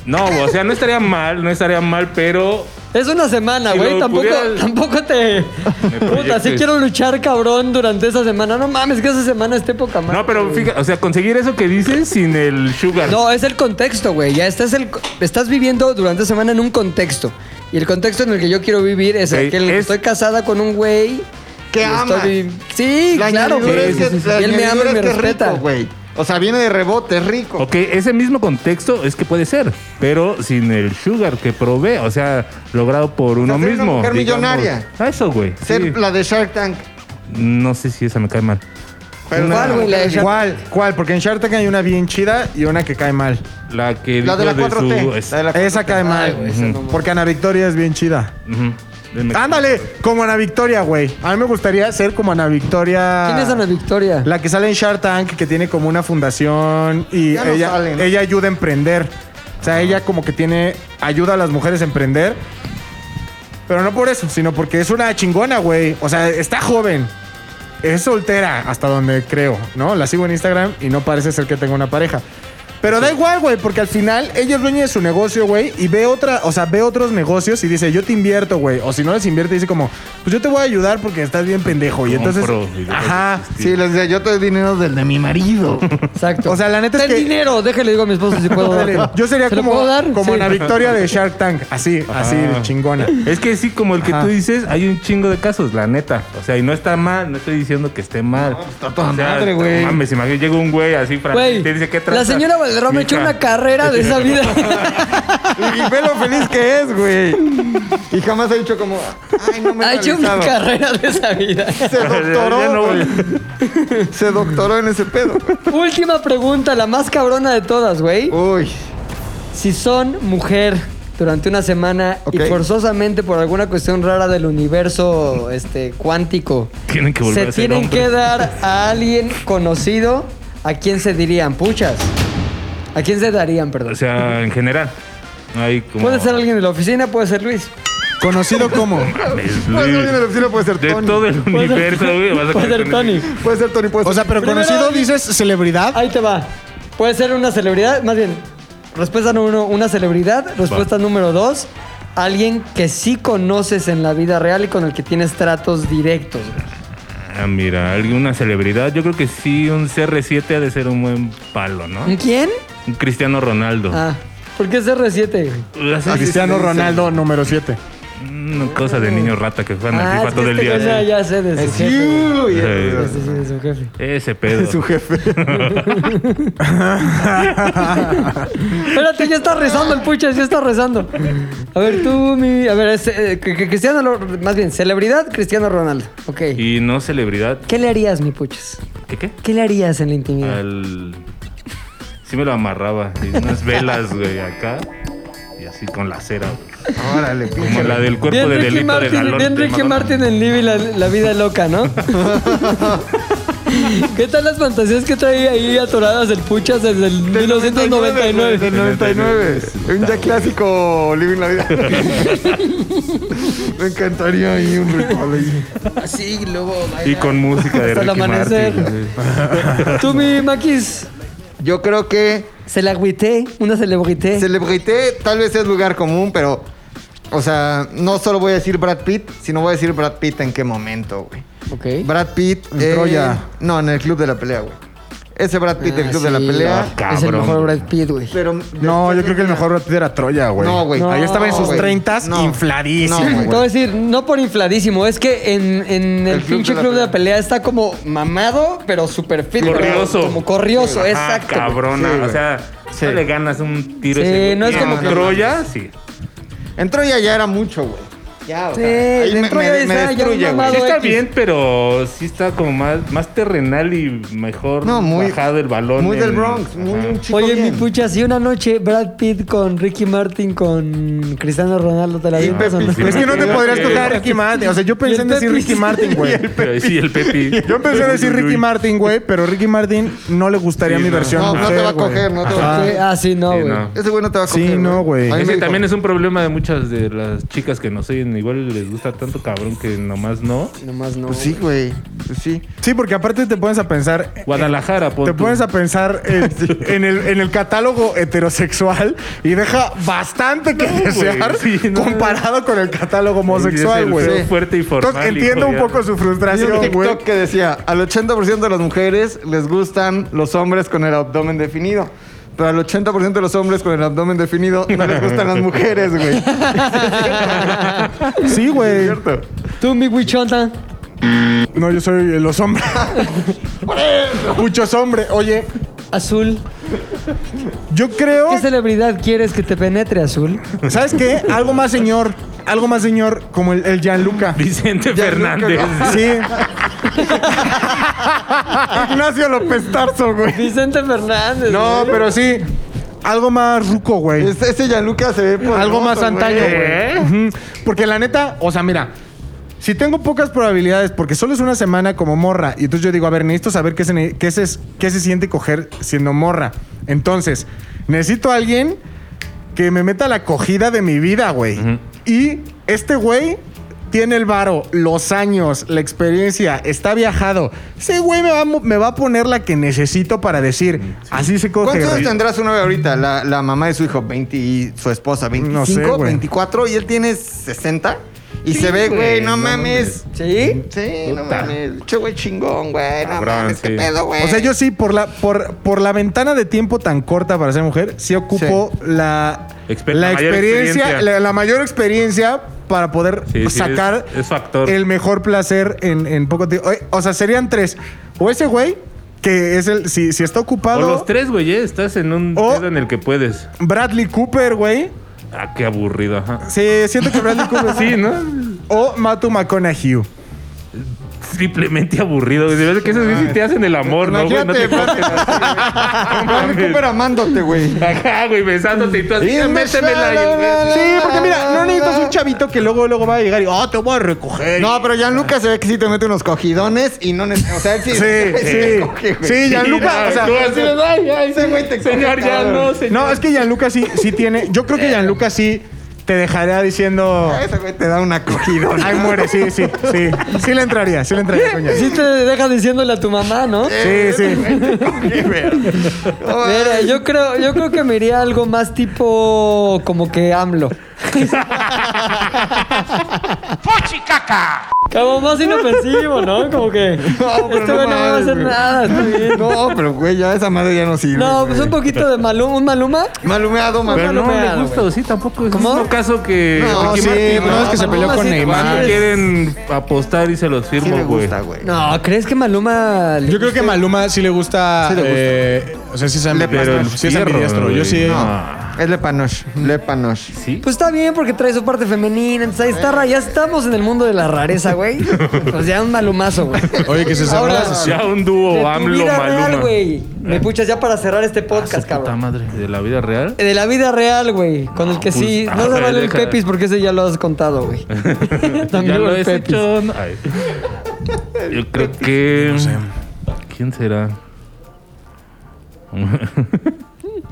Speaker 7: No, o sea, no estaría mal, no estaría mal, pero.
Speaker 4: Es una semana,
Speaker 7: Si
Speaker 4: güey.
Speaker 7: lo
Speaker 4: tampoco,
Speaker 7: pudieras-
Speaker 4: tampoco te. Puta,
Speaker 7: proyectes.
Speaker 4: sí quiero luchar, cabrón, durante esa semana. No mames, que esa semana esté poca madre.
Speaker 7: No, pero
Speaker 4: güey.
Speaker 7: fíjate, o sea, conseguir eso que dices sin el sugar.
Speaker 4: No, es el contexto, güey. Ya estás, el, estás viviendo durante la semana en un contexto. Y el contexto en el que yo quiero vivir es
Speaker 7: Ok,
Speaker 4: el que en el que
Speaker 7: es-
Speaker 4: estoy casada con un güey.
Speaker 6: Que
Speaker 4: y
Speaker 6: ama.
Speaker 4: estoy vi- Sí,
Speaker 6: La
Speaker 4: claro,
Speaker 6: añadidura
Speaker 4: güey.
Speaker 6: es que- la
Speaker 4: Y él me ama
Speaker 6: añadidura
Speaker 4: y me
Speaker 6: es que es
Speaker 4: respeta.
Speaker 6: rico, güey. O sea, viene de rebote, es rico.
Speaker 7: Ok, ese mismo contexto es que puede ser, pero sin el sugar que provee, o sea, logrado por uno
Speaker 6: ser una
Speaker 7: mismo.
Speaker 6: mujer millonaria.
Speaker 7: Ah, Eso, güey.
Speaker 6: Ser
Speaker 7: sí.
Speaker 6: la de Shark Tank.
Speaker 7: No sé si esa me cae mal.
Speaker 8: Pero
Speaker 4: ¿Cuál,
Speaker 8: no.
Speaker 4: güey? La de Shark-
Speaker 8: ¿Cuál? ¿Cuál? Porque en Shark Tank hay una bien chida y una que cae mal.
Speaker 7: La que
Speaker 6: La de la
Speaker 7: dijo
Speaker 6: 4T.
Speaker 7: su- es-
Speaker 6: La de la 4T.
Speaker 8: Esa cae mal.
Speaker 4: güey, esa no
Speaker 8: Ujú. Porque Ana Victoria es bien chida.
Speaker 7: Ujú. Denme-
Speaker 8: Ándale, como Ana Victoria, güey. A mí me gustaría ser como Ana Victoria.
Speaker 4: ¿Quién es Ana Victoria?
Speaker 8: La que sale en Shark Tank, que tiene como una fundación y
Speaker 6: Ya no
Speaker 8: ella,
Speaker 6: sale, ¿no?
Speaker 8: ella ayuda a emprender. O sea, ella como que tiene. ayuda a las mujeres a emprender. Pero no por eso, sino porque es una chingona, güey. O sea, está joven. Es soltera, hasta donde creo, ¿no? La sigo en Instagram y no parece ser que tenga una pareja. Pero da igual, güey, porque al final ella es dueña de su negocio, güey, y ve otra, o sea, ve otros negocios y dice, yo te invierto, güey. O si no les invierte, dice como, pues yo te voy a ayudar porque estás bien pendejo. Y entonces.
Speaker 7: Compro y dejo
Speaker 8: Ajá.
Speaker 7: de este
Speaker 6: Sí, sí, les decía, yo te doy dinero del de mi marido.
Speaker 4: Exacto.
Speaker 8: O sea, la neta es
Speaker 4: Ten
Speaker 8: que-
Speaker 4: dinero, déjale digo a mi esposo si
Speaker 8: [laughs]
Speaker 4: puedo
Speaker 8: Ándale.
Speaker 4: dar.
Speaker 8: Yo sería
Speaker 4: ¿Se lo
Speaker 8: como,
Speaker 4: puedo dar?
Speaker 8: como
Speaker 4: Sí.
Speaker 8: una victoria de Shark Tank. Así, así de chingona.
Speaker 7: Es que sí, como el que
Speaker 8: Ajá.
Speaker 7: tú dices, hay un chingo de casos, la neta. O sea, y no está mal, no estoy diciendo que esté mal. está
Speaker 6: pues, toda madre, güey.
Speaker 7: Mames, imagínate, llega un güey así, Fran, y
Speaker 4: Güey,
Speaker 7: te dice qué
Speaker 4: la
Speaker 7: tranza?
Speaker 4: señora Valderrama ha hecho
Speaker 7: Mija,
Speaker 4: una carrera de esa vida.
Speaker 6: [laughs]
Speaker 7: [laughs]
Speaker 6: y ve lo feliz que es, güey. Y jamás ha dicho como, ay, no
Speaker 4: [laughs]
Speaker 6: me
Speaker 4: ha hecho una
Speaker 6: realizaba".
Speaker 4: carrera de esa vida.
Speaker 6: [laughs] Se doctoró.
Speaker 7: Ya no voy.
Speaker 6: güey. Se doctoró en ese pedo.
Speaker 4: Última pregunta, la más cabrona de todas,
Speaker 8: Uh.
Speaker 4: güey.
Speaker 6: Uy.
Speaker 4: Si son mujer durante una semana
Speaker 6: Ok.
Speaker 4: y forzosamente por alguna cuestión rara del universo este, cuántico,
Speaker 7: [laughs] Tienen que volver
Speaker 4: se
Speaker 7: a ser
Speaker 4: tienen
Speaker 7: hombres.
Speaker 4: que dar a alguien conocido, ¿a quién se dirían? Puchas. ¿A quién se darían, perdón?
Speaker 7: O sea, en general. no Hay como...
Speaker 4: puede ser alguien de la oficina, puede ser Luis.
Speaker 8: Conocido como.
Speaker 6: [laughs]
Speaker 7: Mames,
Speaker 6: Puede ser alguien de la
Speaker 7: güey.
Speaker 6: oficina, puede ser
Speaker 7: De
Speaker 6: Tony.
Speaker 7: todo el
Speaker 4: Puede ser-
Speaker 7: universo, güey. vas a
Speaker 4: Puede
Speaker 7: quedar
Speaker 4: ser
Speaker 7: con
Speaker 4: Tony.
Speaker 7: ese-
Speaker 6: Puede ser Tony, puede ser.
Speaker 8: O sea, pero
Speaker 4: Primero-
Speaker 8: conocido dices celebridad.
Speaker 4: Ahí te va. Puede ser una celebridad, más bien, respuesta número uno, una celebridad. Respuesta número dos, alguien que sí conoces en la vida real y con el que tienes tratos directos. güey.
Speaker 7: Ah, mira, alguna celebridad. Yo creo que sí, un CR7 ha de ser un buen palo, ¿no?
Speaker 4: ¿Un quién?
Speaker 7: Un Cristiano Ronaldo.
Speaker 4: Ah, ¿por qué CR7? güey?
Speaker 7: Las-
Speaker 8: Cristiano Ronaldo número
Speaker 6: [laughs]
Speaker 8: 7.
Speaker 7: Una Mm, cosa de niño rata que juegan al
Speaker 4: Ah,
Speaker 7: FIFA
Speaker 4: es que
Speaker 7: todo el
Speaker 4: este
Speaker 7: día.
Speaker 4: güey Ya,
Speaker 7: sí.
Speaker 4: ya sé de su jefe. güey.
Speaker 6: Uy,
Speaker 7: Eh,
Speaker 4: Sí, sí, de su jefe.
Speaker 7: Ese pedo.
Speaker 6: su jefe.
Speaker 4: Espérate, ya está rezando el puchas, ya está rezando. A ver, tú, mi. A ver, es, eh, que- que Cristiano. Lo- Más bien, celebridad Cristiano Ronaldo. Ok.
Speaker 7: [laughs] Y no celebridad.
Speaker 4: ¿Qué le harías, mi puchas?
Speaker 7: ¿Qué qué?
Speaker 4: ¿Qué le harías en la intimidad?
Speaker 7: Al... Sí me lo amarraba. Y unas velas, güey, acá. Y así con la cera, güey.
Speaker 6: Órale, pinche.
Speaker 7: Como la del cuerpo de
Speaker 4: Ricky
Speaker 7: delito
Speaker 4: Martin,
Speaker 7: de galón.
Speaker 4: bien
Speaker 7: de
Speaker 4: Ricky
Speaker 7: Madonna.
Speaker 4: Martin en Libby la, la vida loca, [laughs] ¿no? ¿Qué tal las fantasías que trae ahí atoradas el Puchas desde el 1999?
Speaker 6: Del 99. Un ya clásico Living la Vida. [laughs] Me encantaría ahí un ritual ahí.
Speaker 12: Así, y luego
Speaker 7: Y con música
Speaker 4: [laughs]
Speaker 7: de
Speaker 4: Hasta el
Speaker 7: Ricky
Speaker 4: amanecer.
Speaker 7: Martin.
Speaker 4: Tú, mi Maquis.
Speaker 6: Yo creo que
Speaker 4: Se la agüité, una celebrité.
Speaker 6: celebrité tal vez es lugar común, pero. O sea, no solo voy a decir Brad Pitt, sino voy a decir Brad Pitt en qué momento, güey.
Speaker 4: Ok.
Speaker 6: Brad Pitt. eh,
Speaker 8: En Troya.
Speaker 6: No, en el Club de la Pelea, güey. Ese Brad Pitt del
Speaker 4: Ah,
Speaker 6: Club de la
Speaker 4: sí.
Speaker 6: Pelea.
Speaker 4: Es el
Speaker 7: Cabrón.
Speaker 4: mejor Brad Pitt, güey.
Speaker 6: Pero
Speaker 8: No,
Speaker 6: después
Speaker 8: yo creo que el
Speaker 6: tenía-
Speaker 8: mejor Brad Pitt era Troya, güey.
Speaker 6: No, güey.
Speaker 4: No, Ahí estaba en sus
Speaker 6: güey.
Speaker 8: 30s infladísimo,
Speaker 6: No,
Speaker 4: Te voy a decir, no por infladísimo, es que en, en el,
Speaker 6: El club
Speaker 4: pinche
Speaker 6: de la
Speaker 4: club de la
Speaker 6: pelea.
Speaker 4: pelea está como mamado, pero súper fit. pero
Speaker 7: Corrioso.
Speaker 4: Como corrioso,
Speaker 7: Ajá,
Speaker 4: exacto. güey.
Speaker 7: Ah, cabrona.
Speaker 6: Sí, güey.
Speaker 7: o sea,
Speaker 6: Sí.
Speaker 7: no le ganas un tiro
Speaker 4: Sí,
Speaker 7: ese.
Speaker 4: no es como
Speaker 7: que
Speaker 4: que-
Speaker 7: Troya, sí.
Speaker 6: En Troya ya era mucho, güey. Ya, o
Speaker 4: Sí,
Speaker 6: sea, ahí me,
Speaker 4: dentro
Speaker 6: me-
Speaker 4: ya
Speaker 6: me
Speaker 4: está, ya
Speaker 6: destruye,
Speaker 4: un
Speaker 6: güey.
Speaker 4: mamado.
Speaker 7: Sí está
Speaker 4: X.
Speaker 7: bien, pero sí está como más, más terrenal y mejor
Speaker 6: No, muy-
Speaker 7: bajado el balón.
Speaker 6: Muy del
Speaker 7: en-
Speaker 6: Bronx, muy
Speaker 7: Ajá.
Speaker 6: un chico
Speaker 4: Oye,
Speaker 6: bien.
Speaker 4: mi pucha, si una noche Brad Pitt con Ricky Martin, con Cristiano Ronaldo, te la
Speaker 6: Y
Speaker 4: vienes o no? Ah,
Speaker 6: Pepe.
Speaker 8: Es que no te
Speaker 7: Sí,
Speaker 8: podrías
Speaker 7: sí.
Speaker 8: tocar Ricky Martin. O sea, yo pensé en
Speaker 4: Y el
Speaker 8: decir
Speaker 4: Pepis.
Speaker 8: Ricky Martin, güey.
Speaker 7: Pero sí, el Pepi.
Speaker 8: [laughs] Yo pensé en decir Ricky Martin, güey, pero Ricky Martin no le gustaría
Speaker 7: Sí,
Speaker 8: mi
Speaker 7: no.
Speaker 8: versión.
Speaker 6: No, no te
Speaker 8: mujer,
Speaker 6: va a
Speaker 8: güey.
Speaker 6: coger, no te va a
Speaker 8: Ajá.
Speaker 4: Sí, Ah, sí, no,
Speaker 7: Sí,
Speaker 4: güey.
Speaker 7: no.
Speaker 6: Ese güey no te va a
Speaker 8: Sí,
Speaker 6: coger.
Speaker 8: no, güey.
Speaker 6: A mí
Speaker 7: Ese
Speaker 6: me dijo,
Speaker 7: también es un problema de muchas de las chicas que no oyen. Igual les gusta tanto cabrón que nomás no.
Speaker 4: Nomás no.
Speaker 6: Pues sí, güey. Pues sí.
Speaker 8: Sí, porque aparte te pones a pensar.
Speaker 7: Guadalajara, pon
Speaker 8: Te
Speaker 7: tú.
Speaker 8: pones a pensar en, en el, en el catálogo heterosexual y deja bastante que desear
Speaker 7: sí, no.
Speaker 8: comparado con el catálogo
Speaker 7: Es
Speaker 8: homosexual,
Speaker 7: el
Speaker 8: güey.
Speaker 7: feo, fuerte y formal,
Speaker 8: Entonces entiendo
Speaker 7: hijo,
Speaker 8: un
Speaker 7: ya.
Speaker 8: poco su
Speaker 6: Vi un
Speaker 8: frustración, güey.
Speaker 6: TikTok que decía, al 80% de las mujeres les gustan los hombres con el abdomen definido. Pero al 80% de los hombres con el abdomen definido no les gustan las mujeres, [laughs] güey.
Speaker 8: Sí, güey.
Speaker 6: ¿Cierto?
Speaker 4: Tú, mi huichonta.
Speaker 8: No, yo soy
Speaker 7: [laughs]
Speaker 8: los hombres. Muchos hombres. Oye,
Speaker 4: Azul.
Speaker 8: yo creo.
Speaker 4: ¿Qué celebridad quieres que te penetre, Azul?
Speaker 8: ¿Sabes qué? Algo más señor. Algo más señor, como el, el
Speaker 7: [laughs]
Speaker 8: Gianluca.
Speaker 7: [laughs] Vicente Fernández.
Speaker 8: Sí. [laughs] Ignacio López Tarso, güey.
Speaker 4: Vicente Fernández.
Speaker 8: No,
Speaker 4: güey.
Speaker 8: pero sí. Algo más ruco, güey.
Speaker 6: Este, este Gianluca se ve poderoso,
Speaker 8: Algo
Speaker 4: pues,
Speaker 8: más antaño,
Speaker 7: ¿Eh?
Speaker 8: güey. Ujú. Porque la neta, o sea, mira. Si tengo pocas probabilidades, porque solo es una semana como morra, y entonces yo digo, a ver, necesito saber qué se, qué se, qué se siente coger siendo morra. Entonces, necesito a alguien que me meta la cogida de mi vida, güey. Y este güey tiene el varo, los años, la experiencia, está viajado. Ese güey me va, a mo- me va a poner la que necesito para decir, así se coge.
Speaker 6: ¿Cuántos años
Speaker 8: güey.
Speaker 6: tendrá su novia ahorita? La, la mamá de su hijo, 20 y su esposa, 25,
Speaker 8: No sé, güey.
Speaker 6: 24, y él tiene 60. Y
Speaker 7: Sí,
Speaker 6: se ve, güey,
Speaker 7: güey,
Speaker 6: no,
Speaker 7: no
Speaker 6: mames.
Speaker 4: ¿Sí?
Speaker 6: Sí, no
Speaker 7: Puta.
Speaker 6: mames. Che, güey, chingón, güey. No
Speaker 7: Cabrón,
Speaker 6: mames, qué
Speaker 7: sí.
Speaker 6: pedo, güey.
Speaker 8: O sea, yo sí, por la, por, por la ventana de tiempo tan corta para ser mujer, sí ocupo la,
Speaker 7: Exper-
Speaker 8: la
Speaker 7: la mayor
Speaker 8: experiencia,
Speaker 7: experiencia.
Speaker 8: La, la mayor experiencia para poder
Speaker 7: Sí, sí,
Speaker 8: sacar
Speaker 7: es- es factor.
Speaker 8: el mejor placer en, en poco tiempo. Oye, O sea, serían tres. O ese güey, que es el, si, si está
Speaker 7: O
Speaker 8: [laughs] ocupado,
Speaker 7: los tres, güey, ¿eh? estás en un
Speaker 8: O-
Speaker 7: pedo en el que puedes.
Speaker 8: Bradley Cooper, güey.
Speaker 7: Ah, qué aburrido, ajá.
Speaker 8: Sí, siento que Bradley
Speaker 7: [laughs]
Speaker 8: Cooper.
Speaker 7: Sí, ¿no?
Speaker 8: O Matu McConaughey.
Speaker 7: Triplemente aburrido. güey. De verdad que esos güeyes sí te hacen el amor, ¿no, güey? No te
Speaker 6: Imagínate, Bradley- Bradley
Speaker 7: mames.
Speaker 6: Cooper amándote, güey.
Speaker 7: Ajá, güey, besándote y tú así,
Speaker 6: Irme
Speaker 7: métemela.
Speaker 6: sola, la, la,
Speaker 7: y-
Speaker 8: Sí, porque mira, no necesitas un chavito que luego, luego va a llegar y, oh, te voy a recoger.
Speaker 6: No, pero Gianluca se ve que sí te mete unos cogidones y no... neces- O sea, [laughs] él sí...
Speaker 8: Sí, sí.
Speaker 6: coge, güey.
Speaker 8: Sí, Gianluca,
Speaker 7: no,
Speaker 8: o sea,
Speaker 7: tú así de, "Ay, ay,
Speaker 6: Ese Este güey te
Speaker 7: Señor,
Speaker 6: coge,
Speaker 7: ya
Speaker 6: cabrón.
Speaker 7: no, señor.
Speaker 8: No, es que Gianluca sí, sí tiene. Yo creo que Gianluca sí te dejaría diciendo.
Speaker 6: Ese güey te da una cogidona.
Speaker 8: Ay, muere, sí, sí, sí. Sí le entraría, sí le entraría, coño.
Speaker 4: Sí te deja diciéndole a tu mamá, ¿no?
Speaker 8: Sí, sí.
Speaker 4: Mira, yo creo, yo creo que me iría algo más tipo como que AMLO. Como más inofensivo, ¿no? Como que
Speaker 6: pero
Speaker 4: este güey no
Speaker 6: no
Speaker 4: me va a
Speaker 6: mames,
Speaker 4: hacer
Speaker 6: güey.
Speaker 4: nada, está bien.
Speaker 6: No, pero güey, ya esa madre ya no sirve.
Speaker 4: No, pues
Speaker 6: güey.
Speaker 4: un poquito de Maluma, un Maluma.
Speaker 6: Malumeado,
Speaker 7: Pero
Speaker 6: malumeado.
Speaker 7: no
Speaker 4: Malumeado,
Speaker 7: le gusta,
Speaker 4: güey.
Speaker 7: sí, tampoco es
Speaker 4: ¿Cómo?
Speaker 7: un caso que
Speaker 6: No,
Speaker 7: Ricky
Speaker 6: sí,
Speaker 7: Martin,
Speaker 6: pero
Speaker 7: ¿no?
Speaker 6: es que se
Speaker 4: peleó con Neymar.
Speaker 7: Si quieren apostar y se los
Speaker 6: Sí le
Speaker 7: firmo, güey.
Speaker 6: gusta, güey.
Speaker 4: No, ¿crees que Maluma le
Speaker 8: Yo creo que Maluma sí le gusta.
Speaker 6: Sí le gusta.
Speaker 8: eh, o sea, sí es ambi-
Speaker 7: Pero el
Speaker 8: sí es
Speaker 7: fierro,
Speaker 8: ambidiestro.
Speaker 7: güey,
Speaker 8: Yo sí.
Speaker 7: no.
Speaker 6: Es Le Panoche. Le Panoche.
Speaker 7: Sí.
Speaker 4: Pues está bien porque trae su parte femenina. Entonces ahí está, ra- ya estamos en el mundo de la rareza, güey. Pues ya un malumazo,
Speaker 6: [laughs]
Speaker 4: güey.
Speaker 8: Oye, que se cerró
Speaker 4: Ahora,
Speaker 8: la-
Speaker 7: Ya un
Speaker 6: Oh,
Speaker 7: dúo
Speaker 4: de tu
Speaker 7: AMLO
Speaker 4: vida real,
Speaker 7: Maluma.
Speaker 4: güey. Me puchas ya para cerrar este
Speaker 6: Ah,
Speaker 4: podcast,
Speaker 7: Puta
Speaker 4: cabrón.
Speaker 7: madre, de la vida real.
Speaker 4: De la vida real, güey. Con el que
Speaker 7: pues, [laughs]
Speaker 4: sí.
Speaker 7: ah,
Speaker 4: No se
Speaker 7: güey,
Speaker 4: vale el
Speaker 7: deja-
Speaker 4: Pepis porque ese ya lo has contado, güey.
Speaker 7: [laughs]
Speaker 4: [laughs]
Speaker 7: ya
Speaker 4: También
Speaker 7: lo
Speaker 4: el
Speaker 7: he
Speaker 4: Pepis.
Speaker 7: hecho. ¿no? Ay. Yo [laughs] creo que. ¿Quién será?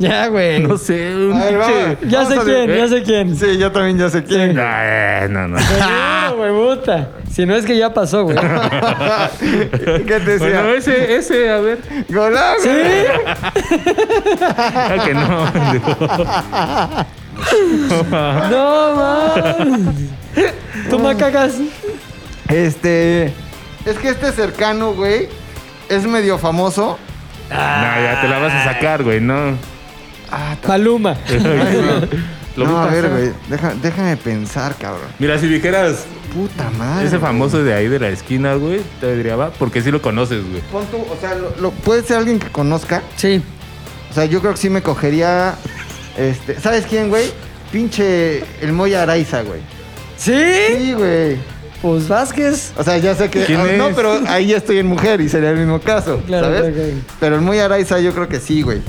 Speaker 4: Ya, güey.
Speaker 7: No sé. un
Speaker 6: A ver, vamos.
Speaker 7: pinche-
Speaker 4: Ya
Speaker 6: Vamos
Speaker 4: sé
Speaker 6: a ver,
Speaker 4: quién,
Speaker 7: ¿eh?
Speaker 4: ya sé quién.
Speaker 6: Sí, yo también ya sé quién. güey.
Speaker 7: Ay, Ah, no, no.
Speaker 4: Seguro, güey, puta. Si no es que ya pasó,
Speaker 7: [laughs]
Speaker 4: güey.
Speaker 6: [laughs] ¿Qué te decía?
Speaker 7: Bueno, ese, ese, a ver.
Speaker 6: Golá, güey.
Speaker 7: Ah, que no.
Speaker 4: No, man. Tú me cagas.
Speaker 6: Este. Es que este cercano, güey, es medio famoso.
Speaker 7: No, ya te la vas a sacar, güey, no.
Speaker 4: Maluma.
Speaker 7: [laughs] Lo vi
Speaker 6: no, a ver,
Speaker 7: pasar.
Speaker 6: güey. deja- déjame pensar, cabrón.
Speaker 7: Mira, si dijeras
Speaker 6: Puta madre.
Speaker 7: ese
Speaker 6: güey.
Speaker 7: famoso de ahí de la esquina, güey, te diría, va, porque sí lo conoces, güey.
Speaker 6: Pon tú, o sea, lo- lo- puede ser alguien que conozca.
Speaker 4: Sí.
Speaker 6: O sea, yo creo que sí me cogería. Este, ¿Sabes quién, güey? Pinche el Moya Araiza, güey.
Speaker 4: ¿Sí?
Speaker 6: Sí, güey.
Speaker 4: Pues Vázquez.
Speaker 6: O sea, ya sé que.
Speaker 7: ¿Quién
Speaker 6: ah, No,
Speaker 7: es?
Speaker 6: pero ahí ya estoy en mujer y sería el mismo caso.
Speaker 4: Claro,
Speaker 6: ¿Sabes?
Speaker 4: claro, claro.
Speaker 6: Pero el Moya Araiza, yo creo que sí, güey.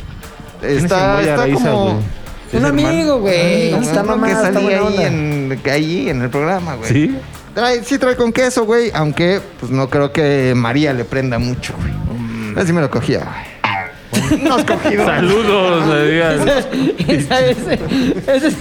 Speaker 7: ¿Quién es el
Speaker 6: Está,
Speaker 7: Moy
Speaker 6: está
Speaker 7: Araiza,
Speaker 6: como.
Speaker 7: güey? ¿Es
Speaker 4: Un
Speaker 7: hermano?
Speaker 4: amigo, güey.
Speaker 6: Como
Speaker 4: Está
Speaker 6: uno
Speaker 4: mamá,
Speaker 6: que
Speaker 4: está
Speaker 6: salí
Speaker 4: buena
Speaker 6: ahí
Speaker 4: onda.
Speaker 6: en, que ahí en el programa, güey.
Speaker 7: ¿Sí?
Speaker 6: Trae, sí trae con queso, güey, aunque pues no creo que María le prenda mucho, güey.
Speaker 7: Mm.
Speaker 6: A ver si me lo cogía, güey. Nos cogido.
Speaker 7: Saludos,
Speaker 4: Ah.
Speaker 7: adiós.
Speaker 4: Esa- ese, ese es-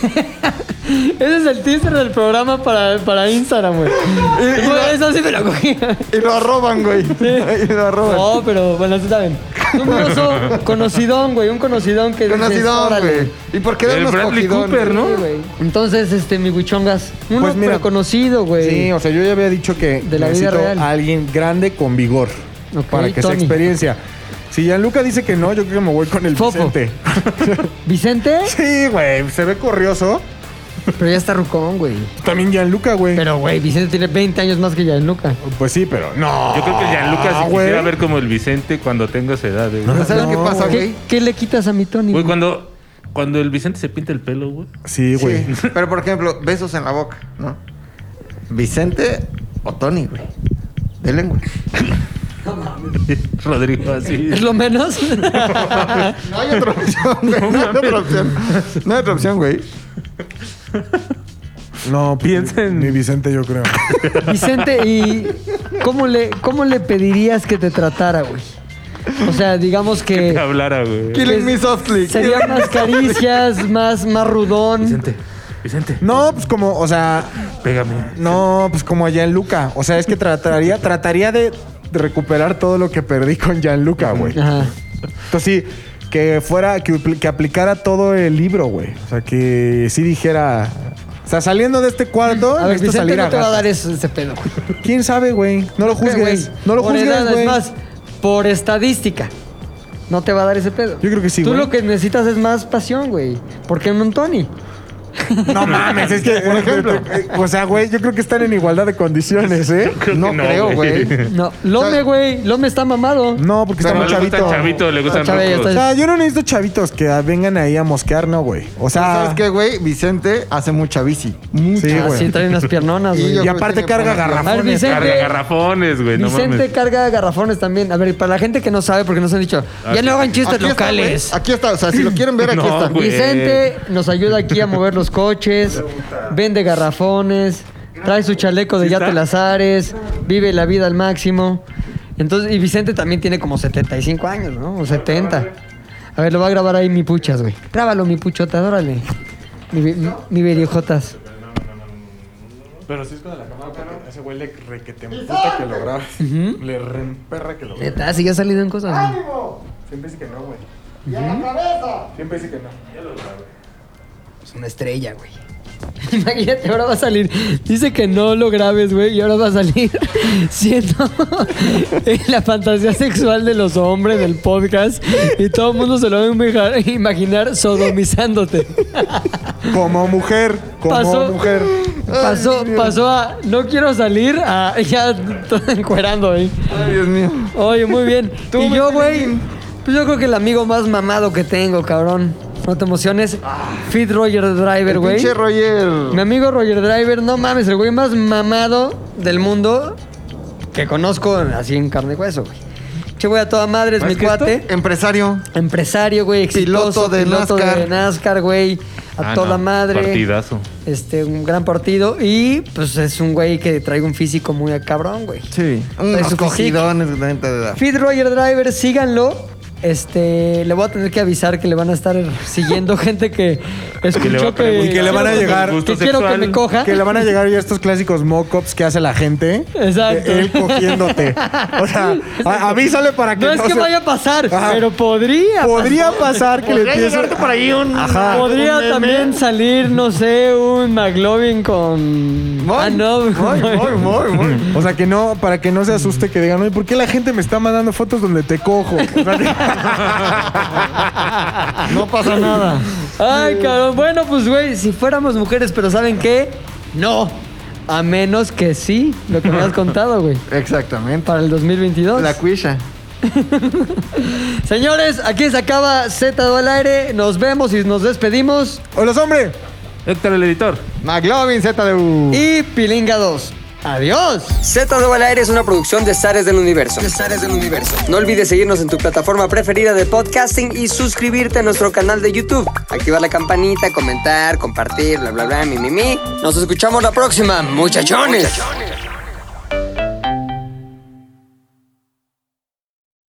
Speaker 4: ese es el teaser del programa para, para Instagram, güey. Güey, Eso sí me lo cogí.
Speaker 6: Y lo arroban, güey. [laughs] Y lo arroban.
Speaker 4: No, pero bueno, sí saben. Un grosso conocidón, güey. Un conocidón que dices,
Speaker 6: Conocidón,
Speaker 4: "Órale".
Speaker 6: güey. Y por qué
Speaker 7: El
Speaker 6: darnos
Speaker 7: Bradley
Speaker 6: cogidón.
Speaker 7: Cooper, ¿no?
Speaker 4: Sí, güey. Entonces, este, mi huichongas. Uno
Speaker 8: Pues mira.
Speaker 4: pero conocido, güey.
Speaker 8: Sí, o sea, yo ya había dicho que
Speaker 4: Pues, De la vida
Speaker 8: necesito
Speaker 4: real.
Speaker 8: a alguien grande con vigor
Speaker 4: Ok,
Speaker 8: para que
Speaker 4: Tony.
Speaker 8: se experiencia. Si Gianluca dice que no, yo creo que me voy con el
Speaker 4: Fofo.
Speaker 8: Vicente. [laughs]
Speaker 4: Vicente,
Speaker 8: sí, güey, se ve corrioso.
Speaker 4: pero ya está rucón, güey.
Speaker 8: También Gianluca, güey.
Speaker 4: Pero, güey, Vicente tiene 20 años más que Gianluca.
Speaker 8: Pues sí, pero no.
Speaker 7: Yo creo que
Speaker 6: Ah,
Speaker 7: Gianluca se
Speaker 8: güey.
Speaker 7: quisiera ver como el Vicente cuando tenga esa edad, güey.
Speaker 6: ¿Pero ¿Sabes qué pasa,
Speaker 4: ¿Qué,
Speaker 6: güey?
Speaker 4: qué le quitas a mi Tony?
Speaker 7: Güey, cuando, cuando el Vicente se pinta el pelo, güey. [laughs]
Speaker 8: Sí, güey.
Speaker 6: Sí, Pero por ejemplo, besos en la boca, ¿no? Vicente o Tony, güey. De lengua.
Speaker 7: Rodrigo, así.
Speaker 4: ¿Es lo menos?
Speaker 6: No hay otra opción, güey. [laughs] No hay otra opción. No hay otra opción, güey.
Speaker 8: No,
Speaker 7: Piensen.
Speaker 8: piensen. Ni Vicente, yo creo.
Speaker 4: Vicente, ¿y cómo le, cómo le pedirías que te tratara, güey? O sea, digamos
Speaker 7: Que
Speaker 4: que
Speaker 7: hablara, güey.
Speaker 6: Killing me softly.
Speaker 4: sería
Speaker 6: Killing me
Speaker 4: más caricias, más, más rudón.
Speaker 7: Vicente, Vicente,
Speaker 8: No, pues como, o sea,
Speaker 7: pégame.
Speaker 8: no, pues como a Gianluca. O sea, es que trataría, trataría de recuperar todo lo que perdí con Gianluca, güey.
Speaker 4: Ajá.
Speaker 8: Entonces sí, que fuera, que, upli- que aplicara todo el libro, güey. O sea, que sí dijera. O sea, saliendo de este cuarto,
Speaker 4: A ver,
Speaker 8: necesito
Speaker 4: Vicente
Speaker 8: salir a
Speaker 4: no te va a
Speaker 8: gatas.
Speaker 4: dar eso, ese pedo, güey.
Speaker 8: ¿Quién sabe, güey? No lo juzgues.
Speaker 4: Güey,
Speaker 8: No lo
Speaker 4: por edad,
Speaker 8: juzgues,
Speaker 4: Es
Speaker 8: güey.
Speaker 4: más, por estadística. No te va a dar ese pedo.
Speaker 8: Yo creo que sí,
Speaker 4: Tú
Speaker 8: güey.
Speaker 4: lo que necesitas es más pasión, güey. ¿Por qué no un Tony?
Speaker 8: No mames,
Speaker 4: [laughs]
Speaker 8: es que, por ejemplo. [laughs] O sea, güey, yo creo que están en igualdad de condiciones, ¿eh?
Speaker 6: No creo,
Speaker 7: [laughs]
Speaker 6: güey.
Speaker 4: No. Lome,
Speaker 6: ¿Sabes?
Speaker 4: güey. Lome está mamado.
Speaker 8: No, porque está
Speaker 7: No
Speaker 8: muy
Speaker 7: le
Speaker 8: chavito.
Speaker 7: gustan chavito, le gustan
Speaker 4: Ah, Chave, ya
Speaker 7: rucos.
Speaker 8: O
Speaker 4: está-
Speaker 8: sea, yo no necesito chavitos que vengan ahí a mosquear, no, güey. O sea,
Speaker 6: ¿Sabes qué, güey? Vicente hace mucha bici. Mucha.
Speaker 8: Sí,
Speaker 4: Ah,
Speaker 8: güey.
Speaker 4: sí, trae unas piernonas,
Speaker 6: Y
Speaker 4: güey.
Speaker 6: yo
Speaker 8: [laughs] Y
Speaker 6: creo
Speaker 8: aparte
Speaker 6: que
Speaker 8: carga
Speaker 6: tiene
Speaker 8: garrafones.
Speaker 4: Mal Vicente.
Speaker 7: Carga garrafones, güey. No
Speaker 4: Vicente
Speaker 7: mames.
Speaker 4: carga garrafones también. A ver, para la gente que no sabe, porque nos han dicho, ya no hagan chistes
Speaker 6: Aquí está,
Speaker 4: locales.
Speaker 6: güey. aquí está, o sea, si lo quieren ver, aquí
Speaker 7: No,
Speaker 6: está.
Speaker 7: güey.
Speaker 4: Vicente nos ayuda aquí a mover los coches, vende garrafones, trae su chaleco de
Speaker 7: ¿Sí
Speaker 4: ya
Speaker 7: está?
Speaker 4: te las ares, vive la vida al máximo. Entonces, y Vicente también tiene como 75 años, ¿no? O 70. A ver, lo va a grabar ahí mi puchas, güey. Grábalo, mi puchota, órale. Mi, ve- mi, mi veriojotas.
Speaker 8: Pero sí es con la cámara porque ese güey le re que te emputa que lo grabes.
Speaker 4: "Ah".
Speaker 8: Le re emperra que lo grabes.
Speaker 4: Neta, si ya ha salido en cosas. güey.
Speaker 8: Siempre dice que no, güey. Siempre dice que no.
Speaker 4: Es una estrella, güey. [laughs] Imagínate, ahora va a salir. Dice que no lo grabes, güey, y ahora va a salir [laughs] siendo [laughs] eh, la fantasía sexual de los hombres del podcast. Y todo el mundo se lo va a ima- [laughs] imaginar sodomizándote.
Speaker 8: Como mujer, como
Speaker 4: Pasó.
Speaker 8: mujer.
Speaker 4: Pasó, pasó a no quiero salir a [laughs] ya todo encuerando, güey.
Speaker 6: Ay, Dios mío.
Speaker 4: Oye, muy bien.
Speaker 6: Tú,
Speaker 4: y yo,
Speaker 6: Benjamín.
Speaker 4: güey, pues yo creo que el amigo más mamado que tengo, cabrón. No te emociones. Fit Roger Driver,
Speaker 6: El
Speaker 4: güey.
Speaker 6: pinche Roger.
Speaker 4: Mi amigo Roger Driver, no mames, el güey más mamado del mundo que conozco así en carne y hueso, güey. Che, güey, a toda madre es
Speaker 6: ¿Más
Speaker 4: mi
Speaker 6: que
Speaker 4: cuate.
Speaker 6: esto? Empresario.
Speaker 4: Empresario, güey, exitoso.
Speaker 6: Piloto de
Speaker 4: piloto
Speaker 6: NASCAR.
Speaker 4: de NASCAR, güey. A
Speaker 7: Ah,
Speaker 4: toda
Speaker 7: no,
Speaker 4: madre.
Speaker 7: Partidazo.
Speaker 4: Este, un gran partido. Y pues es un güey que trae un físico muy cabrón, güey.
Speaker 6: Sí.
Speaker 4: Trae
Speaker 6: Unos
Speaker 4: su
Speaker 6: cogidones que también te da.
Speaker 4: Feed Roger Driver, síganlo. Este, le voy a tener que avisar que le van a estar siguiendo [laughs] gente que
Speaker 7: Que le va
Speaker 4: escuchó
Speaker 7: a preguntar
Speaker 4: que.
Speaker 8: Y que le van a
Speaker 7: sobre
Speaker 8: llegar-
Speaker 7: su gusto
Speaker 4: Que quiero que
Speaker 7: sexual.
Speaker 4: me coja.
Speaker 8: Que le van a llegar ya estos clásicos mock-ups que hace la gente.
Speaker 4: Exacto.
Speaker 8: de él cogiéndose. O sea, a- avísale para que
Speaker 4: No es que
Speaker 8: se-
Speaker 4: vaya a pasar,
Speaker 8: Ajá.
Speaker 4: pero podría.
Speaker 8: Podría pasar que le empiece.
Speaker 6: ahí un.
Speaker 8: Ajá.
Speaker 4: Podría también salir, no sé, un McLovin con. ah, no.
Speaker 8: Muy, muy, muy, muy. O sea, que no, para que no se asuste que digan, oye, ¿por qué la gente me está mandando fotos donde te cojo? O sea,
Speaker 6: No pasa nada.
Speaker 4: Ay, cabrón. Bueno, pues, güey, si fuéramos mujeres, pero ¿saben qué? No. A menos que sí, lo que me
Speaker 8: [laughs]
Speaker 4: has contado, güey.
Speaker 6: Exactamente.
Speaker 4: Para el 2022.
Speaker 6: La cuisha.
Speaker 4: Señores, aquí se acaba Z al aire. Nos vemos y nos despedimos.
Speaker 8: ¡Hola, hombre!
Speaker 7: Héctor, el editor.
Speaker 6: McLovin ZDU.
Speaker 4: Y Pilinga 2. Adiós.
Speaker 13: Mm. Z al aire es una producción de Zares del Universo. del Universo. No olvides seguirnos en tu plataforma preferida de podcasting y suscribirte a nuestro canal de YouTube. Activar la campanita, comentar, compartir, bla, bla, bla, mi, mi, mi. Nos escuchamos la próxima, muchachones.